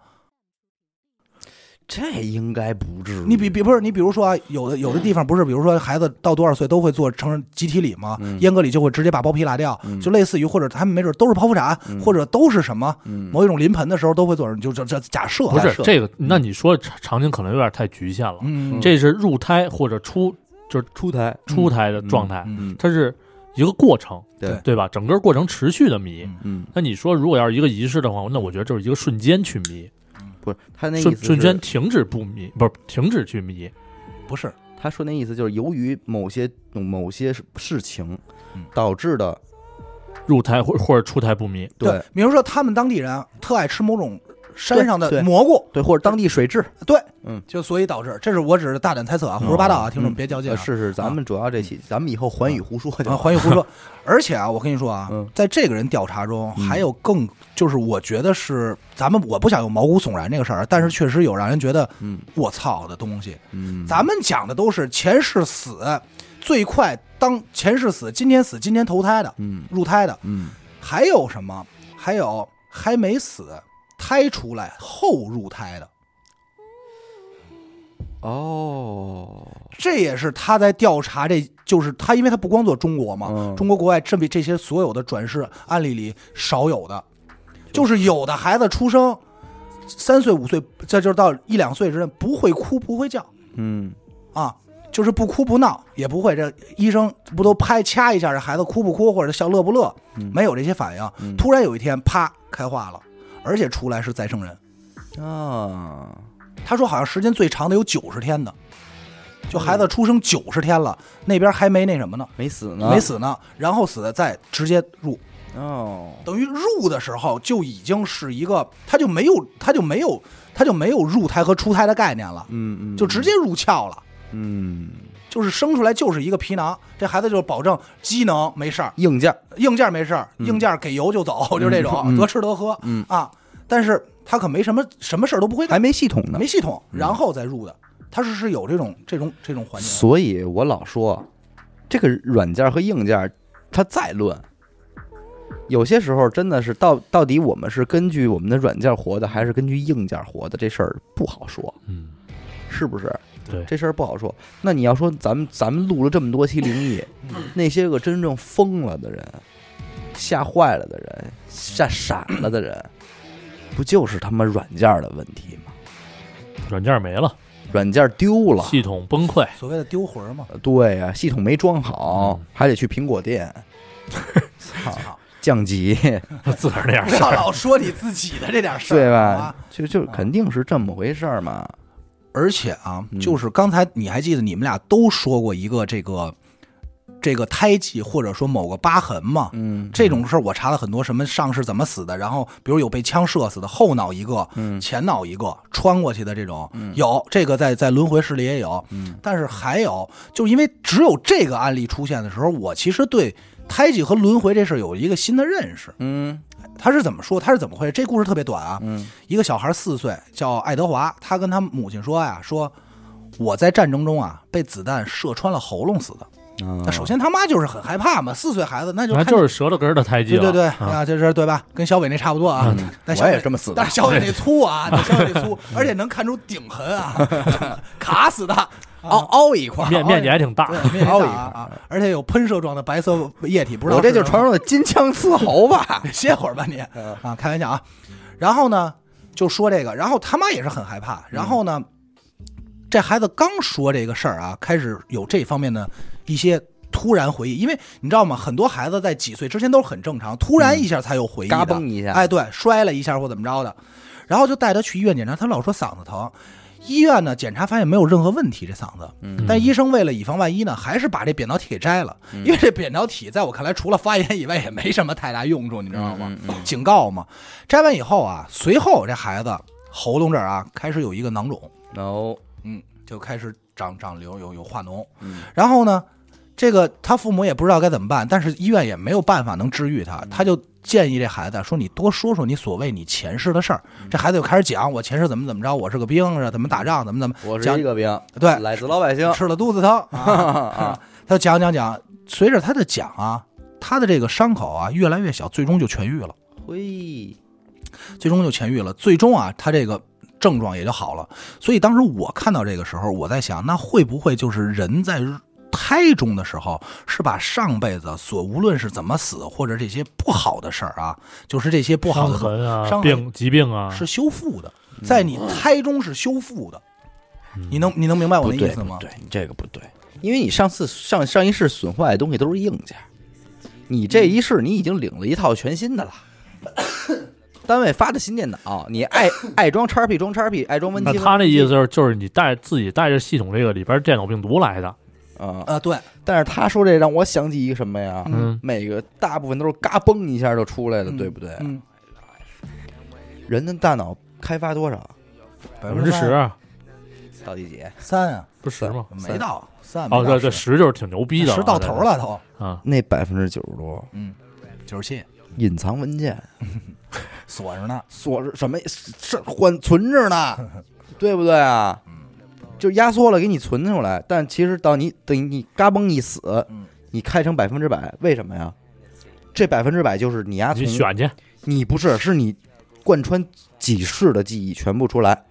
Speaker 1: 这应该不至于。
Speaker 2: 你比比不是你比如说啊，有的有的地方不是，比如说孩子到多少岁都会做成人集体礼吗？
Speaker 1: 嗯
Speaker 2: 阉割礼就会直接把包皮拉掉，
Speaker 1: 嗯
Speaker 2: 就类似于或者他们没准都是剖腹产，
Speaker 1: 嗯
Speaker 2: 或者都是什么
Speaker 1: 嗯
Speaker 2: 某一种临盆的时候都会做，就这这假设啊
Speaker 3: 不是
Speaker 1: 假设嗯
Speaker 3: 这个，那你说场场景可能有点太局限了。
Speaker 2: 嗯
Speaker 3: 这是入胎或者出就是
Speaker 1: 出胎，
Speaker 3: 出胎的状态，
Speaker 2: 嗯
Speaker 1: 嗯
Speaker 3: 它是一个过程，
Speaker 1: 对，
Speaker 3: 对吧？整个过程持续的迷
Speaker 2: 嗯。
Speaker 1: 嗯，
Speaker 3: 那你说，如果要是一个仪式的话，那我觉得就是一个瞬间去迷，
Speaker 1: 嗯不是他那意
Speaker 3: 瞬
Speaker 1: 思
Speaker 3: 瞬
Speaker 1: 是
Speaker 3: 间停止不迷，不是停止去迷。
Speaker 2: 不是
Speaker 1: 他说那意思就是，由于某些某些事情
Speaker 2: 嗯
Speaker 1: 导致的，
Speaker 3: 入胎或或者出胎不迷，
Speaker 1: 对
Speaker 2: 比如说他们当地人特爱吃某种山上
Speaker 1: 对
Speaker 2: 的
Speaker 1: 对
Speaker 2: 蘑菇，
Speaker 1: 对，或者当地水质，
Speaker 2: 对，
Speaker 1: 嗯
Speaker 2: 就所以导致，这是我只是大胆猜测啊，胡说八道啊，听众别较劲
Speaker 1: 呃
Speaker 2: 啊，嗯
Speaker 1: 是是，咱们主要这期，咱们以后环宇胡说就
Speaker 2: 啊，环 宇胡说。而且啊，我跟你说啊
Speaker 1: 嗯，
Speaker 2: 在这个人调查中，
Speaker 1: 嗯
Speaker 2: 还有更就是我觉得是咱们我不想用毛骨悚然这个事儿，但是确实有让人觉得
Speaker 1: 嗯
Speaker 2: 我操的东西。
Speaker 1: 嗯，
Speaker 2: 咱们讲的都是前世死，最快当前世死，今天死，今天投胎的
Speaker 1: 嗯
Speaker 2: 入胎的，
Speaker 1: 嗯
Speaker 2: 还有什么？还有还没死，胎出来后入胎的。
Speaker 1: 哦，
Speaker 2: 这也是他在调查这，就是他，因为他不光做中国嘛，
Speaker 1: 嗯
Speaker 2: 中国国外这比这些所有的转世案例里少有的，就是有的孩子出生三岁五岁，这就是到一两岁之间不会哭不会叫
Speaker 1: 嗯
Speaker 2: 啊，就是不哭不闹也不会，这医生不都拍掐一下这孩子哭不哭或者笑乐不乐，没有这些反应，
Speaker 1: 嗯
Speaker 2: 突然有一天啪开化了，而且出来是再生人。
Speaker 1: 啊，
Speaker 2: 他说好像时间最长的有九十天的，就孩子出生九十天了，那边还没那什么呢，
Speaker 1: 没死呢，
Speaker 2: 没死呢，然后死的再直接入，
Speaker 1: 哦，
Speaker 2: 等于入的时候就已经是一个，他就没有他就没有他就没有入胎和出胎的概念了，
Speaker 1: 嗯嗯，
Speaker 2: 就直接入窍了，
Speaker 1: 嗯
Speaker 2: 就是生出来就是一个皮囊，这孩子就是保证机能没事儿，
Speaker 1: 硬件儿，
Speaker 2: 硬件没事儿，硬件给油就走，就这种
Speaker 1: 嗯
Speaker 2: 得吃得喝，
Speaker 1: 嗯
Speaker 2: 啊，但是他可没什么什么事儿都不会
Speaker 7: 还
Speaker 2: 干，
Speaker 7: 没系统呢
Speaker 2: 没。系统，然后再入的，他是是有这种这种这种
Speaker 3: 啊
Speaker 2: 环节的。
Speaker 1: 所以我老说，这个软件和硬件，它再论，有些时候真的是到到底我们是根据我们的软件活的，还是根据硬件活的，这事儿不好说，
Speaker 3: 嗯，
Speaker 1: 是不是？
Speaker 3: 对，
Speaker 1: 这事儿不好说。那你要说咱们咱们录了这么多期灵异，
Speaker 3: 嗯
Speaker 1: 那些个真正疯了的人，吓坏了的人，吓傻了的人，不就是他妈软件的问题吗？
Speaker 3: 软件没了，
Speaker 1: 软件丢了，
Speaker 3: 系统崩溃，
Speaker 2: 所谓的丢魂儿嘛，
Speaker 1: 对呀、系统没装好
Speaker 3: 嗯，
Speaker 1: 还得去苹果店
Speaker 2: 操，
Speaker 1: 降 级，
Speaker 3: 自个儿那样
Speaker 2: 不
Speaker 3: 事
Speaker 2: 要
Speaker 3: 儿，
Speaker 2: 老说你自己的这点事儿，
Speaker 1: 对
Speaker 2: 好吧
Speaker 1: 吧？？就就肯定是这么回事儿嘛。
Speaker 2: 而且啊
Speaker 1: 嗯，
Speaker 2: 就是刚才你还记得你们俩都说过一个这个这个胎记或者说某个疤痕吗？
Speaker 1: 嗯
Speaker 2: 这种事儿我查了很多，什么上是怎么死的，然后比如有被枪射死的，后脑一个，
Speaker 1: 嗯
Speaker 2: 前脑一个穿过去的这种，有这个在在轮回室里也有，
Speaker 1: 嗯
Speaker 2: 但是还有就因为只有这个案例出现的时候，我其实对胎记和轮回这事儿有一个新的认识。
Speaker 1: 嗯
Speaker 2: 他是怎么说？他是怎么回事？这故事特别短啊。
Speaker 1: 嗯
Speaker 2: 一个小孩四岁，叫爱德华，他跟他母亲说呀、说我在战争中啊被子弹射穿了喉咙死的。
Speaker 1: 哦
Speaker 2: 那首先他妈就是很害怕嘛，四岁孩子那就
Speaker 3: 那
Speaker 2: 看
Speaker 3: 就是折了根儿的胎记
Speaker 2: 对对
Speaker 3: 了，
Speaker 2: 对
Speaker 3: 啊嗯
Speaker 2: 啊，这是对吧？跟小伟那差不多啊。但小
Speaker 1: 我
Speaker 2: 伟
Speaker 1: 也这么死的
Speaker 2: 但是小伟那粗 啊，那小伟那粗，而且能看出顶痕啊， 卡死的， 凹凹一块儿，
Speaker 3: 面面积还挺大，
Speaker 2: 对面积大啊啊，而且有喷射状的白色液体，不知道
Speaker 1: 我这
Speaker 2: 是
Speaker 1: 就
Speaker 2: 什么？
Speaker 1: 传说的金枪刺 喉吧
Speaker 2: 歇会儿吧你
Speaker 1: 嗯
Speaker 2: 啊，开玩笑啊。然后呢，就说这个，然后他妈也是很害
Speaker 1: 嗯
Speaker 2: 怕。然后呢，这孩子刚说这个事儿啊，开始有这方面的一些突然回忆，因为你知道吗？很多孩子在几岁之前都是很正常，突然一下才有回忆
Speaker 1: 嗯
Speaker 2: 的，
Speaker 1: 嘎嘣一下
Speaker 2: 哎，对，摔了一下或怎么着的，然后就带他去医院检查，他老说嗓子疼。医院呢，检查发现没有任何问题，这嗓子。嗯但医生为了以防万一呢，还是把这扁桃体给摘了，因为这扁桃体在我看来，除了发炎以外，也没什么太大用处，你知道吗？警告嘛。摘完以后啊，随后这孩子喉咙这儿啊开始有一个囊肿，
Speaker 1: no，
Speaker 2: 嗯，就开始长长瘤，有有化脓。然后呢，这个他父母也不知道该怎么办，但是医院也没有办法能治愈他，他就建议这孩子说：“你多说说你所谓你前世的事儿。”这孩子就开始讲：“我前世怎么怎么着，我是个兵，是怎么打仗，怎么怎么。”
Speaker 1: 我
Speaker 2: 讲
Speaker 1: 是一个兵，
Speaker 2: 对
Speaker 1: 来自老百 姓。
Speaker 2: 吃了肚子疼啊！ 他就讲讲讲，随着他的讲啊，他的这个伤口啊越来越小，最终就痊愈了，
Speaker 1: 嘿，
Speaker 2: 最终就痊愈了，最终啊，他这个症状也就好了。所以当时我看到这个时候，我在想，那会不会就是人在胎中的时候，是把上辈子所无论是怎么死，或者这些不好的事儿啊，就是这些不好
Speaker 3: 伤
Speaker 2: 的东西
Speaker 3: 痕啊，
Speaker 2: 伤痕
Speaker 3: 病疾病啊，
Speaker 2: 是修复的，在你胎中是修复的。
Speaker 3: 嗯
Speaker 2: 你能你能明白我
Speaker 1: 不
Speaker 2: 的
Speaker 1: 对
Speaker 2: 意思
Speaker 1: 不
Speaker 2: 吗？
Speaker 1: 对，你这个不对，因为你上次上上一世损坏的东西都是硬件，你这一世你已经领了一套全新的了。单位发的新电脑，你 爱爱装叉 P 装叉 P，爱装啊 Win
Speaker 3: 那
Speaker 1: T。
Speaker 3: 他那意思就是，就是你带自己带着系统这个里边电脑病毒来的，
Speaker 1: 啊、
Speaker 2: 啊，对，
Speaker 1: 但是他说这让我想起一个什么呀？
Speaker 3: 嗯，
Speaker 1: 每个大部分都是嘎嘣一下就出来的，
Speaker 2: 嗯
Speaker 1: 对不对？
Speaker 2: 嗯，
Speaker 1: 人的大脑开发多少？
Speaker 2: 百
Speaker 3: 百分之十啊
Speaker 1: 到第几？
Speaker 2: 三啊，
Speaker 3: 不是十吗？
Speaker 2: 没到三，
Speaker 3: 哦，
Speaker 2: 没到
Speaker 3: 对对，
Speaker 2: 十
Speaker 3: 十就是挺牛逼的，
Speaker 2: 十到头了嗯都，
Speaker 3: 啊，
Speaker 1: 那百分之九十多
Speaker 2: 嗯，九十七
Speaker 1: 隐藏文件
Speaker 2: 锁着呢，
Speaker 1: 锁着什么是缓存着 呢，对不对啊？
Speaker 2: 嗯
Speaker 1: 就压缩了给你存出来，但其实到你等你嘎嘣一死
Speaker 2: 嗯，
Speaker 1: 你开成百分之百，为什么呀？这百分之百就是你压从
Speaker 3: 你选去，
Speaker 1: 你不是，是你贯穿几世的记忆全部出来，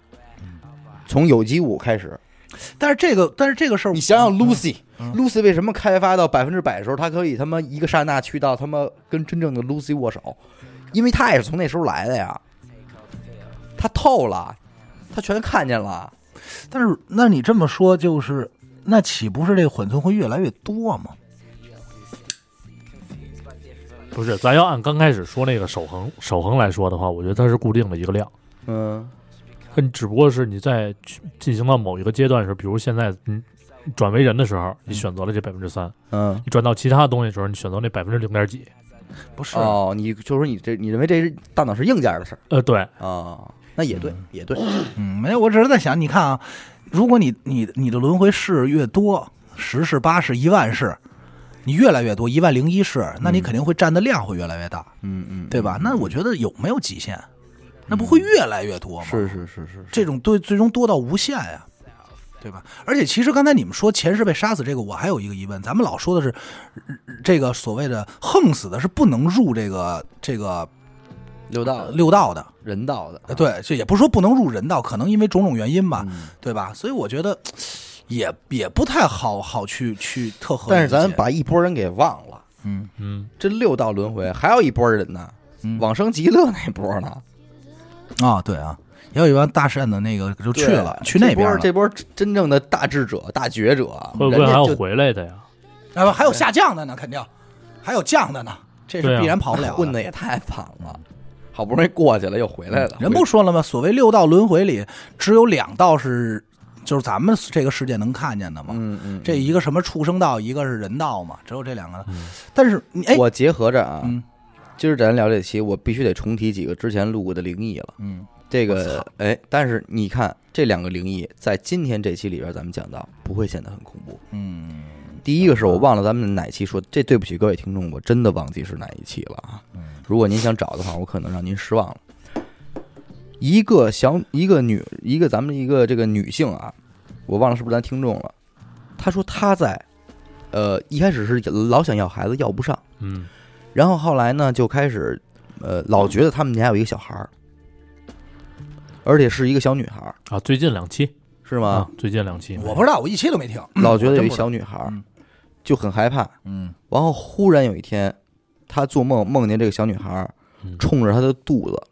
Speaker 1: 从有机物开始。嗯
Speaker 2: 但是这个但是这个事儿，
Speaker 1: 你想想 Lucy，Lucy、为什么开发到百分之百的时候，她可以他妈一个刹那去到他妈跟真正的 Lucy 握手，因为她也是从那时候来的呀。她透了，她全看见了。
Speaker 2: 但是那你这么说就是，那岂不是这个缓存会越来越多吗？
Speaker 3: 不是，咱要按刚开始说那个守恒守恒来说的话，我觉得它是固定的一个量，
Speaker 1: 嗯
Speaker 3: 但只不过是你在去进行到某一个阶段的时，候，比如现在嗯转为人的时候，你选择了这百分之三，
Speaker 1: 嗯。
Speaker 3: 你转到其他东西的时候，你选择那百分之零点几，
Speaker 2: 不是，
Speaker 1: 哦，你就说你这，你认为这是大脑是硬件的事儿
Speaker 3: 呃，对，
Speaker 1: 啊、那也对，也对。
Speaker 2: 嗯，没有，我只是在想，你看啊，如果你你你的轮回世越多，十世、八世、一万世，你越来越多，一万零一世，那你肯定会占的量会越来越大，
Speaker 1: 嗯嗯嗯，嗯
Speaker 2: 对吧？那我觉得有没有极限？那不会越来越多吗？
Speaker 1: 是是是是，
Speaker 2: 这种对最终多到无限呀、对吧？而且其实刚才你们说前世被杀死这个，我还有一个疑问，咱们老说的是呃这个所谓的横死的是不能入这个这个呃
Speaker 1: 六道
Speaker 2: 六道的，
Speaker 1: 人道的，
Speaker 2: 呃对，这也不是说不能入人道，可能因为种种原因吧，
Speaker 1: 啊嗯
Speaker 2: 对吧？所以我觉得嘖也也不太好好去去特合理
Speaker 1: 但
Speaker 2: 解。
Speaker 1: 是咱把一波人给忘了，
Speaker 2: 嗯
Speaker 3: 嗯，
Speaker 1: 这六道轮回还有一波人呢，
Speaker 2: 嗯
Speaker 1: 往生极乐那波呢，
Speaker 2: 啊、对啊，也有一帮大善的那个就 去
Speaker 1: 对
Speaker 2: 了，
Speaker 1: 啊
Speaker 2: 去那边了。
Speaker 1: 这波这波真正的大智者、大觉者，
Speaker 3: 会不会
Speaker 1: 人家
Speaker 3: 还要
Speaker 1: 就
Speaker 3: 回来的呀？
Speaker 2: 啊不还有下降的呢，肯定还有降的呢，这
Speaker 3: 对
Speaker 2: 是
Speaker 3: 啊
Speaker 2: 必然跑不了的。
Speaker 1: 混的也太惨了，好不容易过去了又回来了，
Speaker 2: 嗯人不说了吗？所谓六道轮回里，只有两道是就是咱们这个世界能看见的嘛。
Speaker 1: 嗯嗯，
Speaker 2: 这一个什么畜生道，一个是人道嘛，只有这两个。但是你哎，
Speaker 1: 嗯我结合着啊，
Speaker 2: 嗯
Speaker 1: 今儿咱聊这期，我必须得重提几个之前录过的灵异了。
Speaker 2: 嗯
Speaker 1: 这个哎，但是你看这两个灵异，在今天这期里边咱们讲到，不会显得很恐怖。
Speaker 2: 嗯，
Speaker 1: 第一个是我忘了咱们哪期说，这对不起各位听众，我真的忘记是哪一期了啊。如果您想找的话，我可能让您失望了。一个小一个女一个咱们一个这个女性啊，我忘了是不是咱听众了。她说她在，呃，一开始是老想要孩子要不上，
Speaker 3: 嗯，
Speaker 1: 然后后来呢就开始，呃，老觉得他们家有一个小孩儿，而且是一个小女孩儿，
Speaker 3: 啊，最近两期
Speaker 1: 是吗？
Speaker 3: 啊，最近两期，
Speaker 2: 我不知道，我一期都没听。
Speaker 1: 老觉得有一
Speaker 2: 我真不知道
Speaker 1: 小女孩儿
Speaker 2: 嗯，
Speaker 1: 就很害怕。
Speaker 2: 嗯
Speaker 1: 然后忽然有一天，他做梦梦见这个小女孩儿
Speaker 3: 嗯
Speaker 1: 冲着他的肚子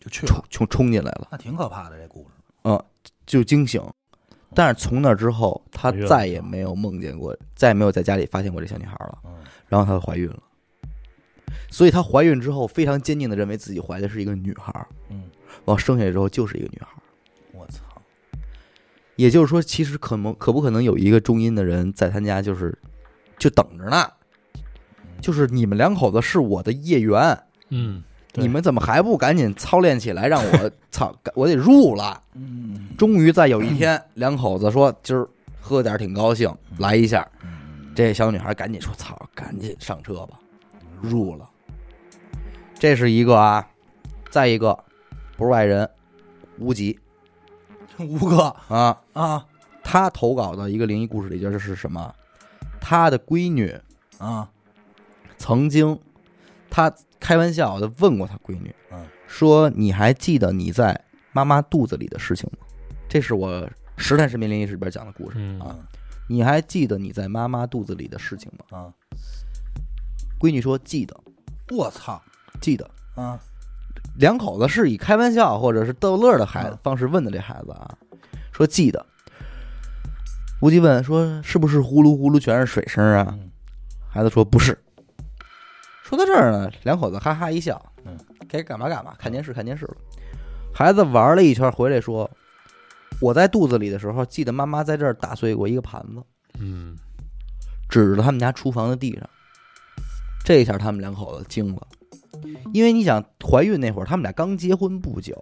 Speaker 2: 就去
Speaker 1: 冲
Speaker 2: 了，
Speaker 1: 冲冲进来了，
Speaker 2: 那挺可怕的这故事。
Speaker 1: 就惊醒。但是从那之后，他
Speaker 2: 哦
Speaker 3: 怀孕了
Speaker 1: 再也没有梦见过，再也没有在家里发现过这小女孩儿了。
Speaker 2: 嗯
Speaker 1: 然后她怀孕了，所以她怀孕之后非常坚定的认为自己怀的是一个女孩儿，
Speaker 2: 嗯，
Speaker 1: 然后生下来之后就是一个女孩儿。
Speaker 2: 我操，
Speaker 1: 也就是说，其实可能可不可能有一个中阴的人在他家，就是就等着呢，
Speaker 2: 嗯
Speaker 1: 就是你们两口子是我的业缘，
Speaker 3: 嗯，对
Speaker 1: 你们怎么还不赶紧操练起来，让我操，我得入了。
Speaker 2: 嗯
Speaker 1: 终于在有一天，两口子说今儿喝点儿挺高兴，来一下。这小女孩赶紧说：“操，赶紧上车吧，入了。”这是一个啊，再一个不是外人，无极
Speaker 2: 吴哥
Speaker 1: 啊，
Speaker 2: 啊
Speaker 1: 他投稿的一个灵异故事里就是什么？他的闺女
Speaker 2: 啊，
Speaker 1: 曾经，他开玩笑的问过他闺女，
Speaker 2: 嗯，
Speaker 1: 说你还记得你在妈妈肚子里的事情吗？这是我十探视频灵异史里边讲的故事、
Speaker 3: 嗯
Speaker 1: 啊。你还记得你在妈妈肚子里的事情吗？
Speaker 2: 啊，
Speaker 1: 闺女说记得，
Speaker 2: 我操
Speaker 1: 记得。
Speaker 2: 啊，
Speaker 1: 两口子是以开玩笑或者是逗乐的孩子
Speaker 2: 嗯
Speaker 1: 方式问的这孩子啊，说记得。无忌问说是不是呼噜呼噜全是水声啊
Speaker 2: 嗯？
Speaker 1: 孩子说不是。说到这儿呢，两口子哈哈一笑，
Speaker 2: 嗯，
Speaker 1: 该干嘛干嘛，看电视看电视了。孩子玩了一圈回来说，我在肚子里的时候，记得妈妈在这儿打碎过一个盘子，
Speaker 3: 嗯，
Speaker 1: 指着他们家厨房的地上。这一下他们两口子惊了，因为你想怀孕那会儿，他们俩刚结婚不久，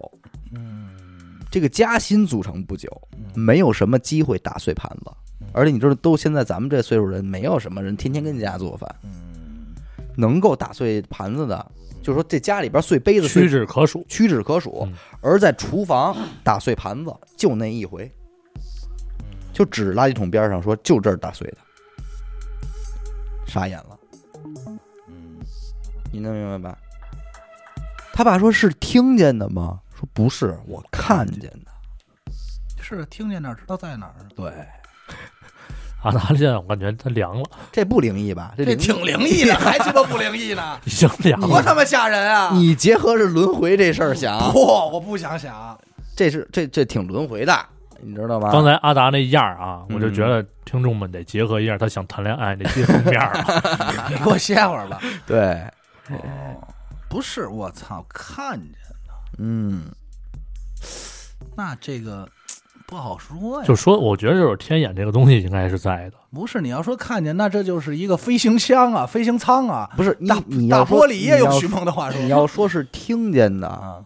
Speaker 2: 嗯
Speaker 1: 这个夹心组成不久，
Speaker 2: 嗯
Speaker 1: 没有什么机会打碎盘子
Speaker 2: 嗯。
Speaker 1: 而且你知道，都现在咱们这岁数人，没有什么人天天跟家做饭，
Speaker 2: 嗯，
Speaker 1: 能够打碎盘子的，就是说这家里边碎杯子
Speaker 3: 屈
Speaker 1: 碎
Speaker 3: 指可数，
Speaker 1: 屈指可数
Speaker 3: 嗯，
Speaker 1: 而在厨房打碎盘子就那一回，就指着垃圾桶边上说就这儿打碎的，傻眼了。你能明白吧？他爸说是听见的吗？说不是，我看见的。
Speaker 2: 是啊听见哪儿知道在哪儿。对，
Speaker 3: 阿达利现在我感觉他凉了，，
Speaker 1: 这不灵异吧？这
Speaker 2: 这
Speaker 1: 灵异
Speaker 2: 挺灵 异的，还鸡巴不灵异呢
Speaker 3: 已经凉
Speaker 2: 多
Speaker 3: 了。
Speaker 2: 他妈吓人啊！
Speaker 1: 你结合着轮回这事儿想，
Speaker 2: 不，我不想想。
Speaker 1: 这是这这挺轮回的，你知道吗？
Speaker 3: 刚才阿达那样儿啊，
Speaker 1: 嗯
Speaker 3: 我就觉得听众们得结合一下他想谈恋爱那些封面儿啊
Speaker 2: 你给我歇会儿吧。
Speaker 1: 对，
Speaker 2: 不是，我操，看见
Speaker 1: 嗯，
Speaker 2: 那这个不好说呀。
Speaker 3: 就说我觉得就是天眼这个东西应该是在的，
Speaker 2: 不是你要说看见，那这就是一个飞行箱啊，飞行舱啊，
Speaker 1: 不是你
Speaker 2: 大
Speaker 1: 你
Speaker 2: 大
Speaker 1: 要说
Speaker 2: 玻璃也
Speaker 1: 你
Speaker 2: 有
Speaker 1: 要
Speaker 2: 徐梦的话说
Speaker 1: 你要说是听见的，
Speaker 2: 啊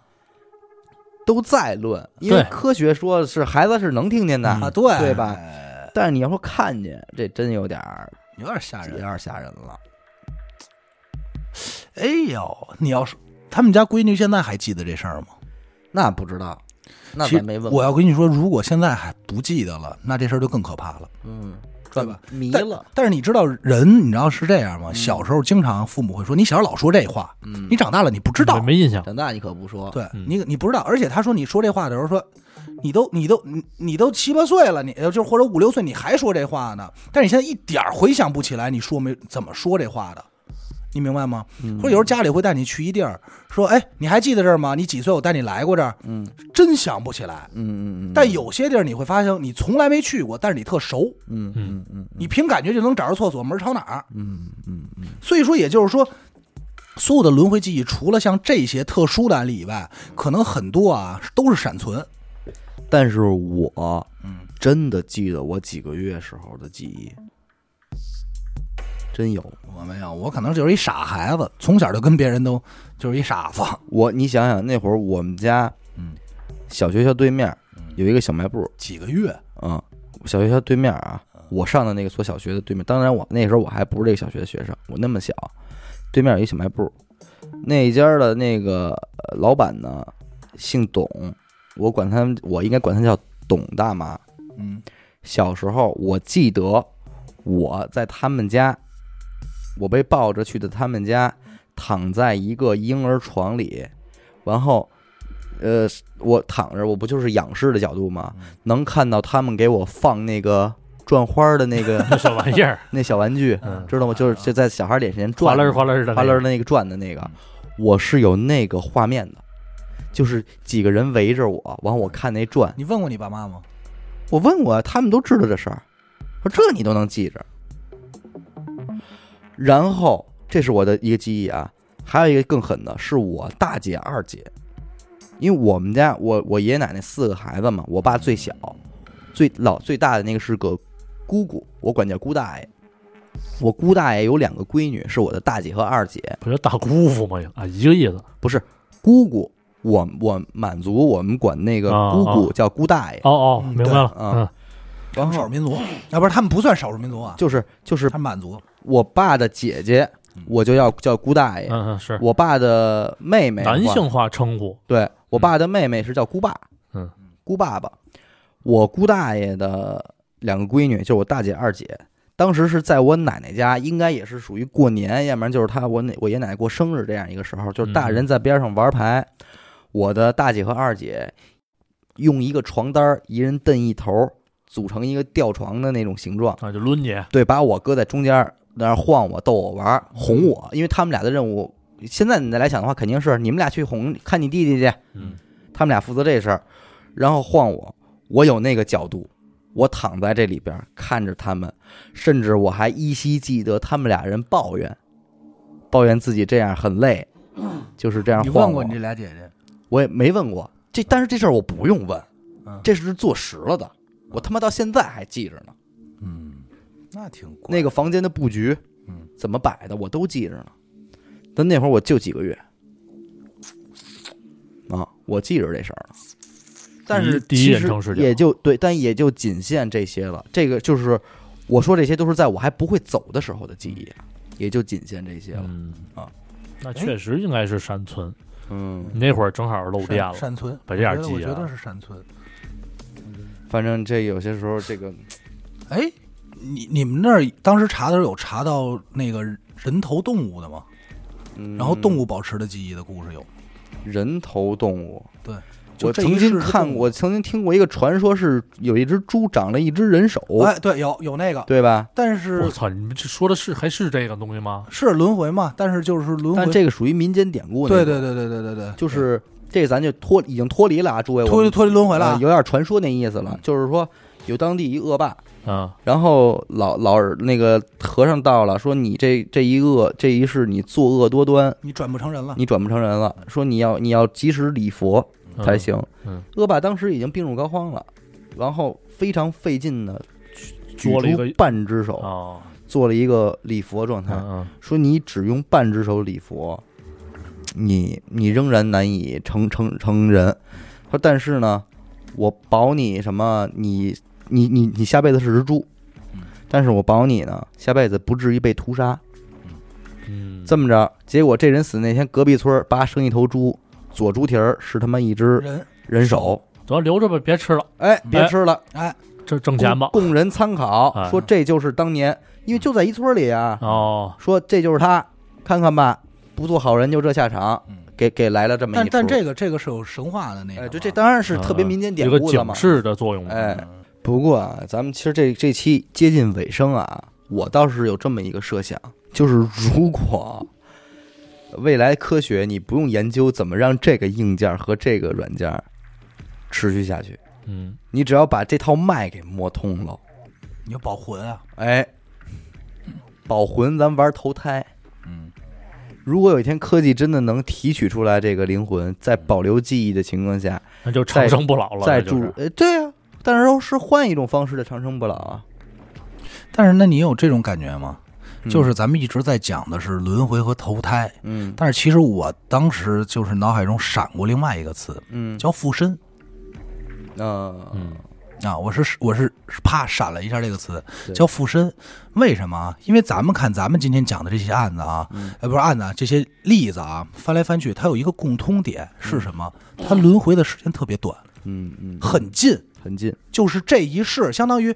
Speaker 1: 都在论，因为
Speaker 3: 对
Speaker 1: 科学说是孩子是能听见的，
Speaker 2: 啊，对
Speaker 1: 嗯对吧
Speaker 2: 哎
Speaker 1: 但是你要说看见，这真有点儿
Speaker 2: 有点吓
Speaker 1: 有
Speaker 2: 人。
Speaker 1: 点吓人了。
Speaker 2: 哎呦，你要说他们家闺女现在还记得这事儿吗？
Speaker 1: 那不知道，那
Speaker 2: 其实
Speaker 1: 咱没问过。
Speaker 2: 我要跟你说，如果现在还不记得了，那这事儿就更可怕了，
Speaker 1: 嗯，
Speaker 2: 对吧？
Speaker 1: 迷
Speaker 2: 但
Speaker 1: 了，
Speaker 2: 但是你知道人，你知道是这样吗？小时候经常父母会说，你小时候老说这话，
Speaker 1: 嗯
Speaker 2: 你，长大了你不知道，
Speaker 3: 没印象。
Speaker 1: 长大你可不说。
Speaker 2: 对
Speaker 3: 嗯
Speaker 2: 你你不知道。而且他说你说这话的时候说，你都你都你你都七八岁了，你呃就是或者五六岁你还说这话呢，但是你现在一点儿回想不起来你说没怎么说这话的。你明白吗？或者有时候家里会带你去一地儿，说：“哎，你还记得这儿吗？你几岁？我带你来过这儿。”
Speaker 1: 嗯，
Speaker 2: 真想不起来。
Speaker 1: 嗯嗯嗯，
Speaker 2: 但有些地儿你会发现你从来没去过，但是你特熟，
Speaker 1: 嗯嗯嗯
Speaker 2: 你凭感觉就能找着厕所门儿朝哪儿。
Speaker 1: 嗯嗯嗯，
Speaker 2: 所以说，也就是说，所有的轮回记忆，除了像这些特殊的案例以外，可能很多啊都是闪存。
Speaker 1: 但是我
Speaker 2: 嗯，
Speaker 1: 真的记得我几个月时候的记忆，真有。
Speaker 2: 我没有，我可能就是一傻孩子，从小就跟别人都就是一傻子。
Speaker 1: 我你想想那会儿我们家，
Speaker 2: 嗯，
Speaker 1: 小学校对面有一个小卖部，
Speaker 2: 几个月，
Speaker 1: 嗯，小学校对面啊，我上的那个所小学的对面，当然我那时候我还不是这个小学的学生，我那么小，对面有一小卖部，那家的那个呃老板呢姓董，我管他我应该管他叫董大妈。
Speaker 2: 嗯，
Speaker 1: 小时候我记得我在他们家，我被抱着去的他们家，躺在一个婴儿床里，然后，呃，我躺着，我不就是仰视的角度吗？
Speaker 3: 嗯
Speaker 1: 能看到他们给我放那个转花儿的那 个
Speaker 3: 那小玩意儿，
Speaker 1: 那小玩具，
Speaker 3: 嗯，
Speaker 1: 知道吗？就是就在小孩脸前
Speaker 3: 哗
Speaker 1: 转
Speaker 3: 啦儿哗啦儿的那个，嗯
Speaker 1: 哗啦的那个转的那个，我是有那个画面的。就是几个人围着我，完我看那转，
Speaker 2: 你问过你爸妈吗？
Speaker 1: 我问过，他们都知道这事儿，说这你都能记着。然后，这是我的一个记忆啊，还有一个更狠的是我大姐、二姐，因为我们家我我爷爷奶奶四个孩子嘛，我爸最小，最老最大的那个是个姑姑，我管叫姑大爷。我姑大爷有两个闺女，是我的大姐和二姐。
Speaker 3: 不就大姑父嘛，啊，一个意思。
Speaker 1: 姑姑，我我满族我们管那个
Speaker 3: 啊
Speaker 1: 姑姑
Speaker 3: 啊
Speaker 1: 叫姑大爷，
Speaker 3: 哦哦，
Speaker 2: 嗯
Speaker 3: 明白了，
Speaker 1: 对
Speaker 3: 嗯
Speaker 1: 啊，然
Speaker 2: 少数
Speaker 1: 后
Speaker 2: 民族啊，不是他们不算少数民族啊，
Speaker 1: 就是就是
Speaker 2: 他们满族。
Speaker 1: 我爸的姐姐，我就要叫姑大爷；
Speaker 3: 嗯嗯是
Speaker 1: 我爸的妹妹，
Speaker 3: 男性，化称呼，
Speaker 1: 对我爸的妹妹是叫姑爸，
Speaker 3: 嗯，
Speaker 1: 姑爸爸。我姑大爷的两个闺女，就是我大姐、二姐，当时是在我奶奶家，应该也是属于过年，要不然就是她我奶我爷爷奶奶过生日这样一个时候，就是
Speaker 3: 嗯
Speaker 1: 大人在边上玩牌，我的大姐和二姐用一个床单儿一人蹬一头儿，组成一个吊床的那种形状。
Speaker 3: 啊，就抡你，
Speaker 1: 对，把我搁在中间儿，在那儿晃我、逗我玩儿、哄
Speaker 2: 嗯
Speaker 1: 我，因为他们俩的任务，现在你再来想的话，肯定是你们俩去哄看你弟弟去，
Speaker 3: 嗯，
Speaker 1: 他们俩负责这事儿，然后晃我，我有那个角度，我躺在这里边儿看着他们，甚至我还依稀记得他们俩人抱怨，抱怨自己这样很累，就是这样
Speaker 2: 嗯你
Speaker 1: 晃我。
Speaker 2: 问过你这俩姐姐？
Speaker 1: 我也没问过这，但是这事儿我不用问
Speaker 2: 嗯，
Speaker 1: 这是做实了的，我他妈到现在还记着呢。
Speaker 2: 嗯，那挺怪
Speaker 1: 那个房间的布局，
Speaker 2: 嗯，
Speaker 1: 怎么摆的我都记着呢。但那会儿我就几个月，啊，我记着这事儿呢。但是
Speaker 3: 第一第一
Speaker 1: 其
Speaker 3: 人
Speaker 1: 实
Speaker 3: 称视角
Speaker 1: 也就对，但也就仅限这些了。这个就是我说这些都是在我还不会走的时候的记忆，也就仅限这些了。
Speaker 3: 嗯
Speaker 1: 啊，
Speaker 3: 那确实应该是山村，
Speaker 1: 嗯，
Speaker 3: 你那会儿正好漏
Speaker 2: 山
Speaker 3: 电了，
Speaker 2: 山村，
Speaker 3: 把这点儿
Speaker 2: 我觉
Speaker 3: 记
Speaker 2: 得
Speaker 3: 啊
Speaker 2: 我觉得是山村。
Speaker 1: 反正这有些时候这个
Speaker 2: 哎，你你们那儿当时查的时候有查到那个人头动物的吗？然后动物保持的记忆的故事有，
Speaker 1: 嗯人头动物，
Speaker 2: 对，就
Speaker 1: 我
Speaker 2: 这一
Speaker 1: 曾
Speaker 2: 世
Speaker 1: 经
Speaker 2: 是
Speaker 1: 看
Speaker 2: 动物
Speaker 1: 过，，曾经听过一个传说，是有一只猪长了一只人手，
Speaker 2: 哎，对，有有那个，
Speaker 1: 对吧？
Speaker 2: 但
Speaker 3: 我
Speaker 2: 是
Speaker 3: 操，你们这说的是还是这个东西吗？
Speaker 2: 是轮回嘛？但是就是轮回，
Speaker 1: 但这个属于民间典故那
Speaker 2: 对
Speaker 1: 种，
Speaker 2: 对对对对对对，
Speaker 1: 就是这咱就脱已经脱离了啊，诸位，我
Speaker 2: 脱离
Speaker 1: 们
Speaker 2: 脱离轮回了嗯
Speaker 1: 呃
Speaker 2: 啊，
Speaker 1: 有点传说那意思了，就是说有当地一恶霸，
Speaker 3: 嗯，
Speaker 1: 然后老老那个和尚到了，说你这这一恶这一世你作恶多端，
Speaker 2: 你转不成人了，
Speaker 1: 你转不成人了，说你要你要及时礼佛
Speaker 3: 嗯
Speaker 1: 才行。
Speaker 3: 嗯
Speaker 1: 恶霸当时已经病入膏肓了，然后非常费劲的。举
Speaker 3: 做了一个
Speaker 1: 出半只
Speaker 2: 啊
Speaker 1: 手，
Speaker 3: 哦，
Speaker 1: 做了一个礼佛状态，
Speaker 3: 嗯
Speaker 1: 说你只用半只手礼佛，你你仍然难以成成成人。他说，但是呢，我保你什么？你你你你下辈子是只猪，但是我保你呢，下辈子不至于被屠杀。
Speaker 3: 嗯嗯，
Speaker 1: 这么着，结果这人死那天，隔壁村儿叭生一头猪，左猪蹄儿是他妈一只
Speaker 2: 人
Speaker 1: 人手，
Speaker 3: 得留着吧，别吃了，
Speaker 1: 哎，别吃了，啊
Speaker 2: 哎，
Speaker 3: 这挣钱吧。
Speaker 1: 供供人参考
Speaker 3: 哎，
Speaker 1: 说这就是当年，因为就在一村里啊，
Speaker 3: 哦，
Speaker 1: 说这就是他，看看吧，不做好人就这下场
Speaker 2: 嗯，
Speaker 1: 给给来了这么一
Speaker 2: 但
Speaker 1: 出。
Speaker 2: 但这个这个是有神话的那个嘛，嗯
Speaker 1: 哎，就这当然是特别
Speaker 3: 呃
Speaker 1: 民间典
Speaker 3: 有个
Speaker 1: 故了嘛
Speaker 3: 警。示的作用嘛。
Speaker 1: 哎，不过啊，咱们其实这这期接近尾声啊，我倒是有这么一个设想，就是如果 未来科学你不用研究怎么让这个硬件和这个软件持续下去，
Speaker 3: 嗯，
Speaker 1: 你只要把这套脉给摸通了，
Speaker 2: 你就保魂啊，
Speaker 1: 哎，保魂咱玩投胎。
Speaker 2: 嗯，
Speaker 1: 如果有一天科技真的能提取出来这个灵魂，在保留记忆的情况下，
Speaker 3: 那就长生不老了。
Speaker 1: 再
Speaker 3: 那就
Speaker 1: 注
Speaker 3: 是
Speaker 1: 呃，对啊，但是是换一种方式的长生不老啊。
Speaker 2: 但是那你有这种感觉吗？
Speaker 1: 嗯
Speaker 2: 就是咱们一直在讲的是轮回和投胎，
Speaker 1: 嗯
Speaker 2: 但是其实我当时就是脑海中闪过另外一个词，
Speaker 1: 嗯
Speaker 2: 叫附身
Speaker 1: 呃
Speaker 3: 嗯，
Speaker 2: 啊，我是我是啪闪了一下这个词，
Speaker 1: 对
Speaker 2: 叫附身。为什么啊？因为咱们看咱们今天讲的这些案子啊，
Speaker 1: 嗯
Speaker 2: 呃，不是案子啊，这些例子啊，翻来翻去，它有一个共通点是什么？它轮回的时间特别短，
Speaker 1: 嗯嗯，
Speaker 2: 很近，
Speaker 1: 很近。
Speaker 2: 就是这一世，相当于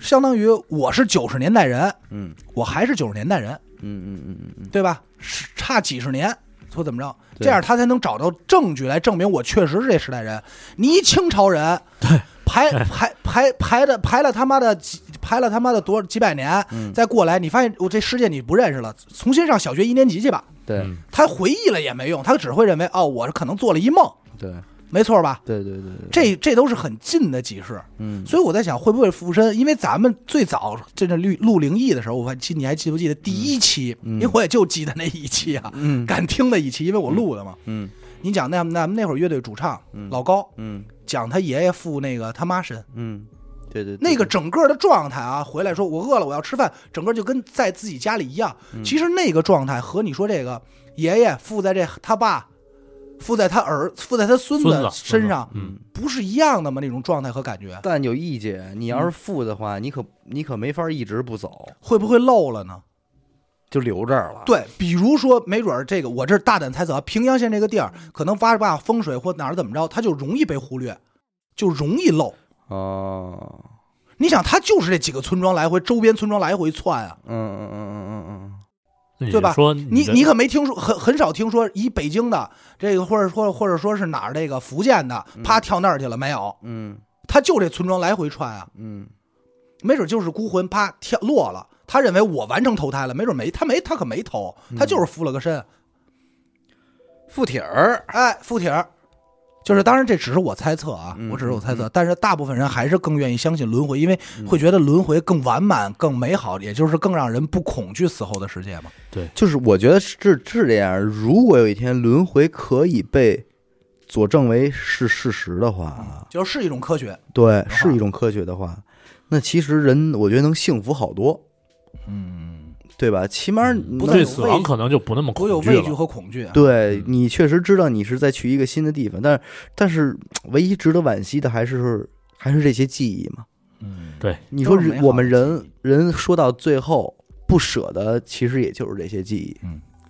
Speaker 2: 相当于我是九十年代人，
Speaker 1: 嗯
Speaker 2: 我还是九十年代人，
Speaker 1: 嗯嗯嗯嗯嗯，
Speaker 2: 对吧？是差几十年或怎么着，
Speaker 1: 对
Speaker 2: 这样他才能找到证据来证明我确实是这时代人。你一清朝人，对，排排排排的排了他妈的几排了他妈的多几百年，再过来，你发现我这世界你不认识了，重新上小学一年级去吧。
Speaker 1: 对
Speaker 3: 嗯
Speaker 2: 他回忆了也没用，他只会认为哦，我可能做了一梦，
Speaker 1: 对
Speaker 2: 没错吧？
Speaker 1: 对对对对，
Speaker 2: 这这都是很近的几世，
Speaker 1: 嗯
Speaker 2: 所以我在想会不会附身？因为咱们最早这这录录灵异的时候，我还记你还记不记得第一期？因为我也就记得那一期啊，
Speaker 1: 嗯
Speaker 2: 敢听的一期，因为我录的嘛。
Speaker 1: 嗯
Speaker 2: 你讲那那那会儿乐队主唱老高
Speaker 1: 嗯
Speaker 2: 讲他爷爷附那个他妈身，
Speaker 1: 嗯，对对
Speaker 2: 那个整个的状态啊，回来说我饿了，我要吃饭，整个就跟在自己家里一样。
Speaker 3: 嗯
Speaker 2: 其实那个状态和你说这个爷爷附在这他爸。附在他儿，附在他孙
Speaker 3: 孙子
Speaker 2: 子身上，
Speaker 3: 孙子嗯，
Speaker 2: 不是一样的吗？那种状态和感觉，
Speaker 1: 但有意见，你要是富的话，你可你可没法一直不走，
Speaker 2: 会不会漏了呢？
Speaker 1: 就留这儿了。
Speaker 2: 对，比如说，没准儿这个，我这大胆猜测啊，平阳县这个地儿，可能挖吧风水或哪儿怎么着，它就容易被忽略，就容易漏。
Speaker 1: 哦，
Speaker 2: 你想，它就是这几个村庄来回，周边村庄来回窜啊，
Speaker 1: 嗯嗯嗯嗯
Speaker 3: 那你
Speaker 2: 对吧
Speaker 3: 说
Speaker 2: 你
Speaker 3: 的
Speaker 2: 你可没听说，很很少听说以北京的这个，或者说或者说是哪儿这个福建的，啪跳那儿去了没有？
Speaker 1: 嗯
Speaker 2: 它就这村庄来回窜啊，
Speaker 1: 嗯
Speaker 2: 没准就是孤魂啪跳落了，他认为我完成投胎了，没准没他没他可没投，他就是附了个身。
Speaker 1: 嗯，附体儿，
Speaker 2: 哎，附体儿，就是当然这只是我猜测啊，
Speaker 1: 嗯
Speaker 2: 我只是我猜测，但是大部分人还是更愿意相信轮回，因为会觉得轮回更完满、更美好，也就是更让人不恐惧死后的世界嘛。
Speaker 1: 就是我觉得是是这样。如果有一天轮回可以被佐证为是事实的话，
Speaker 2: 就是一种科学，
Speaker 1: 对，
Speaker 2: 话
Speaker 1: 是一种科学的话，那其实人我觉得能幸福好多，
Speaker 2: 嗯，
Speaker 1: 对吧？起码不
Speaker 3: 对死亡可能就不那么
Speaker 2: 我
Speaker 3: 恐
Speaker 2: 有
Speaker 3: 惧
Speaker 2: 畏惧
Speaker 3: 了。
Speaker 2: 和恐惧。啊
Speaker 1: 对你确实知道你是在去一个新的地方，但是但是唯一值得惋惜的还是还是这些记忆嘛。
Speaker 2: 嗯，
Speaker 3: 对，
Speaker 1: 你说
Speaker 2: 都是美
Speaker 1: 人
Speaker 2: 好的
Speaker 1: 我们人
Speaker 2: 记
Speaker 1: 人说到最后不舍得，其实也就是这些记忆。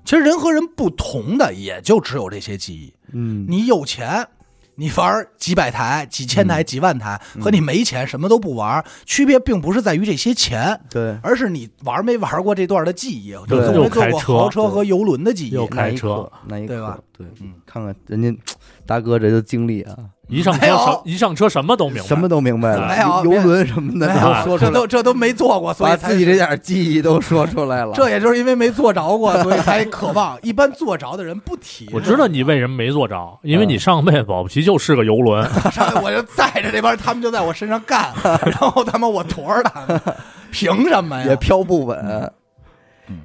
Speaker 2: 其实人和人不同的，也就只有这些记忆。
Speaker 1: 嗯，
Speaker 2: 你有钱。你玩几百台、几千台、几万台，和你没钱什么都不玩，区别并不是在于这些钱，
Speaker 1: 对，
Speaker 2: 而是你玩没玩过这段的记忆，你
Speaker 1: 对
Speaker 2: 坐没
Speaker 3: 又
Speaker 2: 坐
Speaker 3: 开
Speaker 2: 过
Speaker 3: 车
Speaker 2: 豪车和游轮的记忆，
Speaker 3: 又开
Speaker 1: 那一
Speaker 3: 车
Speaker 1: 刻那一刻，
Speaker 2: 对吧？
Speaker 1: 对
Speaker 2: 嗯，
Speaker 1: 看看人家 大哥这个经历啊，
Speaker 3: 一上车
Speaker 2: 没有
Speaker 3: 什一上车什么都明白，
Speaker 1: 什么都明白了，
Speaker 2: 没
Speaker 1: 游
Speaker 2: 有别
Speaker 1: 轮什么的
Speaker 2: 没
Speaker 1: 都
Speaker 2: 有
Speaker 1: 说出
Speaker 2: 这
Speaker 1: 来了
Speaker 2: 都这都没做过，所
Speaker 1: 把
Speaker 2: 以才
Speaker 1: 自己这点记忆都说出来了。
Speaker 2: 这也就是因为没做着过，所以才渴望。一般做着的人不提。
Speaker 3: 我知道你为什么没做着，因为你上辈子保不齐就是个游轮。
Speaker 2: 上来我就载着这帮，他们就在我身上干，然后他妈我驮着他们，凭什 么
Speaker 1: 也
Speaker 2: 呀？
Speaker 1: 飘不稳。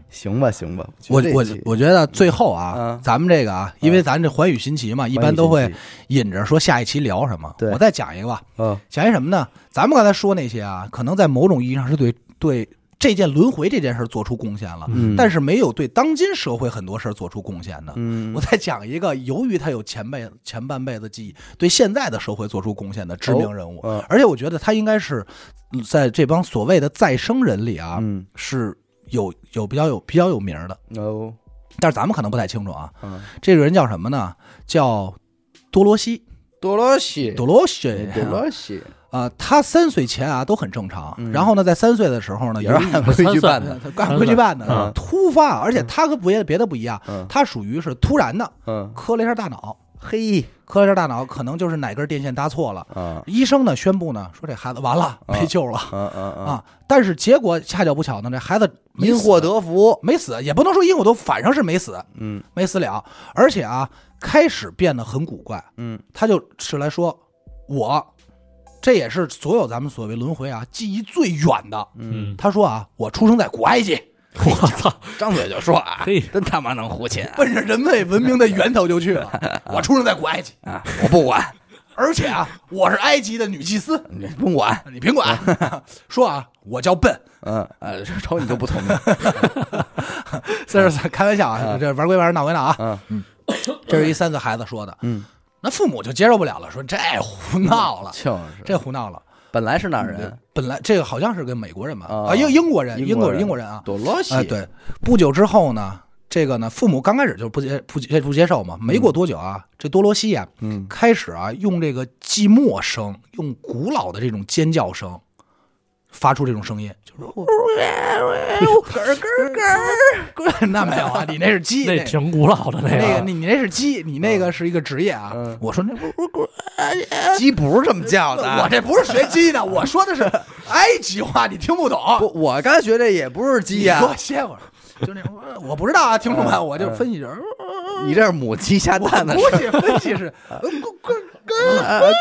Speaker 1: 行吧，行吧，
Speaker 2: 我
Speaker 1: 觉得
Speaker 2: 我
Speaker 1: 这期
Speaker 2: 我觉得最后啊，
Speaker 1: 嗯
Speaker 2: 咱们这个啊，因为咱这寰宇新奇嘛，一般都会引着说下一期聊什么。
Speaker 1: 对
Speaker 2: 我再讲一个吧，
Speaker 1: 嗯
Speaker 2: 讲一什么呢？咱们刚才说那些啊，可能在某种意义上是对对这件轮回这件事儿做出贡献了，
Speaker 1: 嗯
Speaker 2: 但是没有对当今社会很多事儿做出贡献的。
Speaker 1: 嗯
Speaker 2: 我再讲一个，由于他有前辈前半辈子记忆，对现在的社会做出贡献的知名人物，
Speaker 1: 哦嗯
Speaker 2: 而且我觉得他应该是在这帮所谓的再生人里啊，
Speaker 1: 嗯
Speaker 2: 是有有比较有比较有名儿的。
Speaker 1: 哦
Speaker 2: 但是咱们可能不太清楚啊。
Speaker 1: 嗯
Speaker 2: 这个人叫什么呢？叫多罗西，
Speaker 1: 多罗西，
Speaker 2: 多罗西，
Speaker 1: 多罗西，
Speaker 2: 啊、他三岁前啊都很正常，
Speaker 1: 嗯
Speaker 2: 然后呢，在三岁的时候呢，
Speaker 1: 也
Speaker 2: 有
Speaker 1: 是
Speaker 2: 人
Speaker 1: 按规矩办的，
Speaker 2: 他按规矩办的，
Speaker 1: 嗯
Speaker 2: 突发，而且他和别的别的不一样，
Speaker 1: 嗯
Speaker 2: 他属于是突然的，
Speaker 1: 嗯，
Speaker 2: 磕了一下大脑，
Speaker 1: 嘿
Speaker 2: 磕了一下大脑，可能就是哪根电线搭错了。
Speaker 1: 啊
Speaker 2: 医生呢宣布呢说这孩子完了，没救了
Speaker 1: 啊啊啊，
Speaker 2: 啊！但是结果恰巧不巧呢，这孩子没死
Speaker 1: 因祸得福，
Speaker 2: 没死，也不能说因祸得福，反正是没死，
Speaker 1: 嗯
Speaker 2: 没死了。而且啊，开始变得很古怪，
Speaker 1: 嗯
Speaker 2: 他就是来说我，这也是所有咱们所谓轮回啊记忆最远的。
Speaker 1: 嗯，
Speaker 3: 嗯，
Speaker 2: 他说啊，我出生在古 埃及，
Speaker 3: 我 操，
Speaker 1: 张嘴就说啊
Speaker 3: 嘿，
Speaker 1: 真他妈能胡琴啊
Speaker 2: 奔着人类文明的源头就去 了。我出生在古埃及，
Speaker 1: 啊！我不管，
Speaker 2: 而且啊，我是埃及的女祭司，
Speaker 1: 你甭管，
Speaker 2: 你甭 管。说啊，我叫笨，
Speaker 1: 嗯呃，瞅你就不聪明，
Speaker 2: 这是开玩笑啊，这玩归玩，闹归闹啊。
Speaker 1: 嗯
Speaker 2: 这是一三岁孩子说的，
Speaker 1: 嗯，
Speaker 2: 那父母就接受不了了，说这胡闹了，
Speaker 1: 就是
Speaker 2: 这胡闹了。
Speaker 1: 本来是哪儿人
Speaker 2: 本来这个好像是个美国人吧，
Speaker 1: 哎啊
Speaker 2: 啊，英英国人，
Speaker 1: 英
Speaker 2: 英
Speaker 1: 国
Speaker 2: 国
Speaker 1: 人
Speaker 2: 英国人啊，
Speaker 1: 多罗西
Speaker 2: 哎，，对，不久之后呢，这个呢，父母刚开始就不接不接不接受嘛。没过多久啊，这多罗西啊，
Speaker 1: 嗯
Speaker 2: 开始啊用这个寂寞声，用古老的这种尖叫声，发出这种声音，就是咯咯咯咯。 那没有啊，你那是鸡，
Speaker 3: 那挺啊古老的那
Speaker 2: 那个
Speaker 3: 个，
Speaker 2: 你你那是鸡，你那个是一个职业啊。
Speaker 1: 嗯
Speaker 2: 我说那咕咕咕
Speaker 1: 鸡不是这么叫的，
Speaker 2: 我这不是学鸡的，我说的是埃及话，你听不懂。
Speaker 1: 不，我刚学这也不是鸡呀
Speaker 2: 你给，我歇会儿。就那种，我不知道啊，听众们，我就分析着，
Speaker 1: 你这是母鸡下
Speaker 2: 我
Speaker 1: 蛋的啊
Speaker 2: 估
Speaker 1: 声
Speaker 2: 计分析是，呃
Speaker 1: 儿。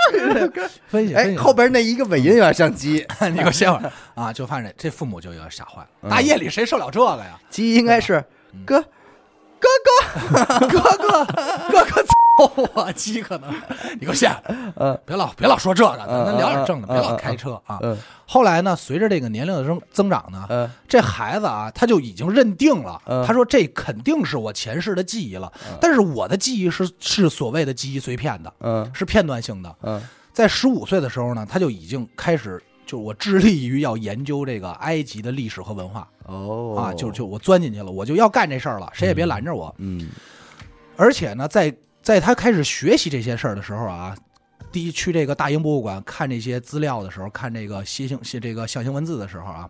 Speaker 2: 分析
Speaker 1: 哎，后边那一个尾音有点像鸡，
Speaker 2: 边 你给我歇会 儿啊，就发现这父母就有点吓坏
Speaker 1: 嗯
Speaker 2: 了，大夜里谁受了这个 呀？
Speaker 1: 鸡应该是
Speaker 2: 嗯
Speaker 1: 哥哥
Speaker 2: 哥哥，哥哥揍我鸡可能， 你给我歇会儿，
Speaker 1: 嗯
Speaker 2: 别老别老说这个，咱
Speaker 1: 嗯
Speaker 2: 咱聊点正的，
Speaker 1: 嗯
Speaker 2: 别
Speaker 1: 嗯
Speaker 2: 老开车啊
Speaker 1: 嗯。
Speaker 2: 后来呢，随着这个年龄的增增长呢，
Speaker 1: 哥，
Speaker 2: 这孩子啊，他就已经认定了，
Speaker 1: 嗯
Speaker 2: 他说这肯定是我前世的记忆了，但是我的记忆是是所谓的记忆碎片的，
Speaker 1: 嗯
Speaker 2: 是片段性的。
Speaker 1: 嗯
Speaker 2: 在十五岁的时候呢，他就已经开始，就是我致力于要研究这个埃及的历史和文化、
Speaker 1: 哦
Speaker 2: 啊，就就我钻进去了，我就要干这事儿了，谁也别拦着我。
Speaker 1: 嗯
Speaker 2: 而且呢，在在他开始学习这些事儿的时候啊，第一去这个大英博物馆看这些资料的时候，看这个楔形这个象形文字的时候啊，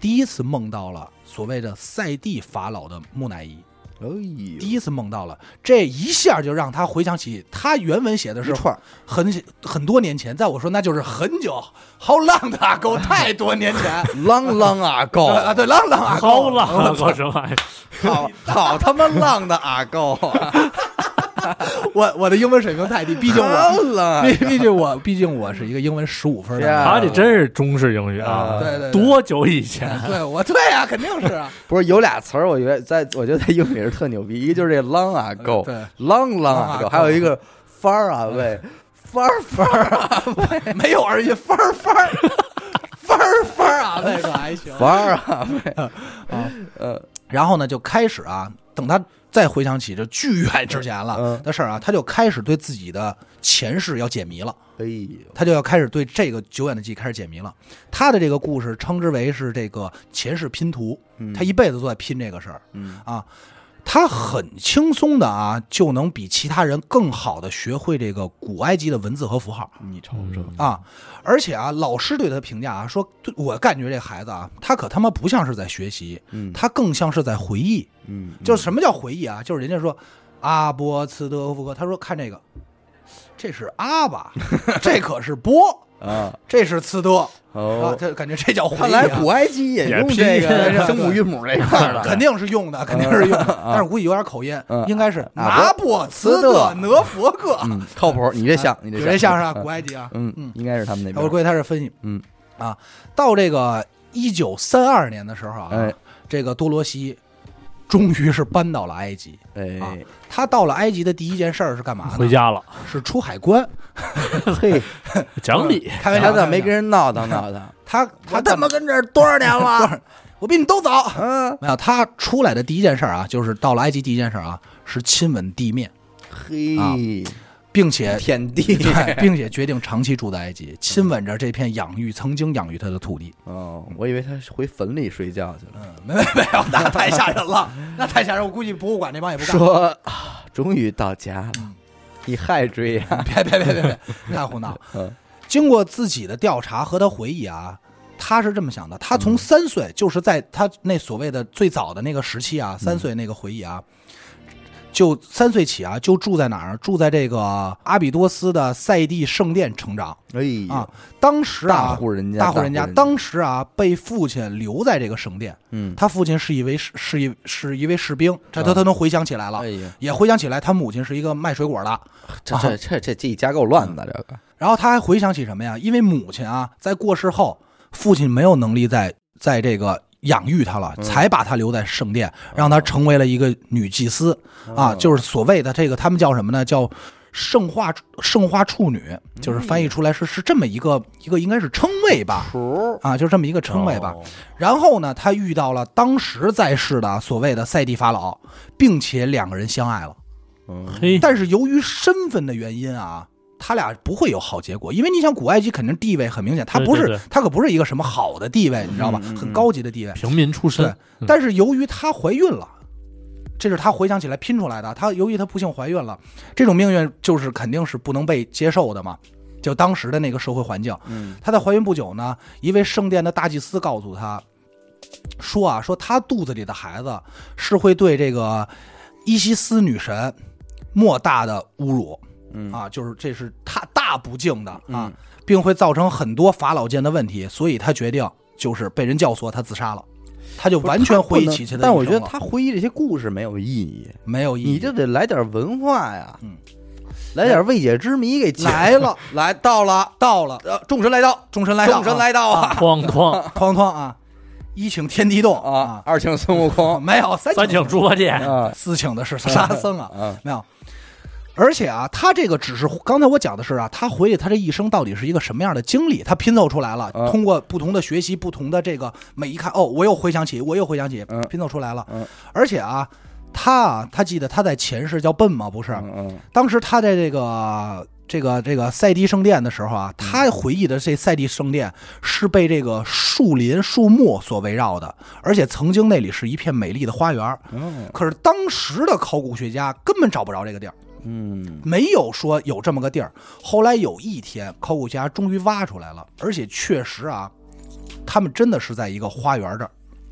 Speaker 2: 第一次梦到了所谓的塞蒂法老的木乃伊，
Speaker 1: 哎呦
Speaker 2: 第一次梦到了，这一下就让他回想起他原文写的是
Speaker 1: 一串儿
Speaker 2: 很很多年前，在我说那就是很久，how long 的啊， 够太多年前。
Speaker 1: 哎浪浪阿高，
Speaker 2: 啊啊，对，浪浪啊，
Speaker 3: 好
Speaker 2: 高
Speaker 3: 了，我什么？
Speaker 1: 好好他妈浪的阿高，
Speaker 2: 我我的英文水平太低，毕竟
Speaker 1: 好
Speaker 2: 我，
Speaker 1: 浪
Speaker 2: 毕毕竟我，毕竟我是一个英文十五 分的人。
Speaker 1: Yeah
Speaker 3: 他这真是中式英语啊！
Speaker 2: 对对对
Speaker 3: 多久以前？
Speaker 2: 对我对啊，肯定是啊，
Speaker 1: 不是有俩词儿，我觉得在我觉得在英语是特牛 逼，一个就是这浪阿高，
Speaker 2: 对
Speaker 1: 浪浪啊阿高，
Speaker 2: Long ago
Speaker 1: 还有一个啊 far away。far far
Speaker 2: 没有而已，分儿分儿分儿分儿啊，那个还行。
Speaker 1: far away，
Speaker 2: 然后呢，就开始啊，等他再回想起这巨远之前了
Speaker 1: 嗯
Speaker 2: 的事儿啊，他就开始对自己的前世要解谜了。
Speaker 1: 哎呦，
Speaker 2: 他就要开始对这个久远的记忆开始解谜了。他的这个故事称之为是这个前世拼图，他一辈子都在拼这个事儿。
Speaker 1: 嗯
Speaker 2: 啊，他很轻松的啊，就能比其他人更好的学会这个古埃及的文字和符号
Speaker 1: 你瞅瞅，
Speaker 2: 啊。而且啊，老师对他的评价啊，说对我感觉这孩子啊，他可他妈不像是在学习，
Speaker 1: 嗯
Speaker 2: 他更像是在回忆。
Speaker 1: 嗯，
Speaker 2: 就是什么叫回忆啊？就是人家说阿波茨德夫克，他说看这个，这是阿 吧，这可是波。
Speaker 1: 啊，
Speaker 2: 这是刺多、啊
Speaker 1: 哦，，
Speaker 2: 这感觉这叫回忆、啊。
Speaker 1: 看来古埃及也
Speaker 3: 也
Speaker 1: 用
Speaker 3: 拼
Speaker 1: 这
Speaker 2: 音
Speaker 1: 个
Speaker 2: 啊
Speaker 1: 声母
Speaker 2: 对
Speaker 1: 韵母这块 儿的，
Speaker 2: 肯定是用的，肯定是用的， 但是估计有点口音
Speaker 1: 嗯，
Speaker 2: 应该是
Speaker 1: 啊
Speaker 2: 拿破茨特德佛克，
Speaker 1: 嗯，靠谱，你这像，你
Speaker 2: 有
Speaker 1: 这
Speaker 2: 这像是吧
Speaker 1: 嗯
Speaker 2: 古埃及啊。
Speaker 1: 嗯，应该是他们那边。
Speaker 2: 我估计他是分析
Speaker 1: 嗯
Speaker 2: 啊，到这个一九三二年的时候啊
Speaker 1: 哎，
Speaker 2: 这个多罗西终于是搬到了埃及。啊
Speaker 1: 哎，
Speaker 2: 他到了埃及的第一件事儿是干嘛
Speaker 3: 回
Speaker 2: 呢？
Speaker 3: 家了，
Speaker 2: 是出海关。
Speaker 1: 嘿，
Speaker 3: 讲理。
Speaker 2: 开玩笑，
Speaker 1: 他
Speaker 2: 开玩
Speaker 1: 咋啊
Speaker 2: 笑
Speaker 1: 没跟人闹腾闹腾？
Speaker 2: 他
Speaker 1: 我
Speaker 2: 他
Speaker 1: 他妈跟这儿多少年 了？
Speaker 2: 我比你都早。
Speaker 1: 嗯，
Speaker 2: 没有，他出来的第一件事儿啊，就是到了埃及第一件事儿啊，是亲吻地面。
Speaker 1: 嘿，
Speaker 2: 并 且
Speaker 1: 天地，
Speaker 2: 对，嗯并且决定长期住在埃及，亲吻着这片养育曾经养育他的土地。
Speaker 1: 哦，我以为他回坟里睡觉去了。
Speaker 2: 嗯，没没没有，那太吓人了，那太吓人，我估计博物馆那帮也不干。嗯
Speaker 1: 说啊，终于到家了，你还追啊呀？
Speaker 2: 别别别别 别，太胡闹
Speaker 1: 嗯。
Speaker 2: 经过自己的调查和他回忆啊，他是这么想的：他从三岁，就是在他那所谓的最早的那个时期啊，三岁那个回忆啊，就三岁起啊，就住在哪儿？住在这个阿比多斯的赛蒂圣殿成长
Speaker 1: 哎呀
Speaker 2: 啊，。当时
Speaker 1: 大
Speaker 2: 啊，
Speaker 1: 户人家，
Speaker 2: 大
Speaker 1: 户
Speaker 2: 户人家当时啊被父亲留在这个圣殿，
Speaker 1: 嗯，
Speaker 2: 他父亲是一位士是一是一位士兵，这
Speaker 1: 啊
Speaker 2: 他他能回想起来了，
Speaker 1: 哎呀，
Speaker 2: 也回想起来他母亲是一个卖水果的。
Speaker 1: 这
Speaker 2: 啊
Speaker 1: 这这这这一家够乱
Speaker 2: 嗯
Speaker 1: 的，这个
Speaker 2: 然后他还回想起什么呀？因为母亲啊，在过世后，父亲没有能力在在这个养育他了，才把他留在圣殿，让他成为了一个女祭司、
Speaker 1: 嗯
Speaker 2: 啊，就是所谓的这个他们叫什么呢？叫圣化圣化处女，就是翻译出来是是这么一个一个应该是称谓吧，啊，就这么一个称谓吧。
Speaker 3: 哦
Speaker 2: 然后呢，他遇到了当时在世的所谓的赛蒂法老，并且两个人相爱了。
Speaker 1: 嗯
Speaker 3: 嘿，
Speaker 2: 但是由于身份的原因啊，他俩不会有好结果，因为你想，古埃及肯定地位很明显，他
Speaker 3: 对
Speaker 2: 不是
Speaker 3: 对对
Speaker 2: 他可不是一个什么好的地位，你知道吧？
Speaker 1: 嗯嗯
Speaker 2: 很高级的地位。
Speaker 3: 平民出身
Speaker 2: 对，，但是由于她怀孕了，这是她回想起来拼出来的。她由于她不幸怀孕了，这种命运就是肯定是不能被接受的嘛。就当时的那个社会环境，
Speaker 1: 嗯
Speaker 2: 她在怀孕不久呢，一位圣殿的大祭司告诉她，说啊，说她肚子里的孩子是会对这个伊西斯女神莫大的侮辱，
Speaker 1: 嗯
Speaker 2: 啊，就是这是他大不敬的啊，并会造成很多法老间的问题，所以他决定就是被人教唆，他自杀了，他就完全回忆起他的一生了。
Speaker 1: 但我觉得他回忆这些故事没有意义，
Speaker 2: 没有意义，
Speaker 1: 你就得来点文化呀，
Speaker 2: 嗯，
Speaker 1: 来点未解之谜给解
Speaker 2: 来了，
Speaker 1: 来到了，
Speaker 2: 到了，
Speaker 1: 呃，众神来到，
Speaker 2: 众神来到，
Speaker 1: 众神来到啊
Speaker 3: 哐哐，
Speaker 2: 啊，哐哐啊，一请天地 动哦
Speaker 1: 啊，二请孙悟 空
Speaker 2: 没有三
Speaker 3: 三请猪八戒，
Speaker 1: 啊，
Speaker 2: 私请的是沙僧啊，
Speaker 1: 啊
Speaker 2: 没有。而且啊，他这个只是刚才我讲的是啊，他回忆他这一生到底是一个什么样的经历，他拼凑出来了。
Speaker 1: 嗯
Speaker 2: 通过不同的学习，不同的这个每一看，哦，我又回想起，我又回想起
Speaker 1: 嗯，
Speaker 2: 拼凑出来了
Speaker 1: 嗯。
Speaker 2: 而且啊，他啊，他记得他在前世叫笨吗？不是，
Speaker 1: 嗯嗯
Speaker 2: 当时他在这个这个这个赛蒂圣殿的时候啊，他回忆的这赛蒂圣殿是被这个树林树木所围绕的，而且曾经那里是一片美丽的花园。
Speaker 1: 嗯
Speaker 2: 可是当时的考古学家根本找不着这个地儿，
Speaker 1: 嗯，
Speaker 2: 没有说有这么个地儿。后来有一天，考古学家终于挖出来了，而且确实啊，他们真的是在一个花园这儿。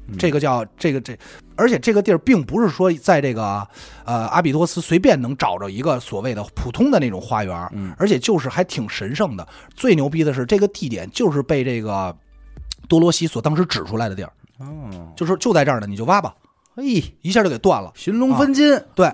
Speaker 1: 嗯
Speaker 2: 这个叫这个这，而且这个地儿并不是说在这个呃阿比多斯随便能找着一个所谓的普通的那种花园，
Speaker 1: 嗯
Speaker 2: 而且就是还挺神圣的。最牛逼的是，这个地点就是被这个呃多罗西所当时指出来的地儿，
Speaker 1: 哦，
Speaker 2: 就说就在这儿呢，你就挖吧，
Speaker 1: 嘿，
Speaker 2: 一下就给断了。
Speaker 1: 寻龙分金，
Speaker 2: 对，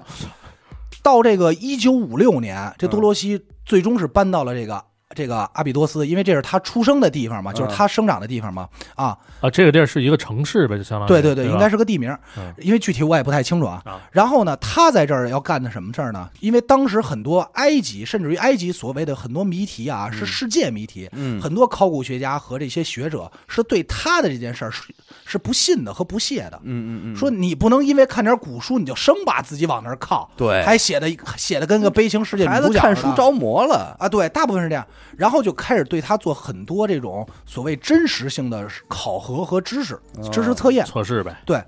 Speaker 2: 到这个一九五六年，这多罗西最终是搬到了这个这个阿比多斯，因为这是他出生的地方嘛，就是他生长的地方嘛。啊，
Speaker 3: 啊，这个地儿是一个城市呗，就相当于
Speaker 2: 对对对，
Speaker 3: 啊吧
Speaker 2: 应该是个地名
Speaker 3: 嗯，
Speaker 2: 因为具体我也不太清楚啊
Speaker 3: 啊。
Speaker 2: 然后呢，他在这儿要干的什么事儿呢？因为当时很多埃及，甚至于埃及所谓的很多谜题啊，是世界谜题，
Speaker 1: 嗯
Speaker 2: 很多考古学家和这些学者是对他的这件事儿是是不信的和不屑的。
Speaker 1: 嗯嗯嗯，
Speaker 2: 说你不能因为看点古书你就生把自己往那儿靠，
Speaker 1: 对
Speaker 2: 还写的写的跟个悲情世界女
Speaker 1: 孩
Speaker 2: 主
Speaker 1: 子
Speaker 2: 角
Speaker 1: 看
Speaker 2: 似
Speaker 1: 书
Speaker 2: 的
Speaker 1: 着魔了，
Speaker 2: 啊，对，大部分是这样，然后就开始对他做很多这种所谓真实性的考核和知识
Speaker 1: 哦
Speaker 2: 知识测验，
Speaker 3: 测试呗，
Speaker 2: 对，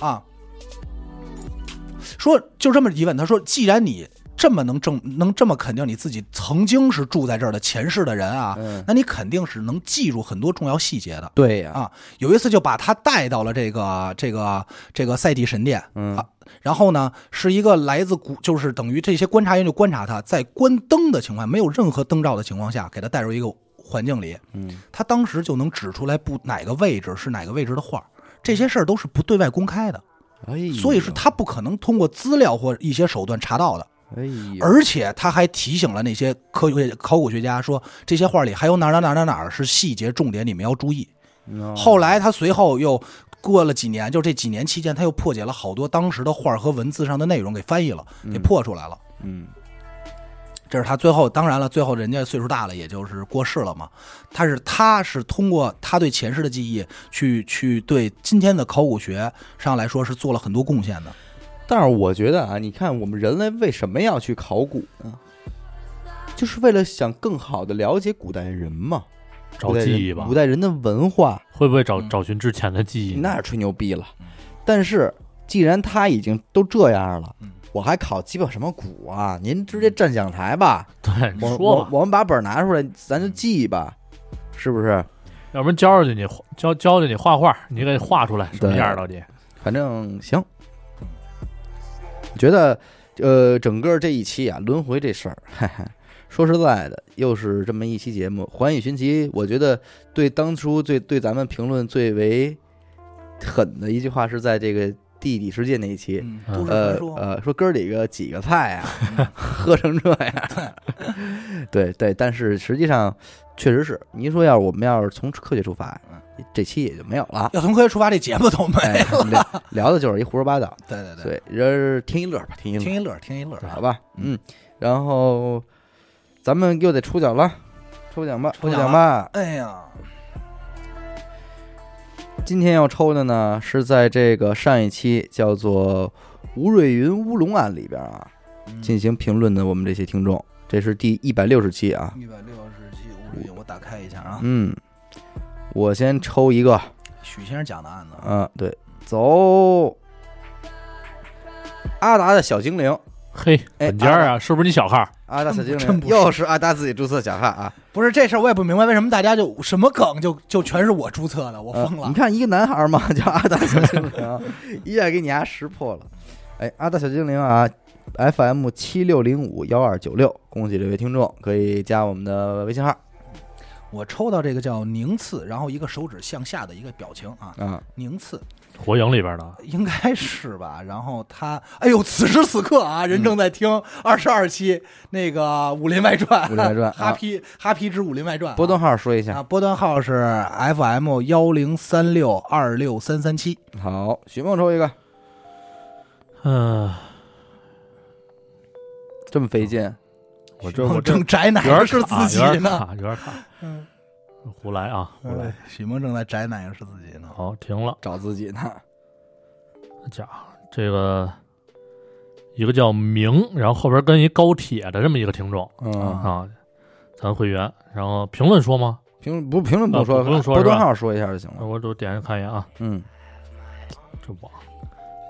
Speaker 2: 啊，说就这么一问，他说，既然你这么能证能这么肯定你自己曾经是住在这儿的前世的人啊，
Speaker 1: 嗯
Speaker 2: 那你肯定是能记住很多重要细节的。
Speaker 1: 对呀，
Speaker 2: 啊，有一次就把他带到了这个这个这个赛蒂神殿，
Speaker 1: 嗯
Speaker 2: 啊，然后呢是一个来自古，就是等于这些观察员就观察他在关灯的情况下，没有任何灯罩的情况下，给他带入一个环境里，
Speaker 1: 嗯，
Speaker 2: 他当时就能指出来不哪个位置是哪个位置的画儿，这些事儿都是不对外公开的，
Speaker 1: 哎呀，
Speaker 2: 所以是他不可能通过资料或一些手段查到的。
Speaker 1: 哎呀，
Speaker 2: 而且他还提醒了那些科学考古学家说，这些画里还有哪儿哪儿哪儿哪儿哪儿是细节重点，你们要注意。
Speaker 1: 哦
Speaker 2: 后来他随后又过了几年，就这几年期间，他又破解了好多当时的画儿和文字上的内容，给翻译了，给破出来了。
Speaker 1: 嗯
Speaker 2: 这是他最后，当然了，最后人家岁数大了，也就是过世了嘛。但是他是通过他对前世的记忆去，去对今天的考古学上来说是做了很多贡献的。
Speaker 1: 但是我觉得啊，你看我们人类为什么要去考古呢？就是为了想更好的了解古代人嘛，
Speaker 3: 找记忆吧
Speaker 1: 古，代人的文化，
Speaker 3: 会不会找
Speaker 2: 嗯
Speaker 3: 找寻之前的记忆？
Speaker 1: 那是吹牛逼了。但是既然他已经都这样了
Speaker 2: 嗯，
Speaker 1: 我还考鸡巴什么古啊？您直接站讲台吧，
Speaker 3: 对，你
Speaker 1: 我
Speaker 3: 说
Speaker 1: 我
Speaker 3: 吧，
Speaker 1: 我们把本儿拿出来，咱就记吧，是不是？
Speaker 3: 要不然教教你教教教你画画，你给画出来什么样儿到底？
Speaker 1: 反正行，觉得呃，整个这一期啊，轮回这事儿， 哈哈，说实在的，又是这么一期节目，环宇寻奇，我觉得对当初最对咱们评论最为狠的一句话是在这个地理世界那一期。
Speaker 2: 嗯，
Speaker 3: 嗯
Speaker 2: 都市
Speaker 1: 呃
Speaker 2: 传说，
Speaker 1: 呃，说哥儿几个几个菜啊，喝成这样， 对对，但是实际上确实是，您说要是我们要是从科学出发，这期也就没有了。
Speaker 2: 要从科学出发，这节目都没
Speaker 1: 哎，
Speaker 2: 了。
Speaker 1: 聊聊的就是一胡说八道，
Speaker 2: 对对对，
Speaker 1: 对，人听一乐吧，听一乐，
Speaker 2: 听一乐，听一乐，
Speaker 1: 好吧，嗯，然后咱们又得抽奖了，抽奖吧，抽
Speaker 2: 抽奖
Speaker 1: 奖吧。
Speaker 2: 哎呀，
Speaker 1: 今天要抽的呢，是在这个上一期叫做《吴瑞云乌龙案》里边啊进行评论的我们这些听众，这是第一百六十期啊。
Speaker 2: 一百六十七五十九，我打开一下啊，
Speaker 1: 嗯，我先抽一个，
Speaker 2: 许先生讲的案子啊，
Speaker 1: 啊，对，走。阿达的小精灵，
Speaker 3: 嘿，
Speaker 1: 哎
Speaker 3: 本家儿啊，是不是你小号？
Speaker 1: 阿达小精
Speaker 2: 真
Speaker 1: 灵
Speaker 2: 不是
Speaker 1: 又是阿达自己注册小号啊，
Speaker 2: 不是这事儿我也不明白，为什么大家就什么梗就就全是我注册的，我
Speaker 1: 呃
Speaker 2: 疯了
Speaker 1: 你。看一个男孩儿嘛，叫阿达小精灵，啊 一下给你丫识破了。哎，阿达小精灵啊，FM 七六零五幺二九六，恭喜这位听众，可以加我们的微信号
Speaker 2: 我抽到这个叫宁次，然后一个手指向下的一个表情啊，
Speaker 1: 啊。
Speaker 2: 宁次
Speaker 3: 火影里边的，
Speaker 2: 应该是吧？然后他，哎呦，此时此刻啊，人正在听二十二期那个《武林外传》，
Speaker 1: 武林外传
Speaker 2: 啊 哈皮哈皮之《武林外传》啊，
Speaker 1: 拨段啊号说一下
Speaker 2: 啊，。波段号是 FM 幺零三六二六三三七，
Speaker 1: 好，许梦抽一个，
Speaker 3: 嗯，
Speaker 1: 这么费劲，
Speaker 3: 我这我
Speaker 2: 哦
Speaker 3: 这
Speaker 2: 正宅
Speaker 3: 有点
Speaker 2: 奶
Speaker 3: 儿
Speaker 2: 是
Speaker 3: 卡
Speaker 2: 自己
Speaker 3: 有点儿
Speaker 2: 呢，
Speaker 3: 卡，有点儿卡。
Speaker 2: 嗯
Speaker 3: 胡来啊，胡来。
Speaker 2: 哎许梦正在宅奶是自己呢，
Speaker 3: 好，停了。
Speaker 1: 找自己呢。
Speaker 3: 家伙，这个一个叫明，然后后边跟一高铁的这么一个听众
Speaker 1: 嗯，
Speaker 3: 啊，咱会员，然后评论说吗？
Speaker 1: 评论不评论不说，
Speaker 3: 啊不用说
Speaker 1: 拨
Speaker 3: 是吧
Speaker 1: 段号说一下就行
Speaker 2: 嗯
Speaker 3: 那
Speaker 1: 了。
Speaker 3: 我我点开看一眼啊，
Speaker 1: 嗯，
Speaker 3: 这网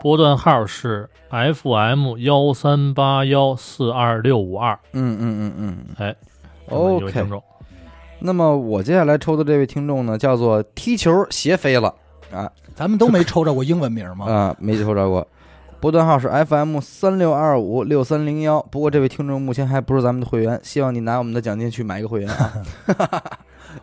Speaker 3: 波段号是 FM 幺三八幺四二六五二，
Speaker 1: 嗯嗯嗯嗯，
Speaker 3: 哎，这么一位
Speaker 1: OK
Speaker 3: 听。众，
Speaker 1: 那么我接下来抽的这位听众呢，叫做踢球鞋飞了啊，
Speaker 2: 咱们都没抽着过英文名吗？
Speaker 1: 啊、没抽着过。拨段号是 FM 三六二五六三零幺，不过这位听众目前还不是咱们的会员，希望你拿我们的奖金去买一个会员啊。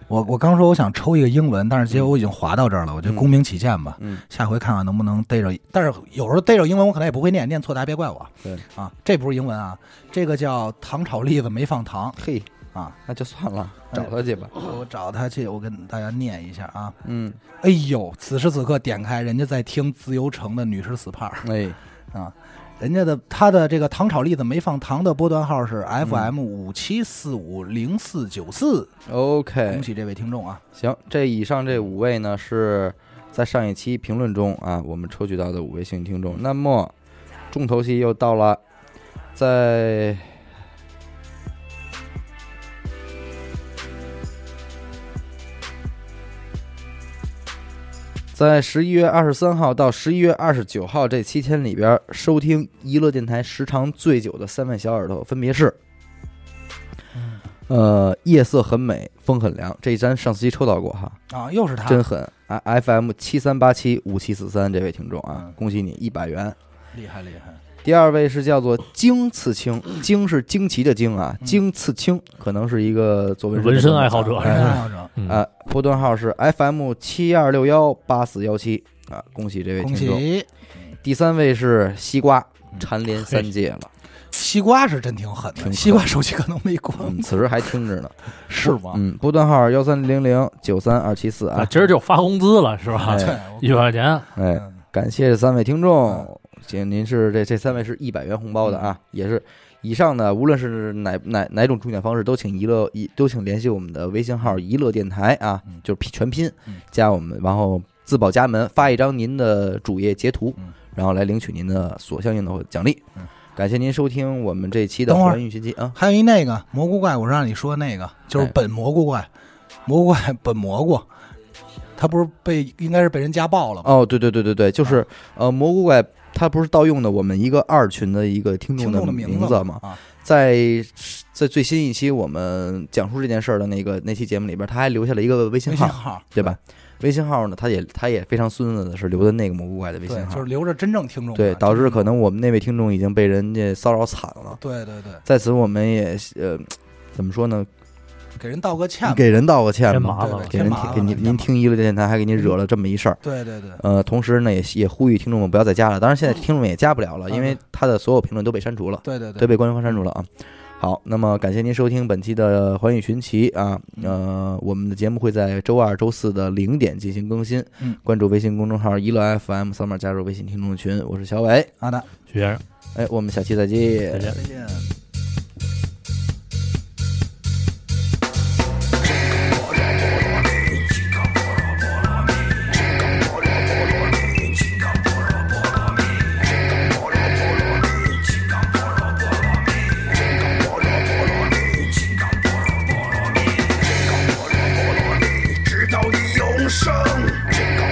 Speaker 2: 我我刚说我想抽一个英文，但是结果我已经滑到这儿了，我就公平起见吧。
Speaker 1: 嗯，
Speaker 2: 下回看看能不能逮着，但是有时候逮着英文我可能也不会念，念错的还别怪我。
Speaker 1: 对
Speaker 2: 啊，这不是英文啊，这个叫糖炒栗子没放糖
Speaker 1: 嘿，
Speaker 2: 啊。
Speaker 1: 那就算了，找他去吧。
Speaker 2: 我找他去，我跟大家念一下啊。
Speaker 1: 嗯，
Speaker 2: 哎呦，此时此刻点开，人家在听自由城的女士死胖
Speaker 1: 哎，
Speaker 2: 啊，人家的他的这个糖炒栗子没放糖的波段号
Speaker 1: 嗯
Speaker 2: 是 FM 五七四五零四九四，
Speaker 1: OK，
Speaker 2: 恭喜这位听众啊。
Speaker 1: 行，这以上这五位呢是在上一期评论中啊，我们抽取到的五位幸运听众。那么重头戏又到了，在在十一月二十三号到十一月二十九号这七天里边，收听娱乐电台时长最久的三位小耳朵分别是。呃，夜色很美，风很凉。这一张上期抽到过哈，
Speaker 2: 啊，又是他，
Speaker 1: 真狠啊！FM 七三八七五七四三这位听众啊
Speaker 2: 嗯，
Speaker 1: 恭喜你一百元。
Speaker 2: 厉害厉害。
Speaker 1: 第二位是叫做荆刺 青，荆是惊奇的荆啊，
Speaker 2: 嗯
Speaker 1: 荆刺青可能是一个做纹
Speaker 3: 纹身爱好
Speaker 1: 者
Speaker 3: 者
Speaker 1: 哎
Speaker 2: 爱好者
Speaker 3: 嗯，
Speaker 1: 啊。波段号是 FM 七二六幺八四幺七啊，恭喜这位
Speaker 2: 恭
Speaker 1: 听众。
Speaker 2: 喜！
Speaker 1: 第三位是西瓜，
Speaker 3: 嗯
Speaker 1: 蝉联三届了，
Speaker 2: 西瓜是真挺狠
Speaker 1: 挺
Speaker 2: 的，
Speaker 1: 狠
Speaker 2: 西瓜手机可能没关，
Speaker 1: 嗯， 此时还听着呢。
Speaker 2: 是吗？
Speaker 1: 嗯，波段号幺三零零九三二七四
Speaker 3: 啊，
Speaker 1: 啊，
Speaker 3: 今儿就发工资了是吧？
Speaker 2: 对，
Speaker 3: 一百块钱，
Speaker 1: 哎。
Speaker 2: 嗯
Speaker 1: 感谢这三位听众，行，您是这这三位是一百元红包
Speaker 2: 嗯
Speaker 1: 的啊，也是以上呢，无论是哪哪哪种中奖方式，都请娱乐一都请联系我们的微信号“娱乐电台”啊
Speaker 2: 嗯，
Speaker 1: 就是拼全拼
Speaker 2: 嗯
Speaker 1: 加我们，然后自报家门发一张您的主页截图
Speaker 2: 嗯，
Speaker 1: 然后来领取您的所相应的奖励
Speaker 2: 嗯。
Speaker 1: 感谢您收听我们这期的《
Speaker 2: 等会儿
Speaker 1: 环宇寻奇》啊，
Speaker 2: 还有一那个蘑菇怪，我让你说那个，就是
Speaker 1: 哎
Speaker 2: 本蘑菇怪，蘑菇怪本蘑菇，他不是被应该是被人家暴了吗？
Speaker 1: 哦，对对对对对，就是
Speaker 2: 啊
Speaker 1: 呃，蘑菇怪它不是盗用的我们一个二群的一个听
Speaker 2: 听
Speaker 1: 众哦的
Speaker 2: 众的
Speaker 1: 名
Speaker 2: 字
Speaker 1: 吗？
Speaker 2: 啊，
Speaker 1: 在在最新一期我们讲述这件事儿的那个那期节目里边，他还留下了一个微信
Speaker 2: 微信
Speaker 1: 号，
Speaker 2: 号，
Speaker 1: 对吧？微信号呢，他也他也非常孙子的是留的那个蘑菇怪的微信
Speaker 2: 对，
Speaker 1: 号，
Speaker 2: 就是留着真正听众的，
Speaker 1: 对，导致可能我们那位听众已经被人家骚扰惨了。
Speaker 2: 对对对，
Speaker 1: 在此，我们也 呃，怎么说呢？
Speaker 2: 给人道个歉吧，
Speaker 1: 给人道个歉
Speaker 3: 添
Speaker 1: 吧，
Speaker 3: 麻烦了
Speaker 2: 对，
Speaker 1: 给
Speaker 2: 添
Speaker 1: 人
Speaker 2: 麻
Speaker 1: 听
Speaker 2: 烦
Speaker 1: 给
Speaker 2: 了
Speaker 1: 您您
Speaker 2: 添麻烦
Speaker 1: 听一乐电台，还给您惹了这么一事儿。
Speaker 2: 对对对，
Speaker 1: 呃，同时呢，也也呼吁听众们不要再加了。当然，现在听众们也加不了了，
Speaker 2: 嗯
Speaker 1: 因为他的所有评论都被删除了，
Speaker 2: 对对
Speaker 1: 都
Speaker 2: 对，
Speaker 1: 被官方删除了啊。好，那么感谢您收听本期的《环宇寻奇》啊，呃，我们的节目会在周二、周四的零点进行更新。
Speaker 2: 嗯
Speaker 1: 关注微信公众号“一乐 FM”，扫码加入微信听众群。我是小伟，
Speaker 2: 好的，
Speaker 3: 许先生，
Speaker 1: 哎，我们下期
Speaker 3: 再见。
Speaker 2: 再见。
Speaker 6: 直到永生。这个